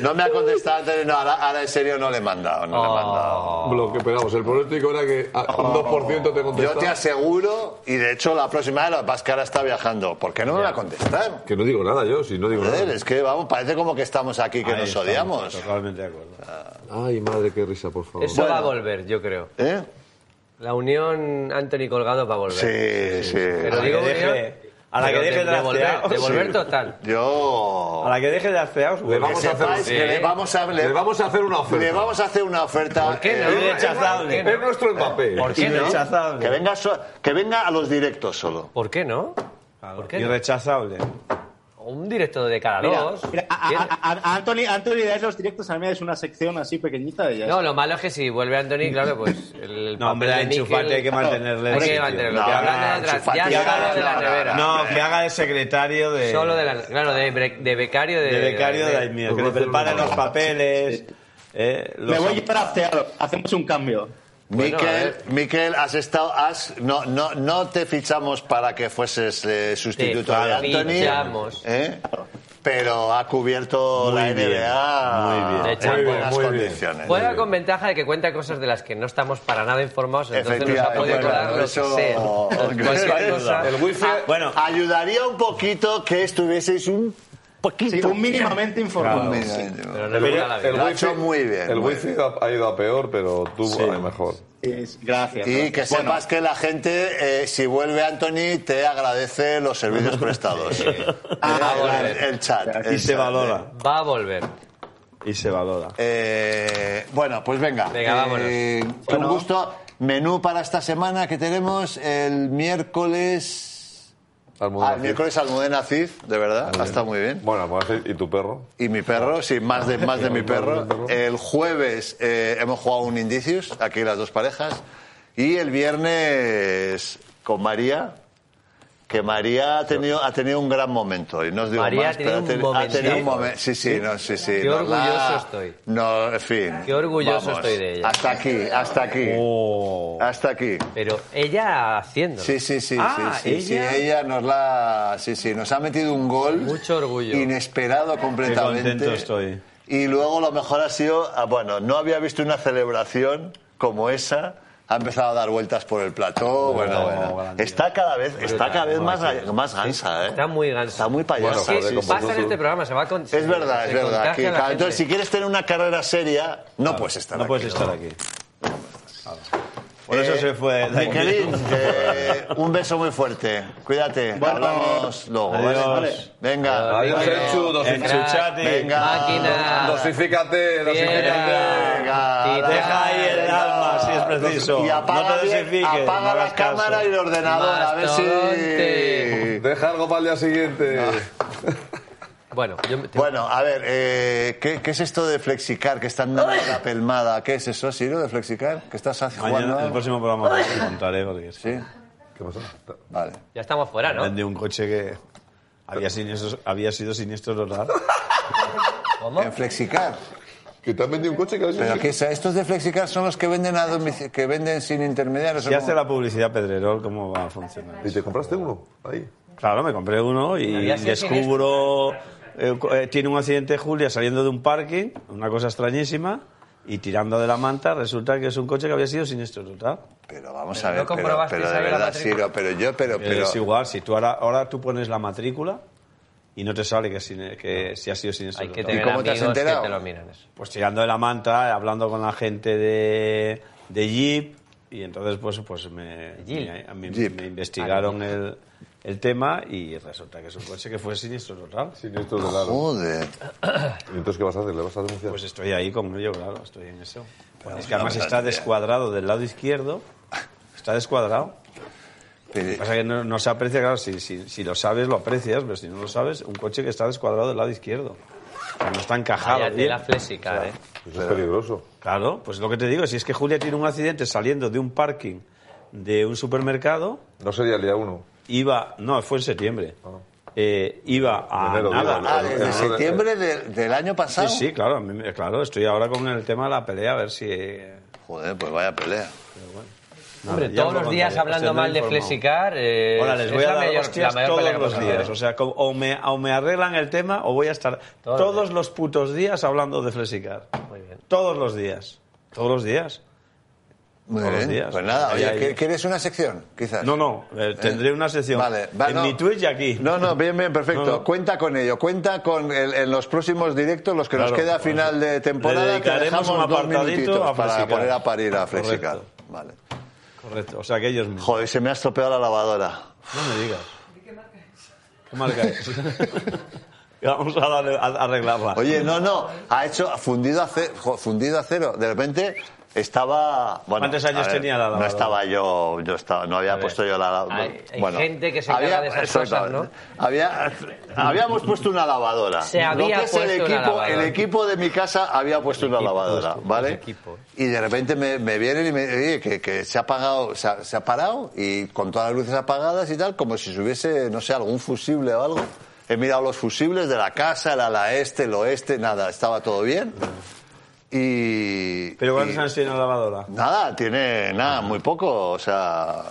No me ha contestado antes, no, ahora, ahora en serio no le he mandado. Oh. No le he mandado. Lo que pegamos, el pronóstico era que a- un 2% te Pues, Yo contestaba. te aseguro, y de hecho la próxima vez lo que pasa es que ahora está viajando. ¿Por qué no me va a contestar? Que no digo nada yo, si no digo Joder, nada. es que vamos, parece como que estamos aquí, que Ahí nos estamos, odiamos. Totalmente de acuerdo. Ay, madre, qué risa, por favor. Eso va a volver, yo creo. ¿Eh? La unión Anthony Colgado va a volver. Sí, sí. Pero que digo deje- unión, a la que pero deje de, de de volver, hacer- de volver sí. total. Yo... A la que deje de haceaos, Le güey. vamos, Que a hacer, sepáis sí. que le vamos a... ¿eh? le Le, vamos a hacer una oferta. le vamos a hacer una oferta... qué no? eh, Le Irrechazable. Es nuestro Mbappé. ¿Por qué no? Que Irrechazable. venga, so- que venga a los directos solo. ¿Por qué no? Claro, ¿Por qué no? Irrechazable. Un directo de cada Mira, dos. mira, ah, a, ¿Quién? a- a- a Anthony, Anthony le dais los directos, a mí es una sección así pequeñita de ya No, está. lo malo es que si vuelve Anthony, claro, pues el No, hombre, papel de enchufate, Miquel- hay que mantenerle Hay el que sitio. mantenerlo. No, Que no, hablando de atrás, enchufate, ya solo no, de la no, no, nevera. No, que haga de secretario de. Solo de la, claro, de, bre- de becario de, de becario de Daimiel, Que le prepare los papeles. eh, los- Me voy a ir para aftear, hacemos un cambio. Bueno, a Miquel, ver. Miquel, has estado, has, no, no, no te fichamos para que fueses eh, sustituto de Anthony, fichamos. ¿eh? pero ha cubierto Muy la bien, NBA muy bien. en Muy bien, buenas muy bien. condiciones. Juega con ventaja de que cuenta cosas de las que no estamos para nada informados, entonces nos ha Efectivamente, podido colar claro, lo que eso- sea. Cualquier cosa. El wifi. Ah, Bueno, Ah, Ayudaría un poquito que estuvieses un Sí, poquito. un mínimamente informado. Pero no El, le mola la vida. Lo ha hecho muy bien, El muy wifi ha, ha ido a peor, pero tú a lo mejor. Es- Gracias. Y gracias. que Bueno, sepas que la gente, eh, si vuelve Anthony, te agradece los servicios prestados. Ah, Eh, vale. el, el chat. y el se chat, eh. valora. Va a volver. Y se valora. Eh, bueno, pues venga. Eh, Venga, vámonos. Un gusto. Menú para esta semana que tenemos el miércoles. Almudena Ah, el miércoles Almudena Cid, de verdad, ha estado muy bien. Bueno, Almudena y tu perro. Y mi perro, sí, más de, más de mi perro. El jueves eh, hemos jugado un Indicios, aquí las dos parejas. Y el viernes con María, que María ha tenido, ha tenido un gran momento. Y no os digo María más, ha tenido pero un teni- momentazo. momen- Sí, sí, no, sí, sí. Qué nos la- orgulloso estoy. No, en fin. Qué orgulloso estoy de ella. Hasta aquí, hasta aquí. Hasta aquí. Pero ella haciendo. Sí, sí, sí, Ah, sí, sí, ella- sí, ella nos la, sí, sí, nos ha metido un gol Mucho orgullo. inesperado completamente. Qué contento estoy. Y luego lo mejor ha sido, ah, bueno, no había visto una celebración como esa. Ha empezado a dar vueltas por el plató. Bueno, bueno. grande. está cada vez, está cada vez más, ga- más gansa, ¿eh? Está muy gansa. Está muy payasa. Es que Bueno, joder, sí, como sí. pasa en este programa, se va con. Es verdad, es verdad. que- claro, entonces, si quieres tener una carrera seria, no puedes estar No aquí. puedes estar aquí. Ah, Por eso Eh, se fue. Miquelín, eh, un beso muy fuerte. Cuídate. Hablamos luego. ¿vale? Adiós. Vale. Venga. Adiós, Bueno, Enchu, dosi- En Chuchati. Venga. Máquina. Dosifícate, dosifícate. Fiera. Venga, Titán. Deja ahí el alma, si es preciso. Y apaga, no te bien- desinfiques, apaga no hagas la caso. cámara y el ordenador, a ver si... Mastodonte. Deja algo para el día siguiente. Bueno, yo me- te- Bueno, a ver, eh, ¿qué, qué es esto de flexicar? Que están dando la pelmada. ¿Qué es eso, Siro, de flexicar? ¿Qué estás haciendo? Mañana, el próximo programa os contaré porque Sí, ¿Qué pasa? vale. ya estamos fuera, ¿no? vendí un coche que había, siniestro, había sido siniestro total. ¿Cómo? En flexicar. Que te han vendido un coche que a veces... Pero que es- estos de flexicar son los que venden a domici- que venden sin intermediarios. ¿o Si hace cómo? la publicidad Pedrerol, ¿cómo va a funcionar? ¿Y te compraste uno? Ahí. Claro, me compré uno y Había sido descubro... eh, co- eh, tiene un accidente Julia saliendo de un parking, una cosa extrañísima, y tirando de la manta resulta que es un coche que había sido siniestro total. Pero vamos Pero a no ver, pero, comprobasteis pero de ahí la verdad, matrícula. Siro, pero yo, pero, Pero pero... es igual, si tú ahora, ahora tú pones la matrícula y no te sale que, es sine- que si ha sido siniestro Hay que total. tener cómo te has amigos que enterado? te lo miran eso. Pues tirando de la manta, eh, hablando con la gente de, de Jeep, y entonces pues, pues me, Jeep. me- a mí Jeep. me investigaron el, el tema y resulta que es un coche que fue siniestro total. Siniestro de lado. Joder. ¿Y entonces qué vas a hacer? ¿Le vas a denunciar? Pues estoy ahí con ello, claro, estoy en eso. es que además está descuadrado del lado izquierdo, está descuadrado. Lo que Pero- ah, pasa es que no, no se aprecia, claro, si, si, si lo sabes lo aprecias, pero si no lo sabes, un coche que está descuadrado del lado izquierdo, que no está encajado. Vaya bien. tela flexicar, ¿eh? Eso es peligroso. Claro, pues lo que te digo, si es que Julia tiene un accidente saliendo de un parking de un supermercado, No sería el día uno. iba, no, fue en septiembre, Eh, iba a Enero, nada. digo, Ah, el- desde el- septiembre de- del año pasado. sí, sí, claro, a mí me- claro, estoy ahora con el tema de la pelea, a ver si... eh, Joder, pues vaya pelea. nada, Hombre, ya os todos lo los contaré, Pues días os hablando tendré mal de informado. flexicar. eh, Ahora les es voy a la dar mayor- hostias la mayor todos pelea que los podemos días. hacer. O sea, como- o me, o me arreglan el tema o voy a estar Todos todos, los días. los putos días hablando de Flesicar. Muy bien. Todos los días. Todos los días. Muy Todos los bien. días. Pues nada, Ahí, oye, ahí. ¿qué- ¿quieres una sección? Quizás. No, no, eh, tendré una sección Vale, va, en no. mi Twitch y aquí. No, no, bien, bien, perfecto. No, no. Cuenta con ello. Cuenta con el- en los próximos directos, los que nos Claro, queda a pues, final de temporada, le que dedicaremos dejamos un dos apartadito minutitos a para Flexicar. poner a parir a Correcto. Flexicar. Vale. Correcto, o sea que ellos mismos. Joder, se me ha estropeado la lavadora. No me digas. ¿Qué marca es? Y Vamos a, darle- a- a arreglarla. Oye, no, no, ha hecho fundido a cero, fundido a cero. De repente estaba. Bueno, ¿Cuántos a años tenía la No lavadora? estaba yo, yo estaba, no había ver, puesto yo la lavadora. hay- hay gente que se encarga de esas exactamente. cosas, Había, habíamos puesto una lavadora. Se había Lo que es el puesto una equipo, lavadora. el equipo de mi casa había puesto una equipo, lavadora, los- los ¿vale? equipos. Y de repente me, me vienen y me oye, que, que se ha apagado, se ha, se ha parado y con todas las luces apagadas y tal, como si se hubiese, no sé, algún fusible o algo. He mirado los fusibles de la casa, el ala este, el oeste, nada, estaba todo bien. Y. ¿Pero y- cuántos años tiene la lavadora? Nada, tiene nada, muy poco, o sea,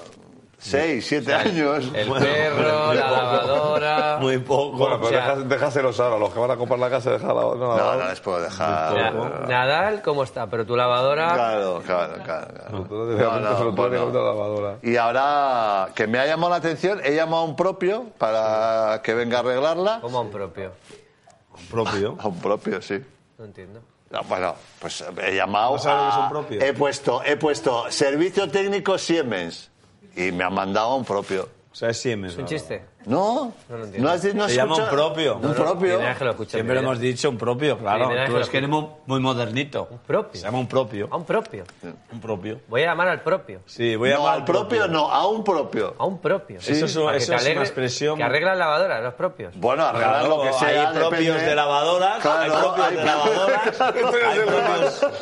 seis, siete años. El Bueno, perro, la lavadora. Muy poco. Bueno, pero O sea- dejas- déjaselos ahora. Los que van a comprar la casa, déjala. No, No, no les puedo dejar. Na- Nadal, ¿cómo está? Pero tu lavadora. Claro, claro, claro. claro. Entonces, realmente No, no, se lo tiene que bueno. comprar la lavadora. Y ahora que me ha llamado la atención, he llamado a un propio para que venga a arreglarla. ¿Cómo a un propio? Propio. A un propio, sí. No entiendo. No, Bueno, pues he llamado. ¿No sabe lo que es un a- propio? He puesto, he puesto servicio técnico Siemens y me ha mandado a un propio. O sea, es Siemens. ¿Es un la chiste? No, No lo entiendo. no has no has Se llama un escuchado- propio. Un No, no, propio. Primera vez que lo escucho. Siempre lo mira, hemos dicho, un propio, claro. Primera vez Tú que es lo que eres muy, muy modernito. Un propio. Se llama un propio. A un propio. Un propio. Voy a llamar al propio. Sí, voy a No, llamar al propio no, a un propio. A un propio. Eso es un- Para que eso te es una expresión- Que arreglan lavadoras, los propios. Bueno, arreglar Claro, lo que sea. Hay propios depende. de lavadoras, Claro, hay propios hay- de lavadoras, hay propios,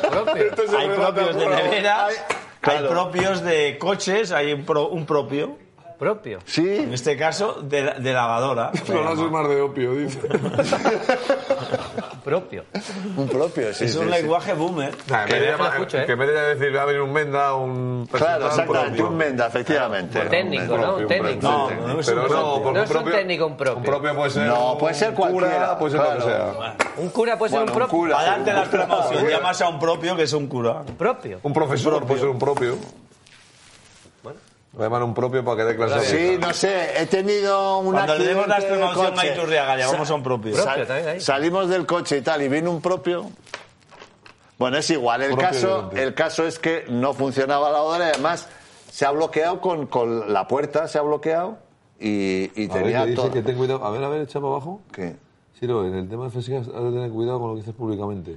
Propio. hay propios de neveras, hay Claro. propios de coches, hay un, pro- un propio, Propio. en Sí. este caso, de, la- de lavadora. No las es más de opio, dice. Propio. Un propio, sí. es sí, un sí. lenguaje boomer. Nah, en vez Que de no llamar- escucho, ¿eh? Que en vez de decir, va a venir un Menda, un. Claro, presentar, exactamente. propio. Un Menda, efectivamente. Un técnico, Un Menda. ¿no? Un técnico. No, no es un Pero no, propio. porque No es un técnico, un propio. Un propio puede ser. No, un puede ser cura, cualquiera, puede ser lo que claro. sea. ¿eh? Un cura puede ser un Bueno, un propio. cura. Para darte la promoción, llamas a un propio que es un cura. Propio. Un profesor puede ser un propio. Voy a llamar un propio para que dé clases. Sí, no sé. He tenido una. Cuando le demos la promoción a Iturriaga, llamamos a un propio. Propio, también ahí. Salimos del coche y tal, y viene un propio. Bueno, es igual. El, Propio caso, delante. el caso es que no funcionaba la hora y además se ha bloqueado con, con la puerta, se ha bloqueado y, y A ver, que tenía dice todo. que ten cuidado. A ver, a ver, echa para abajo. ¿Qué? Siro, en el tema de flexigas has de tener cuidado con lo que dices públicamente.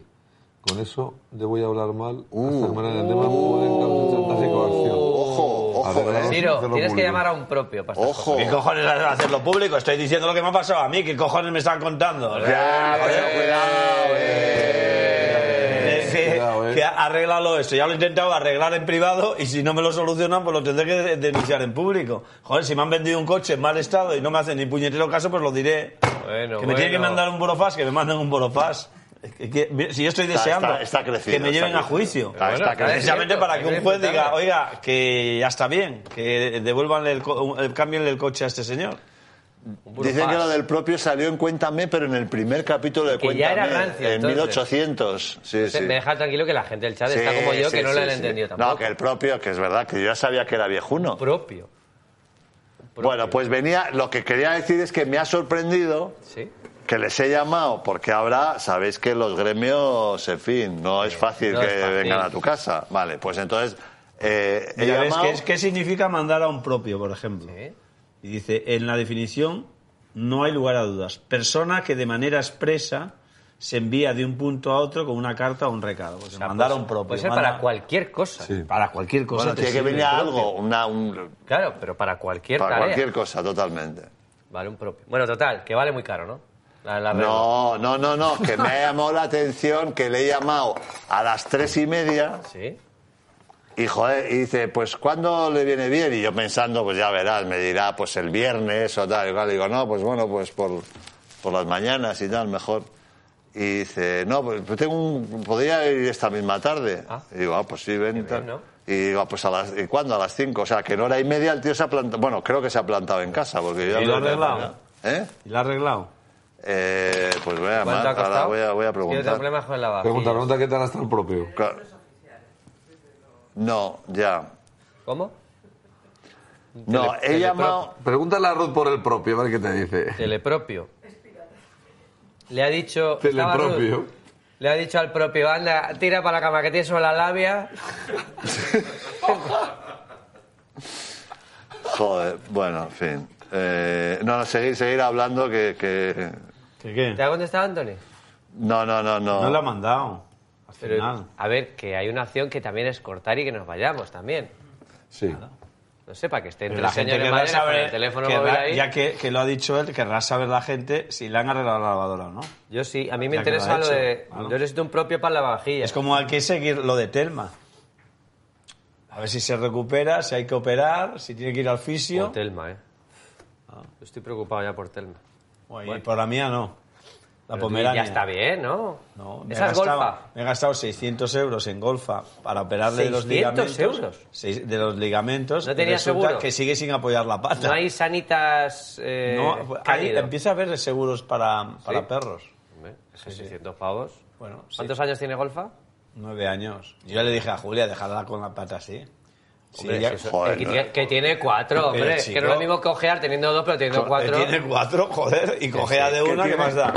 Con eso le voy a hablar mal. Hasta que me hagan el tema Uh. pueden causar chantaje y coacción. Ojo, A ver, eh, vamos a Ciro, hacerlo tienes que público. llamar a un propio para Oh, estas ¿Qué cosas. cojones hacer- hacerlo público? Estoy diciendo lo que me ha pasado a mí. ¿Qué cojones me están contando? Ya, Joder, pero cuidado, eh. eh, que- cuidado, eh. que arréglalo esto. Ya lo he intentado arreglar en privado y si no me lo solucionan, pues lo tendré que de- denunciar en público. Joder, si me han vendido un coche en mal estado y no me hacen ni puñetero caso, pues lo diré. Bueno, que me tienen que bueno. mandar un burofax, que me manden un burofax. Que- que- si yo estoy deseando está- está crecido, que me está lleven a crecido. juicio. Está- está Bueno, Precisamente cierto, para que hay un juez diga, disfrutarlo. oiga, que ya está bien, que devuelvanle el, co- el- cámbienle el coche a este señor. Un Dicen que burofax. lo del propio salió en Cuéntame, pero en el primer capítulo de Que Cuéntame. ya era rancio, en entonces. Pues, eh, 1800. Sí, sí. Me deja tranquilo que la gente del chat Sí, está como yo, sí, que no sí, lo han sí. entendido No, tampoco. que el propio, que es verdad, que yo ya sabía que era viejuno. Propio. propio. Bueno, pues venía, lo que quería decir es que me ha sorprendido Sí. que les he llamado, porque ahora sabéis que los gremios, en fin, no es fácil no que es fácil. vengan a tu casa. Vale, pues entonces eh, he Ya ves, llamado... ¿qué, es- qué significa mandar a un propio, por ejemplo? Sí. Y dice, en la definición no hay lugar a dudas. Persona que de manera expresa se envía de un punto a otro con una carta o un recado. Pues O sea, mandar a puede- un propio. Puede ser manda- para cualquier cosa. Sí. Para cualquier cosa. Bueno, te tiene que sirve. venir algo, una, un- Claro, pero para cualquier para tarea. cualquier cosa, totalmente. Vale, un propio. Bueno, total, que vale muy caro, ¿no? La, la regla. No, no, no, no, que me ha llamado la atención que le he llamado a las tres y media Sí. y, joder, y dice, pues ¿cuándo le viene bien? Y yo pensando, pues ya verás, me dirá, pues el viernes o tal. Y claro, digo, no, pues bueno, pues por, por las mañanas y tal, mejor. Y dice, no, pues pues tengo un, podría ir esta misma tarde. Ah. Y digo, ah, pues sí, ven y bien, tal. ¿no? Y digo, ah, pues a las, ¿y cuándo? A las cinco. O sea, que en hora y media el tío se ha plantado, bueno, creo que se ha plantado en casa. Porque yo ¿Y ya lo ha me- arreglado? ¿Eh? ¿Y la ha arreglado? Eh, pues voy a ¿Cuánto llamar, ha costado? ahora voy a, voy Tiene a otro preguntar. problema con la vajilla. Pregunta, pregunta qué tal está el propio. Claro. No, ya. ¿Cómo? No, he telepro- llamado. Pregúntale a Ruth por el propio, a ver qué te Eh, dice. Telepropio. Le ha dicho... estaba Ruth. Telepropio. Le ha dicho al propio, anda, tira para la cama que tienes sobre la labia. Joder, bueno, en fin. Eh, no, no, seguir, seguir hablando que, que- ¿Qué ¿Te qué? ha contestado, Antonio? No, no, no, no. No la ha mandado. Al Pero, final. a ver, que hay una opción que también es cortar y que nos vayamos también. Sí. No sé, para que estén Pero tres señores querrá mayores con el teléfono móvil querrá- ahí. ya que, que lo ha dicho él, querrá saber la gente si le han arreglado la lavadora o no. Yo sí, a mí me Ya que lo interesa ha lo, hecho, de... claro. Yo necesito un propio para la vajilla. Es como hay que seguir lo de Telma. A ver si se recupera, si hay que operar, si tiene que ir al fisio. Por Telma, ¿eh? Yo estoy preocupado ya por Telma. Bueno, y por la mía no. La Pero tú pomerania. Ya está bien, ¿no? No, me, he Esa es gastado, golfa. me he gastado 600 euros en golfa para operarle de los 600 ligamentos. euros. Seis- De los ligamentos. No y tenía resulta seguro. que sigue sin apoyar la pata. No hay sanitas. Eh, No, pues, ahí cálido. empieza a haber seguros para, para ¿Sí? perros. Hombre, esos 600 pavos. Bueno, sí. ¿Cuántos años tiene Golfa? Nueve años. Yo ya le dije a Julia, dejarla con la pata así. Sí, Hombre, ya- si eso- joder, eh, que, no. tiene- que tiene cuatro, Pero, hombre. chico. que no es lo mismo cojear teniendo dos, pero teniendo cuatro. Eh, Tiene cuatro, joder, y cogea de una, ¿qué más da?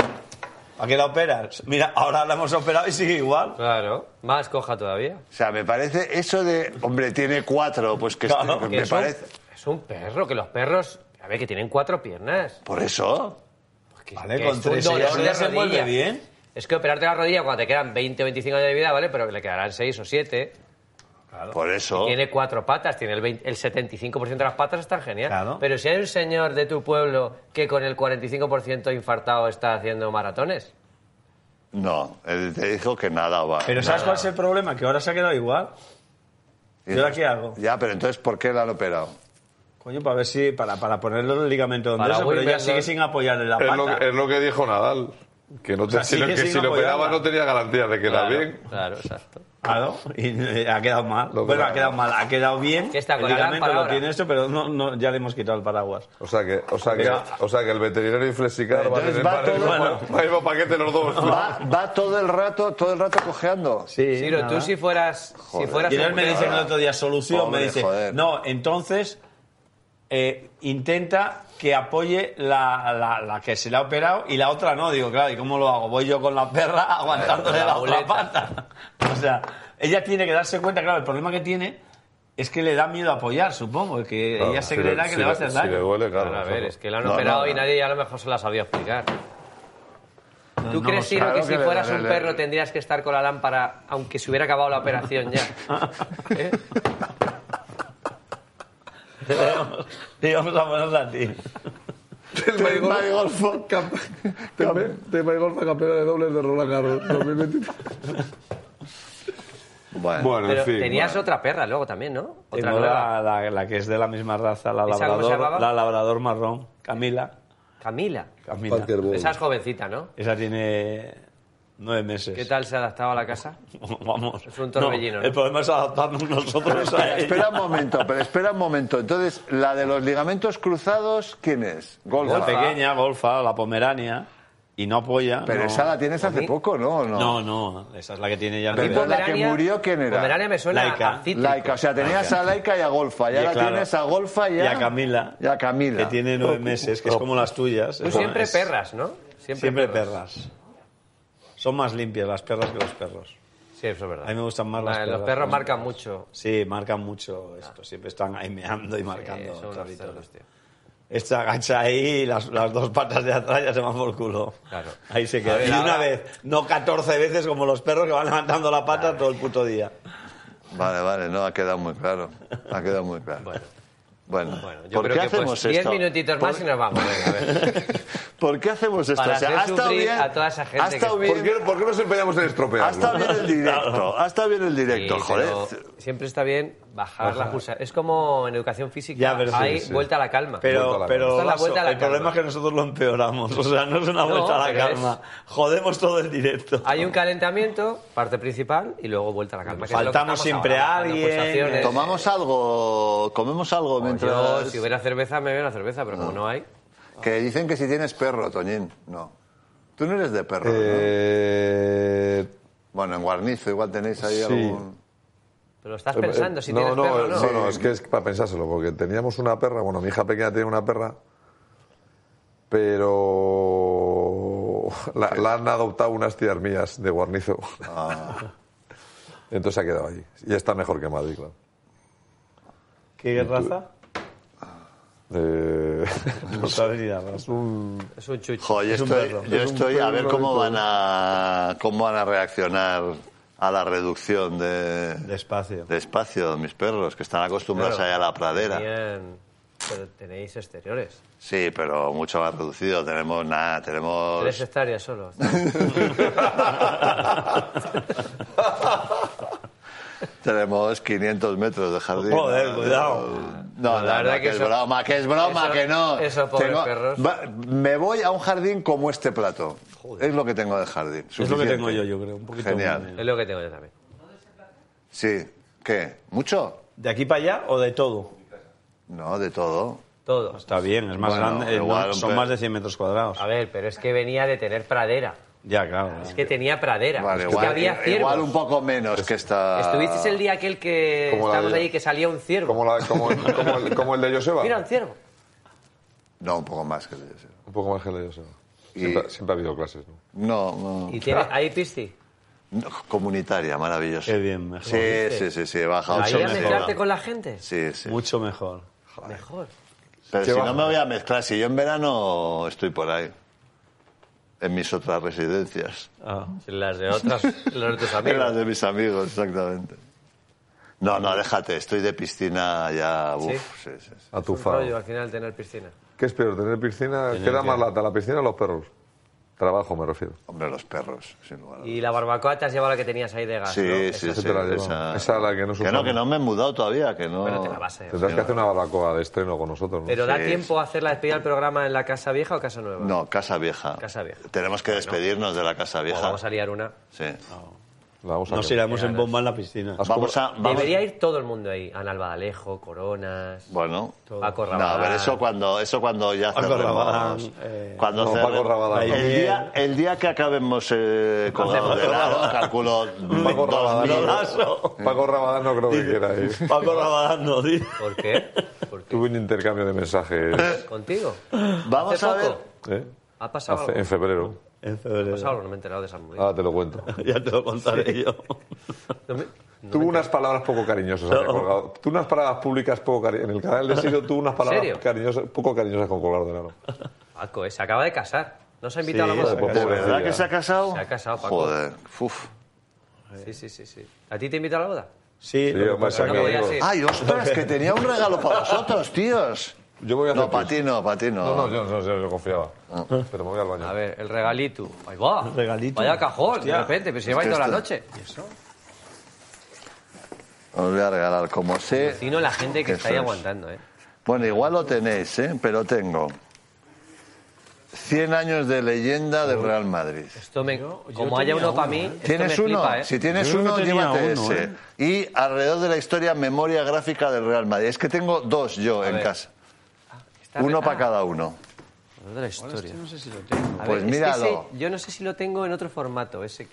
¿Para qué la operas? Mira, ahora la hemos operado y sigue igual. Claro, más coja todavía. O sea, me parece eso de. Hombre, tiene cuatro, pues que Claro. este- Que me es, un, parece. es un perro, que los perros. A ver, que tienen cuatro piernas. Por eso. Que, Vale, que con es un tres dolor ellas de ya se vuelve rodilla. bien. Es que operarte la rodilla cuando te quedan 20 o 25 años de vida, ¿vale? Pero que le quedarán 6 o 7. Por Oh. eso. Tiene cuatro patas, tiene el, 20 el 75% de las patas están genial. Claro. Pero si hay un señor de tu pueblo que con el 45% infartado está haciendo maratones. No, él te dijo que nada va. Pero ¿sabes cuál es el problema? Que ahora se ha quedado igual. Y- ¿Y ahora qué hago? Ya, pero entonces, ¿por qué la han operado? Coño, para ver si. Para, para ponerle el ligamento donde Para eso, pero ella Wimbledon. sigue sin apoyarle la Es pata. lo, que- es lo que dijo Nadal. Que, no te- sea, si, sí lo- que que sí si no lo operaba apoyaba. no tenía garantía de que era claro, bien. Claro, exacto. Claro, y eh, ha quedado mal. Lo que bueno, va. ha quedado mal, ha quedado bien. ¿Qué está, con el la ligamento lámpara lo ahora? tiene esto, pero no, no, ya le hemos quitado el paraguas. O sea que, o sea que, Venga. o sea que el veterinario y Flexicar van Entonces en el va va todo- va en el mismo paquete los dos. Va, va todo el rato, todo el rato cojeando. Sí, Ciro, tú si fueras. Joder. Si fueras Y él un me dice perro- el otro día solución, Hombre, me dice, joder. no, entonces eh, intenta que apoye la, la- la que se le ha operado y la otra no. Digo, claro, ¿y cómo lo hago? Voy yo con la perra aguantándole la la, otra muleta. pata. O sea, ella tiene que darse cuenta, claro, el problema que tiene es que le da miedo apoyar, supongo, que Claro, ella Ah, si se creerá le- que si le va a hacer si daño. le duele, claro. Claro, a ver, claro. es que la han No, operado no, y no. nadie a lo mejor se la sabía explicar. No, ¿Tú no, crees, Ciro, claro que si que le fueras daré, un le- perro tendrías que estar con la lámpara aunque se hubiera acabado la operación ya? ¿Eh? Te íbamos a ponerla a ti. Telma y Golfo, camp- Tema y golfa campeona de dobles de Roland Garros 2023. Bueno, Bueno, Pero en fin. tenías bueno. otra perra luego también, ¿no? Otra Tengo nueva. la, la- la que es de la misma raza, la ¿Esa cómo se labrador, llamaba? la labrador marrón, Camila. Camila. Camila. Parker Bowl. Esa es jovencita, ¿no? Esa tiene nueve meses. ¿Qué tal se ha adaptado a la casa? Vamos. Es un torbellino, ¿no? el problema es adaptarnos nosotros a Espera, ella. espera un momento, pero espera un momento. Entonces, la de los ligamentos cruzados, ¿quién es? Golfa. La pequeña, golfa, la pomerania, y no apoya. Pero no. esa la tienes hace poco, ¿no? ¿O ¿no? No, no, esa es la que tiene ya Pero nueve. la que murió, ¿quién era? Pomerania me suena Laica. a cítrico. Laica, o sea, tenías Ah, a Laica y a Golfa, y Y, ahora claro, tienes a Golfa y a, y a Camila. Y a Camila. Que tiene nueve meses, que es como las tuyas. Tú Es como- Pues siempre es- perras, ¿no? Siempre, Siempre perras. Son más limpias las perras que los perros. Sí, eso es verdad. A mí me gustan más las Ah, perras. Los perros marcan mucho. Sí, marcan mucho esto. Siempre están ahí meando y marcando. Eh, son unos territorio. cerdos, tío. Esta agacha ahí y las, las dos patas de atrás ya se van por culo. Claro. Ahí se A queda. ver, y una ahora- vez, no 14 veces como los perros que van levantando la pata todo el puto día. Vale, vale, no, ha quedado muy claro. Ha quedado muy claro. Bueno, Bueno, yo ¿por creo qué que hacemos pues 10 esto? minutitos ¿Por- más y nos vamos. Venga, a ver. ¿Por qué hacemos esto? Para O sea, hacer ha estado sufrir bien, a toda esa gente ha estado que- bien, ¿Por qué, por qué nos empeñamos en ha estropearlo? estado bien el directo, ha estado bien el directo, Sí, joder. pero Siempre está bien bajar la pulsa. Es como en educación física. Ya, pero sí, hay sí. vuelta a la calma. Vuelta a Pero, la calma. Esta pero es la Lasso, vuelta a la el problema calma. es que nosotros lo empeoramos. O sea, no es una vuelta a la pero calma. Jodemos todo el directo. Hay un calentamiento, parte principal, y luego vuelta a la calma. que es lo que Faltamos estamos siempre ahora, a bajando alguien, pulsaciones. Pues Tomamos algo, comemos algo Yo, mientras... si hubiera cerveza, me bebo una cerveza, pero Ah. como no hay... Que dicen que si tienes perro, Toñín, no. Tú no eres de perro, ¿no? Eh, Bueno, en Guarnizo igual tenéis ahí sí. algún... Pero lo estás pensando, si tienes Eh, no, perro o no. no, no, es que es para pensárselo, porque teníamos una perra, bueno, mi hija pequeña tenía una perra, pero la, la han adoptado unas tías mías de guarnizo. Entonces se ha quedado allí. Y está mejor que en Madrid, claro. ¿Qué raza? Pues Eh, No sabes ni la raza. Es un chucho. Jo, yo Es un estoy, perro. yo Es un estoy a perro ver cómo van a, cómo van a reaccionar a la reducción de, Despacio. de espacio mis perros, que están acostumbrados Claro. eh. ahí a la pradera. Bien. Pero tenéis exteriores. Sí, pero mucho más reducido. Tenemos nada, tenemos... Tres hectáreas solo. Tenemos 500 metros de jardín. Joder, No, cuidado. No, no, La no, verdad que, que es eso- broma, que es broma, eso- que no. eso, pobres perros. va- me voy a un jardín como este plato. Es lo que tengo de jardín. Es lo que suficiente. tengo yo, yo creo. Un poquito Genial. menos. es lo que tengo yo también. Sí. ¿Qué? ¿Mucho? ¿De aquí para allá o de todo? No, de todo. Todo. Está bien, es más Bueno, grande. eh, no, igual, son pero- más de 100 metros cuadrados. A ver, pero es que venía de tener pradera. Ya, claro. Es que tenía pradera. Vale, es igual, que pues, había ciervos. Pues, igual un poco menos que esta. Estuvisteis el día aquel que Como la estábamos de- ahí que salía un ciervo. como, la- como, como el, como el de Joseba. Mira, un ciervo. No, un poco más que el de Joseba. Un poco más que el de Joseba. Y- Siempre, siempre ha habido clases, ¿no? No, Y tiene ahí Pisti. no. comunitaria, maravillosa. Qué bien, mejor. Sí, sí, sí, sí, baja Ahí ocho a mejor. mezclarte con la gente. Sí, sí. Mucho mejor. Mejor. Pero Qué si baja. no me voy a mezclar, si yo en verano estoy por ahí. En mis otras residencias. Ah. Las de otras, las de tus En las amigos. de mis amigos, exactamente. No, no, déjate, estoy de piscina ya. Uf, sí, sí, sí. Es un Atufado. rollo al final tener piscina. ¿Qué es peor, tener piscina? ¿Qué da más lata, la piscina o los perros? Trabajo, me refiero. Hombre, los perros, sin lugar a dudas. Y la barbacoa te has llevado la que tenías ahí de gas. ¿no? Sí, Esa. sí, sí. te la llevamos. Esa la que no que no, usamos. que no me he mudado todavía, que no. Bueno, te la vas a llevar. Tendrás que hacer una barbacoa de estreno con nosotros, ¿no? ¿Pero da Sí, tiempo a hacer la despedida del programa en la Casa Vieja o Casa Nueva? No, casa vieja. Casa Vieja. Tenemos que despedirnos de la casa O vieja. vamos a liar una. Sí. La vamos a Nos hacer. iremos en bomba en la piscina. Has Vamos a. vamos- Debería ir todo el mundo ahí. Ana Albadalejo, Coronas, Bueno. Paco No, a Rabanal. ver, eso cuando, eso cuando ya Paco cerremos. Rabanal, eh, cuando no, cerremos- Paco Rabanal. El, día, el día que acabemos eh, colgados de lado, calculo Paco dos mil- Rabanal. Lasso. no- Paco Rabanal no creo que quiera ir. Paco Rabadán no, tío. ¿Por qué? ¿Por qué? Tuve un intercambio de mensajes ¿Contigo? Vamos ¿Hace a poco? ver. ¿eh? ¿Ha pasado Hace- algo? en febrero. En ¿Ha febrero. pasado algo? No me he enterado de esa movida. Ah. Ahora te lo cuento. Ya te lo contaré yo. No me- tuvo unas palabras poco cariñosas. hacia Colgado. Tuvo unas palabras públicas poco cariñosas. En el canal de Sido tuvo unas palabras serio? cariñosas, poco cariñosas con Colgado de Nano. Paco, eh, se acaba de casar. ¿Nos ha invitado Sí, a la boda? pues, ¿Verdad que se ha casado? Se ha casado, Paco. Joder, uf. Sí, sí, sí, sí. ¿A ti te invita a la boda? Sí, lo que hombre, pasa es que- saca podía algo. ser. Ay, ostras, que tenía un regalo para vosotros, tíos. Yo me voy a hacer No, para pis. ti no, para ti no. No, no, yo no, yo no confiaba. Pero me voy al baño. A ver, el regalito. Ahí va. regalito. Vaya cajón, Hostia. de repente, pero se Es lleva ahí que toda la esto- noche. Os voy a regalar, como sé. Sino la gente que Eso está ahí es. aguantando, ¿eh? Bueno, igual lo tenéis, ¿eh? Pero tengo 100 años de leyenda del Real Madrid. Esto me, como haya uno para mí, esto me ¿Tienes uno? flipa, ¿eh? Si tienes Yo creo que uno, tenía llévate uno, ese. Y alrededor de la historia, memoria gráfica del Real Madrid. Es que tengo dos yo en ver. casa. Está Uno re- para ah, cada uno. de la historia. A Pues ver, es que míralo. ese- yo no sé si lo tengo en otro formato. Ese.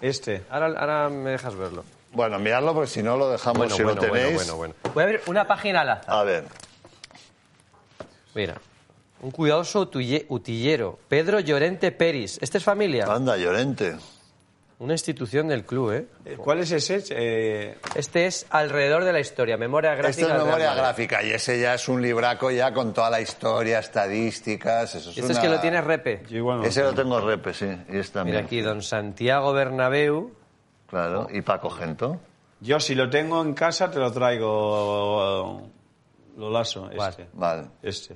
Este. Ahora, ahora me dejas verlo. Bueno, miradlo porque si no lo dejamos, Bueno, si bueno, lo tenéis. bueno, bueno, bueno. Voy a abrir una página al azar. A ver, Mira. Un cuidadoso utuye- utillero. Pedro Llorente Peris. Este es familia. anda, Llorente. Una institución del club, ¿eh? Eh, ¿Cuál es ese? Eh, Este es alrededor de la historia. Memoria Esto gráfica. es del Real memoria Madrid. gráfica y ese ya es un libraco ya con toda la historia, estadísticas. Eso es Este es una- que lo tiene Repe. yo igual no. Ese lo tengo repe, sí. Y es también. Mira aquí, Oh. don Santiago Bernabeu. Claro, y Paco Gento. Yo si lo tengo en casa te lo traigo. Lo lazo, ¿Cuál? este. Vale. Este.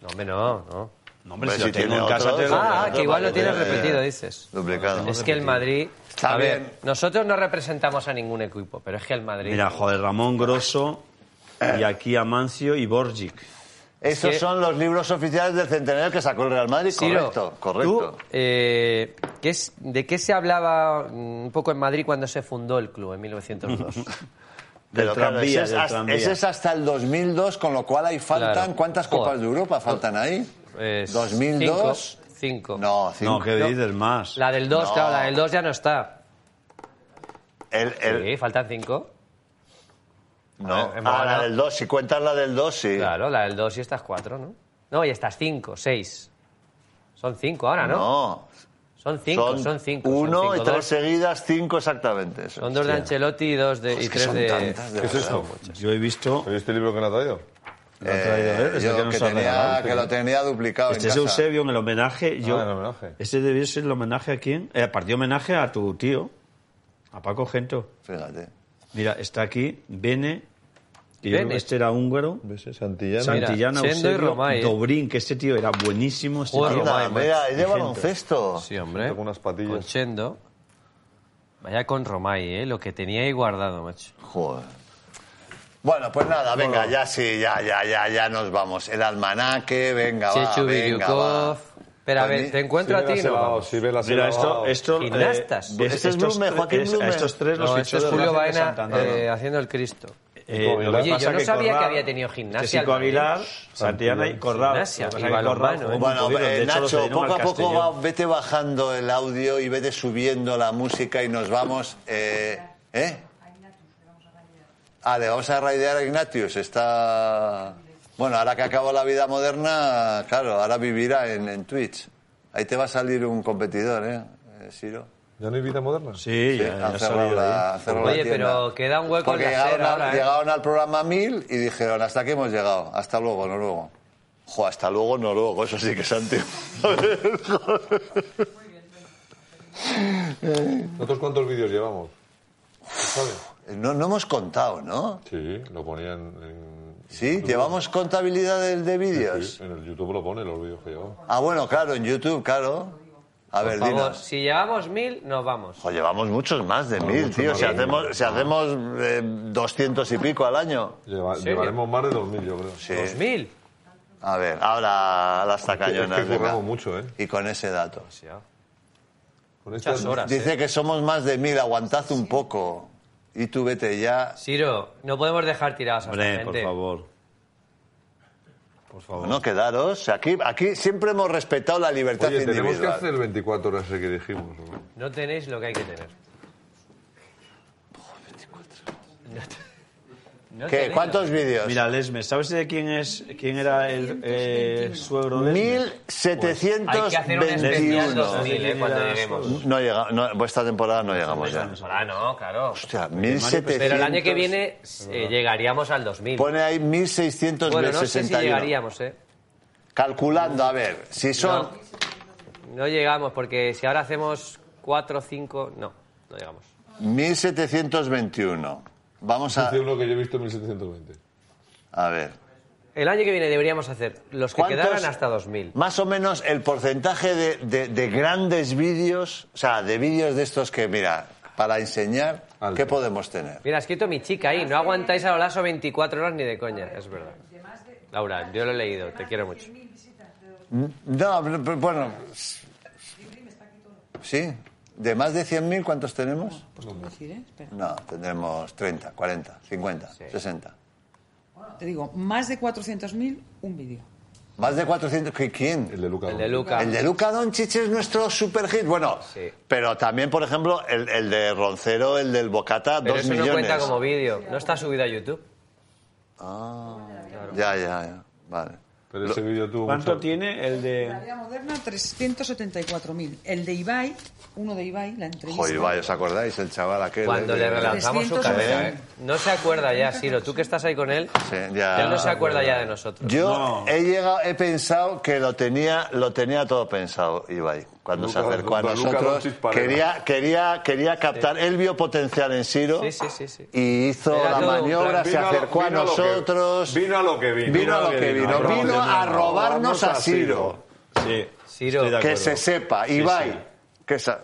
No, hombre, no, no. No, hombre, Hombre, si, si lo tengo tiene en casa otro, te lo Ah, Pero- que igual lo tienes Vale, vale, repetido, vale. dices. Duplicado. Es que el Madrid... Está a ver, bien. nosotros no representamos a ningún equipo, pero es que el Madrid... Mira, joder, Ramón Grosso y aquí Amancio y Borgic. Esos que- son los libros oficiales del centenario que sacó el Real Madrid. Ciro, correcto, tú, correcto. eh, ¿qué es- ¿De qué se hablaba mm, un poco en Madrid cuando se fundó el club en 1902? Pero Del claro, tranvía, ese, del es hasta, tranvía. ese es hasta el 2002, con lo cual ahí faltan. Claro. ¿Cuántas Joder. Copas de Europa faltan ahí? Es 2002. Cinco. cinco. No, cinco. No, ¿qué dices más? La del 2, No. claro, la del 2 ya no está. El- el- Sí, faltan 5. no. A ver, hemos Ah, la ganado. del 2. Si cuentas la del 2, sí. Claro, la del 2 y estas 4, ¿no? No, y estas 5, 6. Son 5 ahora, ¿no? No. Son 5, son 5. Uno y tres seguidas, cinco exactamente. Eso. Son dos de Ancelotti y dos de, y Pues Es que tres son de. tantas, de ¿Qué es verdad. esto? Yo he visto. ¿Pero este libro que no ha traído? lo ha traído él, Eh, es el yo que que, nos ha tenía, regalado, que lo tenía duplicado Este en es casa. Eusebio en el homenaje. Yo, el homenaje. Este debió ser el homenaje a quién? Eh, partido homenaje a tu tío, a Paco Gento. Fíjate. Mira, está aquí Bene, que yo creo Bene. que este era húngaro. ¿Ves? eh, Santillana. Santillana, Mira, Sendo y eh. Eusebio, Romay. Dobrín, que este tío era buenísimo. Este Joder, tío. Romay. Anda, macho. mira, es de Gente. baloncesto. Sí, hombre. Tengo unas patillas. Con Chendo. Vaya con Romay, ¿eh? Lo que tenía ahí guardado, macho. Joder. Bueno, pues nada, venga, ya sí, ya, ya, ya, ya nos vamos. El almanaque, venga, va, Chechu venga, va. Viryukov. Espera, a ver, Tony, ¿te encuentro a ti? Sí, No, vela, vamos. sí, vela, sí, Mira, la esto, va. esto, eh, Gimnastas. ves, Este es estos Blume, tres- Joaquín es- Blume. A estos tres los No, este fichó es de Julio Racing de Baena Santander. eh, haciendo el Cristo. Eh, lo que Oye, yo pasa no que sabía Corral- que había tenido gimnasia Este Kiko el Madrid. Aguilar, Santillana y Corral. Gimnasia Lo que y pasa es que Corral balonmano, jugó ¿eh? muy Bueno, jodido, eh, de hecho, lo Nacho, cedió poco a al poco Castellón. va- vete bajando el audio y vete subiendo la música y nos vamos. Eh, ¿eh? Ah, le vamos a raidear a Ignatius. Está. Bueno, ahora que acabó la vida moderna, claro, ahora vivirá en, en Twitch. Ahí te va a salir un competidor, ¿eh, eh, Siro? ¿Ya no hay vida moderna? Sí, Sí, ya, ya han ha cerrado salido la, han cerrado la Oye, tienda. pero queda un hueco en Porque la llegaron, acera al- ahora, ¿eh? llegaron al programa 1000 y dijeron, hasta aquí hemos llegado, hasta luego, Noruego. Jo, hasta luego, Noruego, eso sí que es antiguo. ¿Nosotros cuántos vídeos llevamos? ¿Sabes? No, no hemos contado, ¿no? Sí, lo ponían en... Sí, llevamos contabilidad de, de vídeos. Sí, en el YouTube lo pone, los vídeos que llevamos. Ah, bueno, claro, en YouTube, claro. A ver, Por favor, dinos. si llevamos mil, nos vamos. Jo, llevamos muchos más de mil, tío. Si hacemos, si hacemos eh, 200 y pico al año. Lleva- serio? llevaremos más de 2.000, yo creo. Sí. ¿Dos mil? A ver, ahora las tacañonas. es que venga. curramos mucho, ¿eh? Y con ese dato. Con estas horas. Dice que somos más de mil, aguantad un poco. Y tú vete ya. Siro, no podemos dejar tiradas a esta Hombre, por gente. favor. Por favor. No quedaros. Aquí, aquí siempre hemos respetado la libertad Oye, tenemos que individual. hacer el 24 horas ese que dijimos. ¿no? No tenéis lo que hay que tener. No te- no ¿Qué? tenéis ¿Cuántos vídeos? Mira, Lesmes, ¿sabes de quién es quién era el eh, suegro Pues, de Lesmes? lo que- Hay que hacer un especial 1721. 2000, ¿eh? Cuando lleguemos. No llega, no, pues esta temporada no llegamos ya. Ah, no, claro. Hostia, Pero el 1700. año que viene eh, llegaríamos al 2000. Pone ahí bueno, no sé si 1661. llegaríamos, ¿eh? Calculando, a ver, si son No llegamos, porque si ahora hacemos 4 o 5. No, no llegamos. 1721. Vamos a, Dice uno que yo he visto en 1720. a ver. El año que viene deberíamos hacer los que ¿Cuántos? quedaran hasta 2000. Más o menos el porcentaje de, de- de grandes vídeos, o sea, de vídeos de estos que, mira, para enseñar, Alto. ¿qué podemos tener? Mira, ha escrito mi chica ahí. No aguantáis a Olaso 24 horas ni de coña, es verdad. Laura, yo lo he leído, te quiero mucho. No, pero- pero bueno. Sí, de más de 100.000, ¿cuántos tenemos? decir, ¿eh? Espera. No, tendremos 30, 40, 50, 60. Te digo, más de 400.000, un vídeo. Más de 400, ¿qui- ¿quién? El de Luca. El de Luca. El de Luca Doncic es nuestro super hit. Bueno, Sí. pero también, por ejemplo, el, el de Roncero, el del Bocata, Pero dos eso millones. no cuenta como vídeo. No está subido a YouTube. Ya, ya, ya. Vale. Pero ese vídeo tuvo ¿Cuánto mucho- tiene el La de.? vida moderna, 374.000. El de Ibai, uno de Ibai, la entrevista. Joder, vaya, ¿os acordáis? El chaval aquel. Cuando eh, le que- relanzamos su 300 carrera. No se acuerda ya, Siro. Tú que estás ahí con él, Sí, ya. él no se acuerda ya de nosotros. Ah, Yo he llegado, he pensado que lo tenía, lo tenía todo pensado, Ibai, cuando Luca- se acercó a Luca nosotros. Doncic Parera. Quería, quería, quería captar, él vio potencial en Siro Sí, sí, sí, sí. y hizo Era la todo un maniobra, plan. se lo- acercó a vino lo que- nosotros. vino a lo que vino. vino a lo que vino. robarnos Vino a dinero. robarnos a Siro. Sí. Ciro, estoy de Que acuerdo. se sepa, Ibai. Que sa-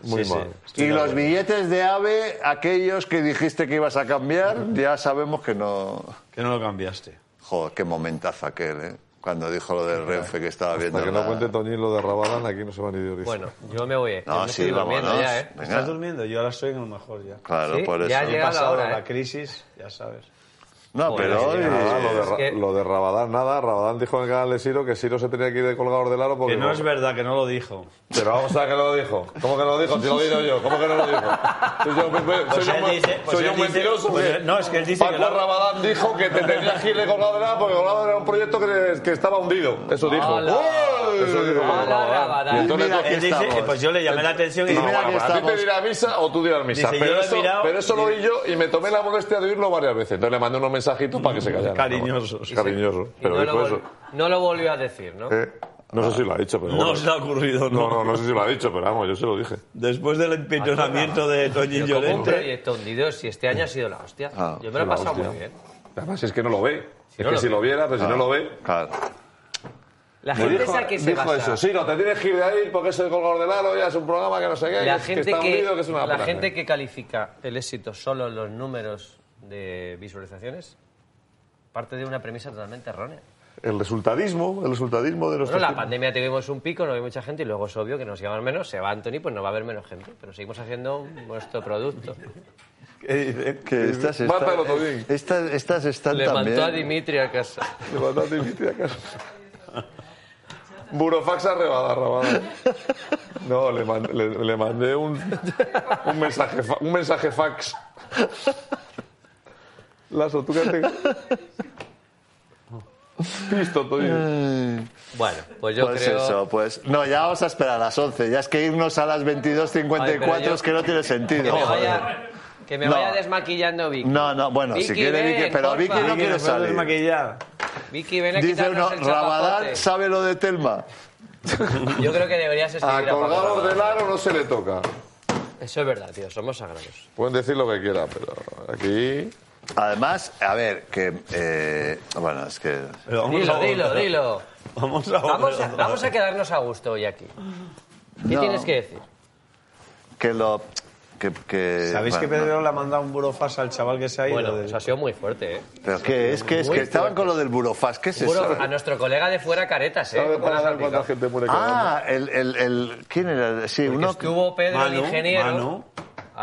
Muy Sí, sí. mal. y los billetes de AVE, aquellos que dijiste que ibas a cambiar, ya sabemos que no. Que no lo cambiaste. Joder, qué momentazo aquel, ¿eh? Cuando dijo lo del Renfe que estaba viendo. Hasta que no la- cuente Toñín lo de Rabalán, aquí no se va ni de origen. bueno, yo me voy. eh. No, Yo me sí, estoy durmiendo vámonos. ya, ¿eh? Venga. ¿Estás durmiendo? Yo ahora estoy en lo mejor ya. Claro, Sí, por eso. ya He llega la pasado hora, la ¿eh? crisis, ya sabes. No, Joder, pero hoy. sí, Nada, lo, de, Es Ra- que- lo de Rabadán, nada. Rabadán dijo en el canal de Siro que Siro se tenía que ir de colgador del aro porque. Que no es verdad, que no lo dijo. Pero vamos a ver que no lo dijo. ¿Cómo que no lo dijo? Si lo digo yo. ¿Cómo que no lo dijo? Soy yo, pues, pues, Pues soy él yo, un- dice- pues soy yo él un dice- mentiroso. pues ¿qué? él- no, es que él dice Paco que la- Rabadán dijo que te tenías que ir de colgado del aro porque colgado era un proyecto que, que estaba hundido. Eso dijo. Hola. ¡Uy! Eso dijo. Hola, Rabadán. Rabadán. Y entonces, Mira, pues, Él dice, estamos. eh, pues yo le llamé la atención y Y dije, mira bueno, que pues, a ti te estamos. dirá misa o tú dirás misa. Dice, yo pero, lo he eso, mirado- pero eso lo oí yo y me tomé la molestia de oírlo varias veces. Entonces le mandé unos mensajitos para que se callaran. Cariñosos. Cariñosos. Y Pero no, lo dijo eso. vol- no lo volvió a decir, ¿no? Eh, No sé si lo ha dicho, pero. no bueno. os ha ocurrido, No, ¿no? no, no sé si lo ha dicho, pero vamos, yo se lo dije. Después del empeoramiento de Toñín Pero como un Llorente, proyecto hundido, si este año ha sido la hostia. Ah, Yo me lo he la pasado muy hostia. bien. Además, es que no lo ve. es no que lo si ve. lo Ah. viera, pero si no lo ve. Claro. La Me gente dijo, esa que se dijo basa. eso, sí, no, te tienes que ir de ahí porque es el color del aro, ya es un programa que no sé qué, la que, gente que está que, hundido, que es una la pena. gente que califica el éxito solo en los números de visualizaciones parte de una premisa totalmente errónea. El resultadismo, el resultadismo de nuestro Bueno, la pandemia tuvimos un pico, no había mucha gente y luego es obvio que nos llevan menos, se va Anthony, pues no va a haber menos gente, pero seguimos haciendo nuestro producto. Eh, ¿Qué dice? Que estas están. Mátalo, Tobín. Estas, estas están Le mandó a también. Dimitri a casa. Burofax arrebada, arrebada. No, le, man- le- le mandé un, un, mensaje, fa- un mensaje fax. Lazo, tú qué Pisto, tú. Bueno, pues yo pues creo... eso, pues. No, ya vamos a esperar a las 11. Ya es que irnos a las Ay, pero 22.54 yo- es que no tiene sentido. Que me vaya, que me No. vaya desmaquillando Vicky. No, no, bueno, si quiere Vicky, ven, pero porfa. Vicky no Vicky, quiere nos podemos salir. maquillar. Vicky, ven a Dice uno, quitarnos el Rabadán chapapote. sabe lo de Telma. Yo creo que deberías A escribir a Paco colgados Rabadán. del aro no se le toca. Eso es verdad, tío, somos sagrados. Pueden decir lo que quieran, pero aquí. Además, a ver, que. eh, bueno, es que. Pero vamos a Dilo, dilo, volver. dilo. Vamos a Vamos a, volver. vamos a quedarnos a gusto hoy aquí. ¿Qué No. tienes que decir? Que lo. Que, que- ¿Sabéis que bueno, no. Pedro le ha mandado un burofax al chaval que se ha ido? Bueno, pues de- eso ha sido muy fuerte, ¿eh? Pero que es que es Muy que estaban fuerte. con lo del burofax, ¿qué es Juro, eso? a ah, nuestro colega de fuera caretas, ¿eh? ¿Sabes ¿Cómo las para ha saber cuánta aplicado? gente muere cada Ah, el, el, el- ¿quién era? Sí, Porque uno que- estuvo Pedro, Manu, el ingeniero. Manu.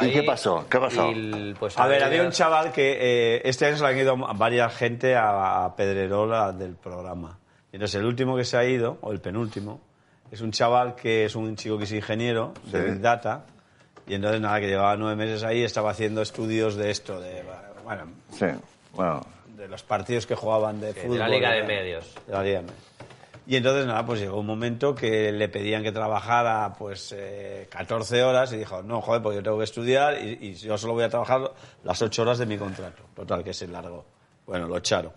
¿Y qué pasó? ¿Qué pasó? y el- pues, A ver, había un chaval que eh, este año se le han ido varias gente a, a Pedrerola del programa. Y entonces el último que se ha ido, o el penúltimo, es un chaval que es un chico que es ingeniero de Sí. Big Data. Y entonces nada, que llevaba nueve meses ahí y estaba haciendo estudios de esto, de, bueno, Sí, bueno. de los partidos que jugaban de de fútbol. la Liga de Medios. de la Liga de Medios. Y entonces, nada, pues llegó un momento que le pedían que trabajara pues eh, 14 horas y dijo, no, joder, pues yo tengo que estudiar y, y yo solo voy a trabajar las 8 horas de mi contrato. Total, que se largó. Bueno, lo echaron.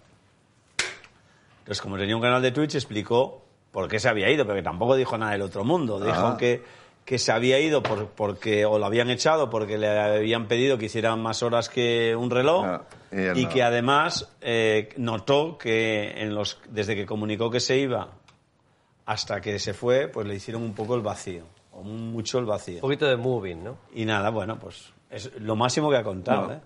Entonces, como tenía un canal de Twitch, explicó por qué se había ido, porque tampoco dijo nada del otro mundo. Dijo Ah. que, que se había ido por- porque o lo habían echado porque le habían pedido que hiciera más horas que un reloj Ah, y él y, no. que además eh, notó que en los, desde que comunicó que se iba hasta que se fue, pues le hicieron un poco el vacío, o mucho el vacío. Un poquito de moving, ¿no? Y nada, bueno, pues es lo máximo que ha contado. No. ¿eh?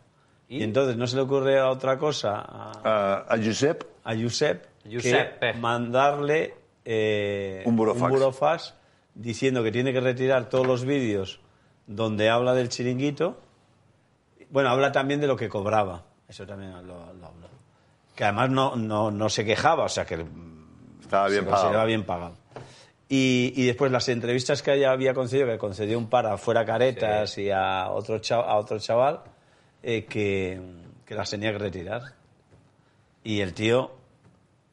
¿Y? entonces no se le ocurre a otra cosa a, ah, A, a Josep, a Josep, Giuseppe. que mandarle eh, Un burofax. burofax diciendo que tiene que retirar todos los vídeos donde habla del chiringuito. Bueno, habla también de lo que cobraba. Eso también lo, lo habló. Que además no, no, no se quejaba, o sea que estaba bien se pagado. consideraba bien pagado. Y, y después las entrevistas que ella había concedido, que concedió un par a Fuera Caretas y a otro, cha- a otro chaval, eh, que, que las tenía que retirar. Y el tío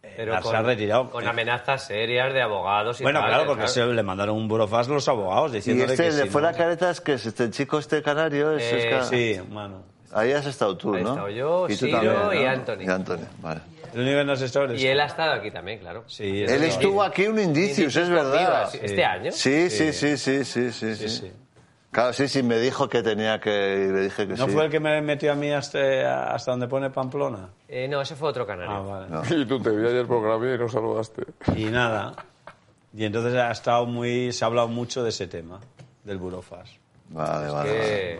eh, las ha retirado. con Eh, amenazas serias de abogados y bueno, tal, claro, porque ¿sabes? se le mandaron un burofax los abogados Y diciendo este que el de si fuera no- caretas, que es este el chico este canario, es, es Eh, ca- Sí, hermano. Ahí has estado tú, Ahí he ¿no? estado yo, y tú Ciro también, y ¿no? Anthony. Y Anthony, vale. El único que no se está eres Y tú. él ha estado aquí también, claro. Sí, Él es- estuvo aquí un indicios, es verdad. Este año. Ah, Sí, sí, sí, sí, sí, sí, sí. sí. Claro, sí, sí, me dijo que tenía que... y le dije que ¿No sí. fue el que me metió a mí hasta, hasta donde pone Pamplona? Eh, no, ese fue otro canario. Ah, vale. Y tú te vi ayer por Grammy y no saludaste. y nada. Y entonces ha estado muy, se ha hablado mucho de ese tema, del burofax. Vale, vale, vale. Que-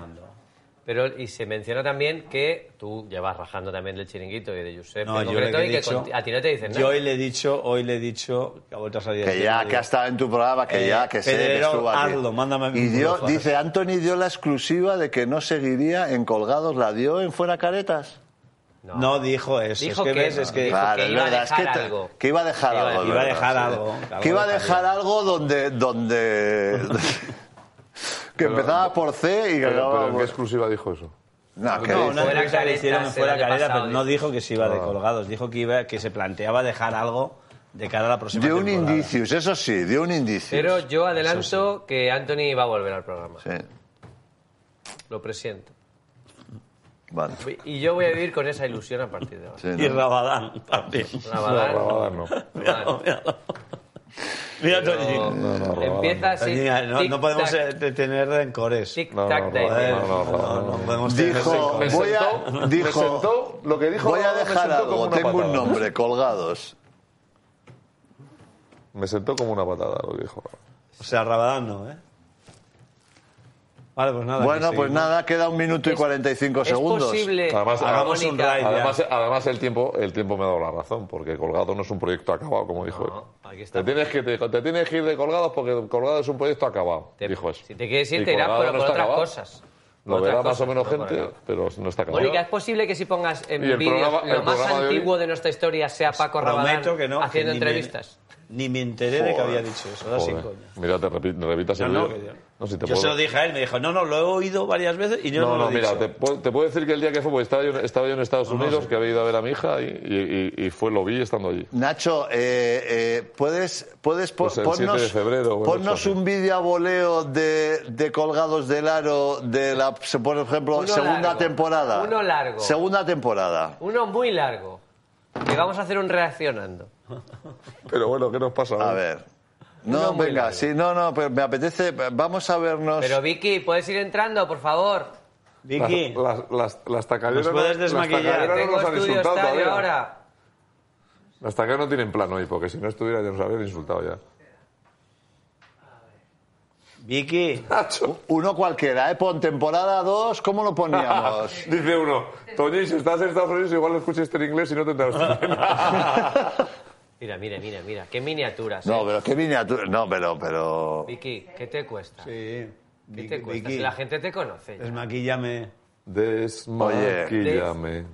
Pero, y se menciona también que tú llevas rajando también del chiringuito y de Josep en concreto, y que con- a ti no te dicen nada. Yo hoy le he dicho, hoy le he dicho que ha vuelto a salir. Que el ya, tema, que ha estado en tu programa, que Eh, ya, que sé que Pedrero, estuvo aquí. hazlo, mándame Y un dio, burofax. dice, Anthony dio la exclusiva de que no seguiría en Colgados, la dio en Fuera Caretas. digo, No dijo eso. Dijo es que, que ves, no, es que dijo Claro, que es iba a verdad, es que, dejar te- algo. que iba a dejar Iba a- algo. es iba a verdad, dejar sí. algo, algo Que iba a dejaría. dejar algo donde... donde que empezaba por C y que Pero, pero acababa ¿en qué por- exclusiva dijo eso? No, que No, dice- una Fuera entrevista que le careta, hicieron en el fuera año careta, pasado, pero no dice. dijo que se iba de colgados, dijo que iba, que se planteaba dejar algo de cara a la próxima Dio un temporada. indicios, eso sí, dio un indicio. Pero yo adelanto que Anthony va a volver al programa. Sí, Lo presiento. vale. Y yo voy a vivir con esa ilusión a partir de ahora. Sí, Y no. Rabadán también. Rabadán, No, Rabadán no. Rabadán. Míralo. Mira, Pero Toñín. empieza así. Toñín, no, no podemos tic-tac, eh, te- tener rencores. Tic-tac, No, no, David. Joder, No, no, no, no, no podemos tener Dijo, rencores. voy a, sentó- me dijo, sentó- lo que dijo voy a Rabadán me dejar sentó como algo, una tengo un patada. nombre, colgados. Me sentó como una patada, lo que dijo. O sea, Rabadán no, ¿eh? Vale, pues nada. Bueno, que pues seguimos. nada, queda un minuto y 45 Es segundos. posible, Además, hagamos un Mónica, raid. Además, además el, tiempo, el tiempo me ha dado la razón, porque Colgado no es un proyecto acabado, como dijo No, él. aquí Ah, está. te, tienes que, te, dijo, "Te tienes que ir de Colgados porque Colgado es un proyecto acabado, Te- dijo eso. Si te quieres ir, Y te irás por, Colgado no por está otras acabado. cosas. Por Lo otras verá más o cosas, menos no por gente, nada. pero no está acabado. Mónica, ¿es posible que si pongas en Y el vídeos programa- lo el más programa de hoy- antiguo de nuestra historia sea Paco Rabadán Prometo que no. que haciendo ni entrevistas? Me, ni me enteré de que había dicho eso. Ahora sin Joder. coña. Mira, te repi- me repitas el No, no, vídeo. que yo- No, si te yo puedo- se lo dije a él, me dijo, no, no, lo he oído varias veces y yo no, No, no, lo he mira, dicho. te puedo, te puedo decir que el día que fue, porque estaba yo, estaba yo en Estados Unidos, que había ido a ver a mi hija y, y- y- y fue, lo vi estando allí. Nacho, eh, eh, puedes, puedes po- Pues el 7 de ponnos, febrero, bueno, pues ponnos chato. un vídeo a voleo de, de colgados del aro de la, se- por ejemplo, Uno segunda largo. temporada. Uno largo. Segunda temporada. Uno muy largo. Que vamos a hacer un reaccionando. Pero bueno, ¿qué nos pasa? A ver. Uno No, muy venga, largo. sí, no, no, pero me apetece. Vamos a vernos. Pero Vicky, ¿puedes ir entrando, por favor? Las, Vicky, las, las, las tacaleras Nos puedes no- desmaquillar. Las tacaleras no Tengo nos han estudio insultado estadio todavía. ahora. Las tacaleras no tienen plan hoy, porque si no estuviera ya nos habrían insultado ya. Vicky, ¡Nacho! Uno cualquiera, ¿eh? Pon temporada 2, ¿cómo lo poníamos? Dice uno, Toñi, si estás en Estados Unidos igual lo escuches este en inglés y no te enteras. Mira, mira, mira, mira. Qué miniaturas. no, eh. pero qué miniatura. No, pero, pero. Vicky, ¿qué te cuesta? sí, ¿Qué Vicky, te cuesta? Si Vicky, la gente te conoce. ya. desmaquíllame. Desmaquillame,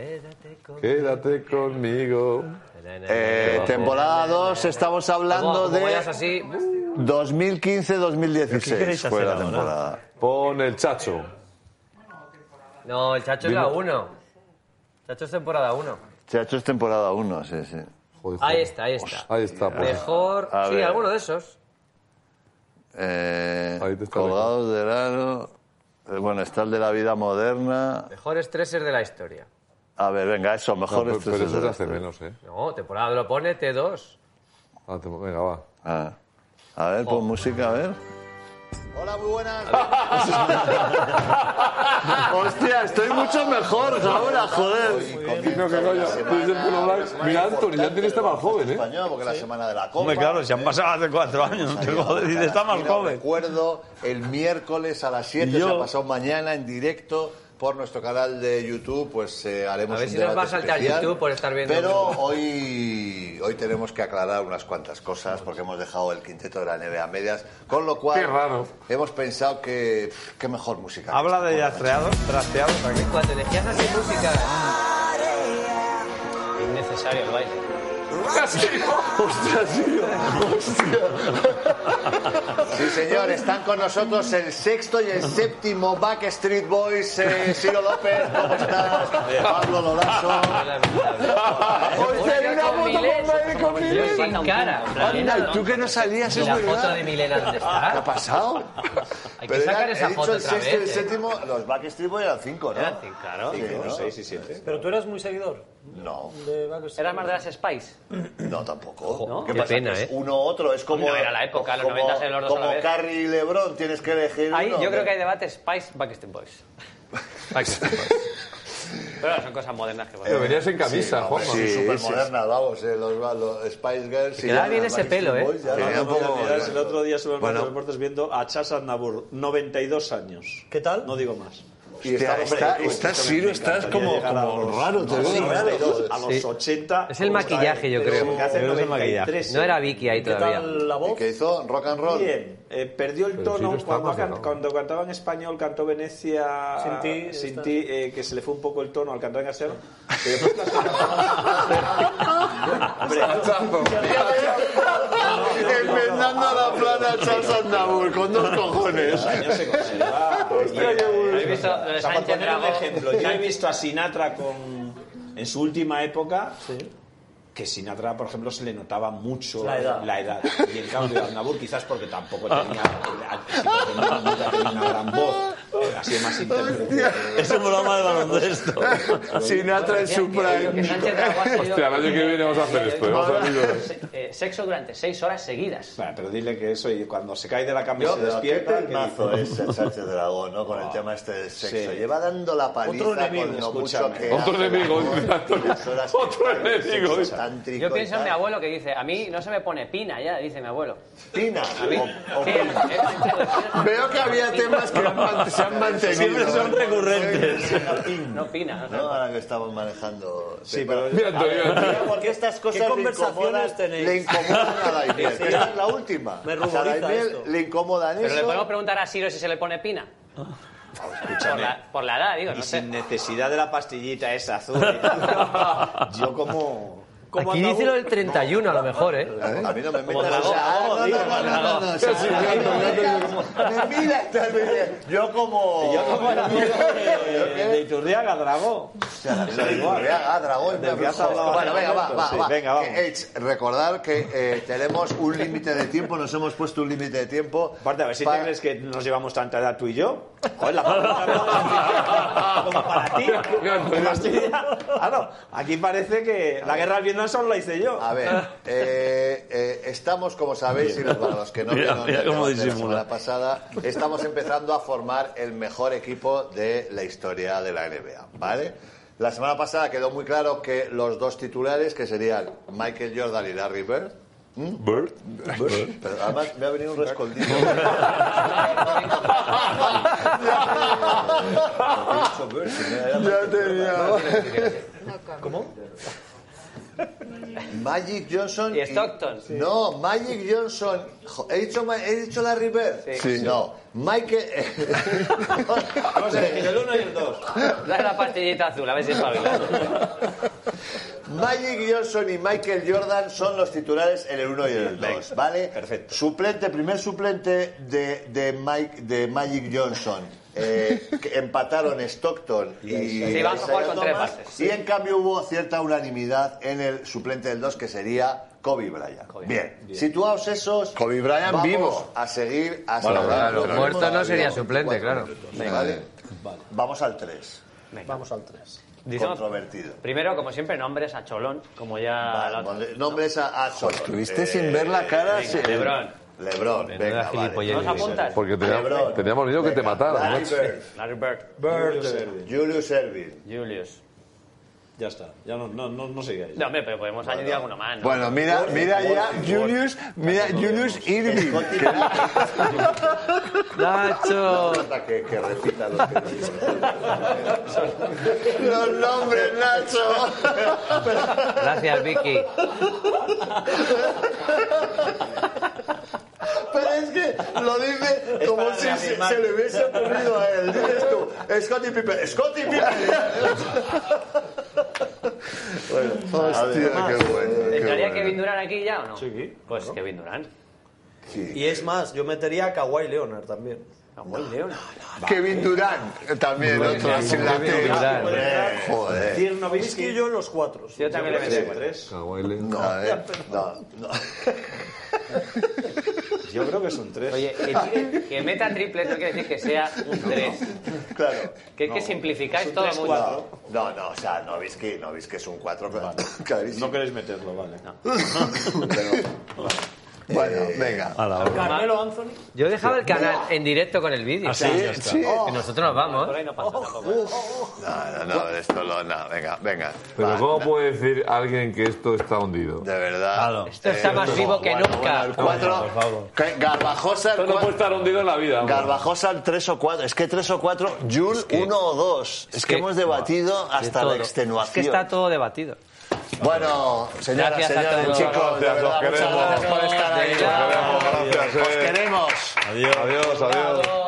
Quédate con- quédate conmigo. Eh, temporada 2, estamos hablando Como- como vayas de así, uh, 2015-2016. ¿Pero qué queréis fue hacer la ahora? temporada. Pon el chacho. No, el Chacho es la 1. Chacho es temporada 1. Se ha hecho es temporada 1, sí, sí. Joder, Ahí joder. está, ahí está. Ahí está, pues. Mejor. Ah. A Sí, ver. alguno de esos. Eh, Ahí te está colgados del aro. Eh, Bueno, está el de la vida moderna. Mejores treses de la historia. A ver, venga, eso, No, mejor Ah, pero, esto es pero eso el se hace resto. menos, ¿eh? No, temporada lo pone T2. Ah, te- Venga, va. Ah. A ver, Oh. pon música, a ver. Hola, muy buenas. Hostia, estoy mucho mejor ahora, joder. Coño, qué coño. Tú dices pelo blanco. Mira, Anthony, ya tienes más joven, ¿eh? Español, porque la semana de la Copa. Hombre, claro, se han pasado hace cuatro años. No te jodes, dices, está más Mira, joven. Recuerdo el miércoles a las 7, Yo- se ha pasado mañana en directo por nuestro canal de YouTube, pues eh, haremos A ver un si nos debate va a saltar especial. YouTube por estar viendo Pero el hoy, hoy tenemos que aclarar unas cuantas cosas porque hemos dejado el quinteto de la nieve a medias, con lo cual Qué raro. hemos pensado que pff, qué mejor música. Habla de rastreados, trasteados. aquí. Cuando elegías así música. Ah. Innecesario el baile. Hostia, tío. Sí, señor, están con nosotros el sexto y el séptimo Backstreet Boys. Eh, Ciro López, ¿cómo estás? Pablo Lorazo. Hostia, hay una foto con Miley, con Yo Miley. sin cara. Anda, y tú que no salías, ¿Y es la foto verdad. Ah, de Milena dónde ¿Qué ha está? pasado? Hay que Pero sacar era- esa he dicho foto el otra sexto y el vez. ¿eh? séptimo, los Backstreet Boys eran cinco, ¿no? Eran cinco, claro. Sí, ¿no? Seis y siete. Pero tú eras muy seguidor No, de Backstreet. Era más de las Spice. no, tampoco. ¿No? ¿Qué Qué pasa? pena, Pues ¿eh? Uno otro, es como... No, era la época, los como- 90 eran los dos a la Como vez. Carrie y LeBron, tienes que elegir Ahí uno, yo creo ¿no? que hay debate Spice Backstreet Boys. Pero son cosas modernas que Pero pasan. venías en camisa, no, Juanma. Sí, Sí, súper sí. moderna, vamos, eh, los, los Spice Girls. y queda ya bien los ese Backstreet pelo, ¿eh? Boys, ya Sí, no- No, un no, poco- mira, el otro día sube el Bueno. bueno. deportes viendo a Chas Aznavour, 92 años. ¿Qué tal? No digo más. Y Hostia, hombre, está- tú, estás, esto me Ciro, encanta. estás como, llegar a como los- raro, te veo raro. a los 80. Es el ¿cómo maquillaje, está él? yo Pero creo. lo que hace Yo creo que es el 93, maquillaje. No era Vicky ahí ¿Qué todavía. tal la ¿Y voz? que hizo rock and roll. Bien, eh, perdió el Pero tono Ciro está cuando, emocionado. can- cuando cantaba en español, cantó Venecia Sin ti, sin está. ti, eh, que se le fue un poco el tono al cantar en castellano. Enmendando la plana Charles Nabur con dos cojones. ¿Habéis visto lo de O sea, por Sánchez poner un Dragó? ejemplo, yo he visto a Sinatra con, en su última época. Que Sinatra, por ejemplo, se le notaba mucho La edad. Y en cambio, Aznavour, quizás porque tampoco tenía, eh, nunca tenía una gran voz. eh, Así más interpretativa. Es un programa de baloncesto. Sinatra en su Que prime. Sánchez Dragó ha sido- Hostia, el año que viene vamos a hacer esto, ¿eh? Vamos a hacer Se- eh, Sexo durante seis horas seguidas. Bueno, pero dile que eso, y cuando se cae de la cama y Yo, se pero qué despierta. que temazo dice, es el Sánchez Dragón, ¿no? Con el tema este del sexo. Sí. Lleva dando la paliza Otro enemigo, con lo mucho escúchame. que Otro hace el enemigo, amor Antonio. y las horas que Otro está en el sexo enemigo, dice. tántrico Yo y pienso en mi tal. abuelo que dice, a mí no se me pone pina ya, dice mi abuelo. Tina. o- o Sí, eh. Pina. es- es- Veo que había temas que han man- se han mantenido. Siempre son recurrentes. No pina, No, ahora que estamos manejando. Sí, pero Mira, Antonio. Porque estas cosas le conversaciones incomodan- tenéis? Le incomodan a Daimiel. Sí, sí. Esta es la última. Me O sea, a ruboriza Daimiel esto. le incomodan Pero le eso. podemos preguntar a Siro si se le pone pina. Por la, por la edad, digo, Y no sé. sin necesidad de la pastillita esa azul. y tal. Yo como... como Aquí andaba- dice lo del 31 a lo mejor, ¿eh? A mí no me metas. Dragón, o sea, como ah, no, no, no, no, no, no, o sea, Sí, a mí no sí, me metas- me miras, tal vez, Yo como. Yo como el amigo Eh, de, de Iturriaga, Dragó. Venga, dragón, Del que has hablado Bueno, hace venga, va, momento, va, sí. va. Venga, vamos. Eh, Edge, recordar que eh, tenemos un límite de tiempo, nos hemos puesto un límite de tiempo. Aparte, a ver si Pa- te crees que nos llevamos tanta edad tú y yo. Joder, la pregunta como para ti. Mira, Antonio. Me fastidia. Claro, aquí parece que la guerra al Vietnam solo la hice yo. A ver, eh, eh, estamos, como sabéis, y para los que no Mira, vieron mira el cómo debate de la disimula. semana pasada, estamos empezando a formar el mejor equipo de la historia de la NBA, ¿vale? La semana pasada quedó muy claro que los dos titulares, que serían Michael Jordan y Larry Bird, Bird. pero además me ha venido un rescoldillo. Ya tenía. Magic Johnson Y Stockton. No, Magic Johnson. Jo- He dicho, Ma- he dicho la River. Sí. No, Michael. eh, Vamos a elegir el uno y el dos. Dale la pastillita azul, a ver si es Magic Johnson y Michael Jordan son los titulares en el 1 y en el 2, ¿vale? perfecto. Suplente, primer suplente de, de, Mike, de Magic Johnson. eh, que empataron Stockton y Sí, van a jugar con tres Isaiah Thomas, bases. Y en cambio hubo cierta unanimidad en el suplente del 2 que sería Kobe Bryant. Bien. situados esos, Kobe Bryant vamos vivo. a seguir hasta Bueno, el claro, último muerto no avión. sería suplente, Cuatro claro. minutos, ¿vale? Vamos al 3. Vamos al 3. Dicemos- controvertido. Primero, como siempre, nombres a Cholón, como ya... la otra. Nombres a, a Solo. Eh, Estuviste sin ver la cara. venga, sí. Lebron. Lebron, venga, vale. Ah, ¿Nos apuntas? Porque tenía- Lebron. teníamos miedo que te mataran. Larry macho. Bird. Larry Bird. Julius Erving. Julius. Ya está, ya no, no, no, no sigáis. No, hombre, pero podemos añadir alguno más, ¿no? Bueno, mira, mira ya Julius, mira Julius Irving. Nacho. Falta que, que repita los que no dicen. Los nombres, Nacho. Gracias, Vicky. Pero es que lo dice como si se, se le hubiese ocurrido a él. Dices tú, Scotty Pippen, Scotty Pippen. bueno, Hostia, qué bueno. ¿Entraría bueno. Kevin Durant aquí ya o no? Sí. Pues Kevin Durant. Y es más, yo metería a Kawhi Leonard también. Kawhi Leonard. Kevin Durant, eh, también Bueno, otro Kevin sin la T. Durant. Hombre, Joder. Es que yo los cuatro. Yo también le metería. No, eh, no, no. Yo creo que son tres. Oye, que, tire- que meta triples no quiere decir que sea un 3. Claro. Que es que simplificáis todo mucho. No, no, o sea, no veis que, no veis que es un 4 clarísimo. No queréis meterlo, vale. Pero- bueno, venga. Carmelo Anthony. Yo dejaba el canal en directo con el vídeo. Ah, sí, ya está. Sí. Y nosotros nos vamos. Por No, no, no, esto lo, no, venga, venga. Pero ¿cómo puede decir alguien que esto está hundido? De verdad. Eh, Esto está más vivo que nunca. El 4. Garbajosa el Esto no puede 4. estar hundido en la vida. hombre. Garbajosa el 3 o 4. Es que 3 o 4, Jul 1 o 2. Es, que, hemos debatido De hasta todo. la extenuación. Es que está todo debatido. Bueno, señoras, Gracias a señores, todos. chicos, de Gracias, verdad, os muchas queremos. gracias por estar ahí. Pues Os queremos, gracias, Os eh. queremos. Adiós, adiós.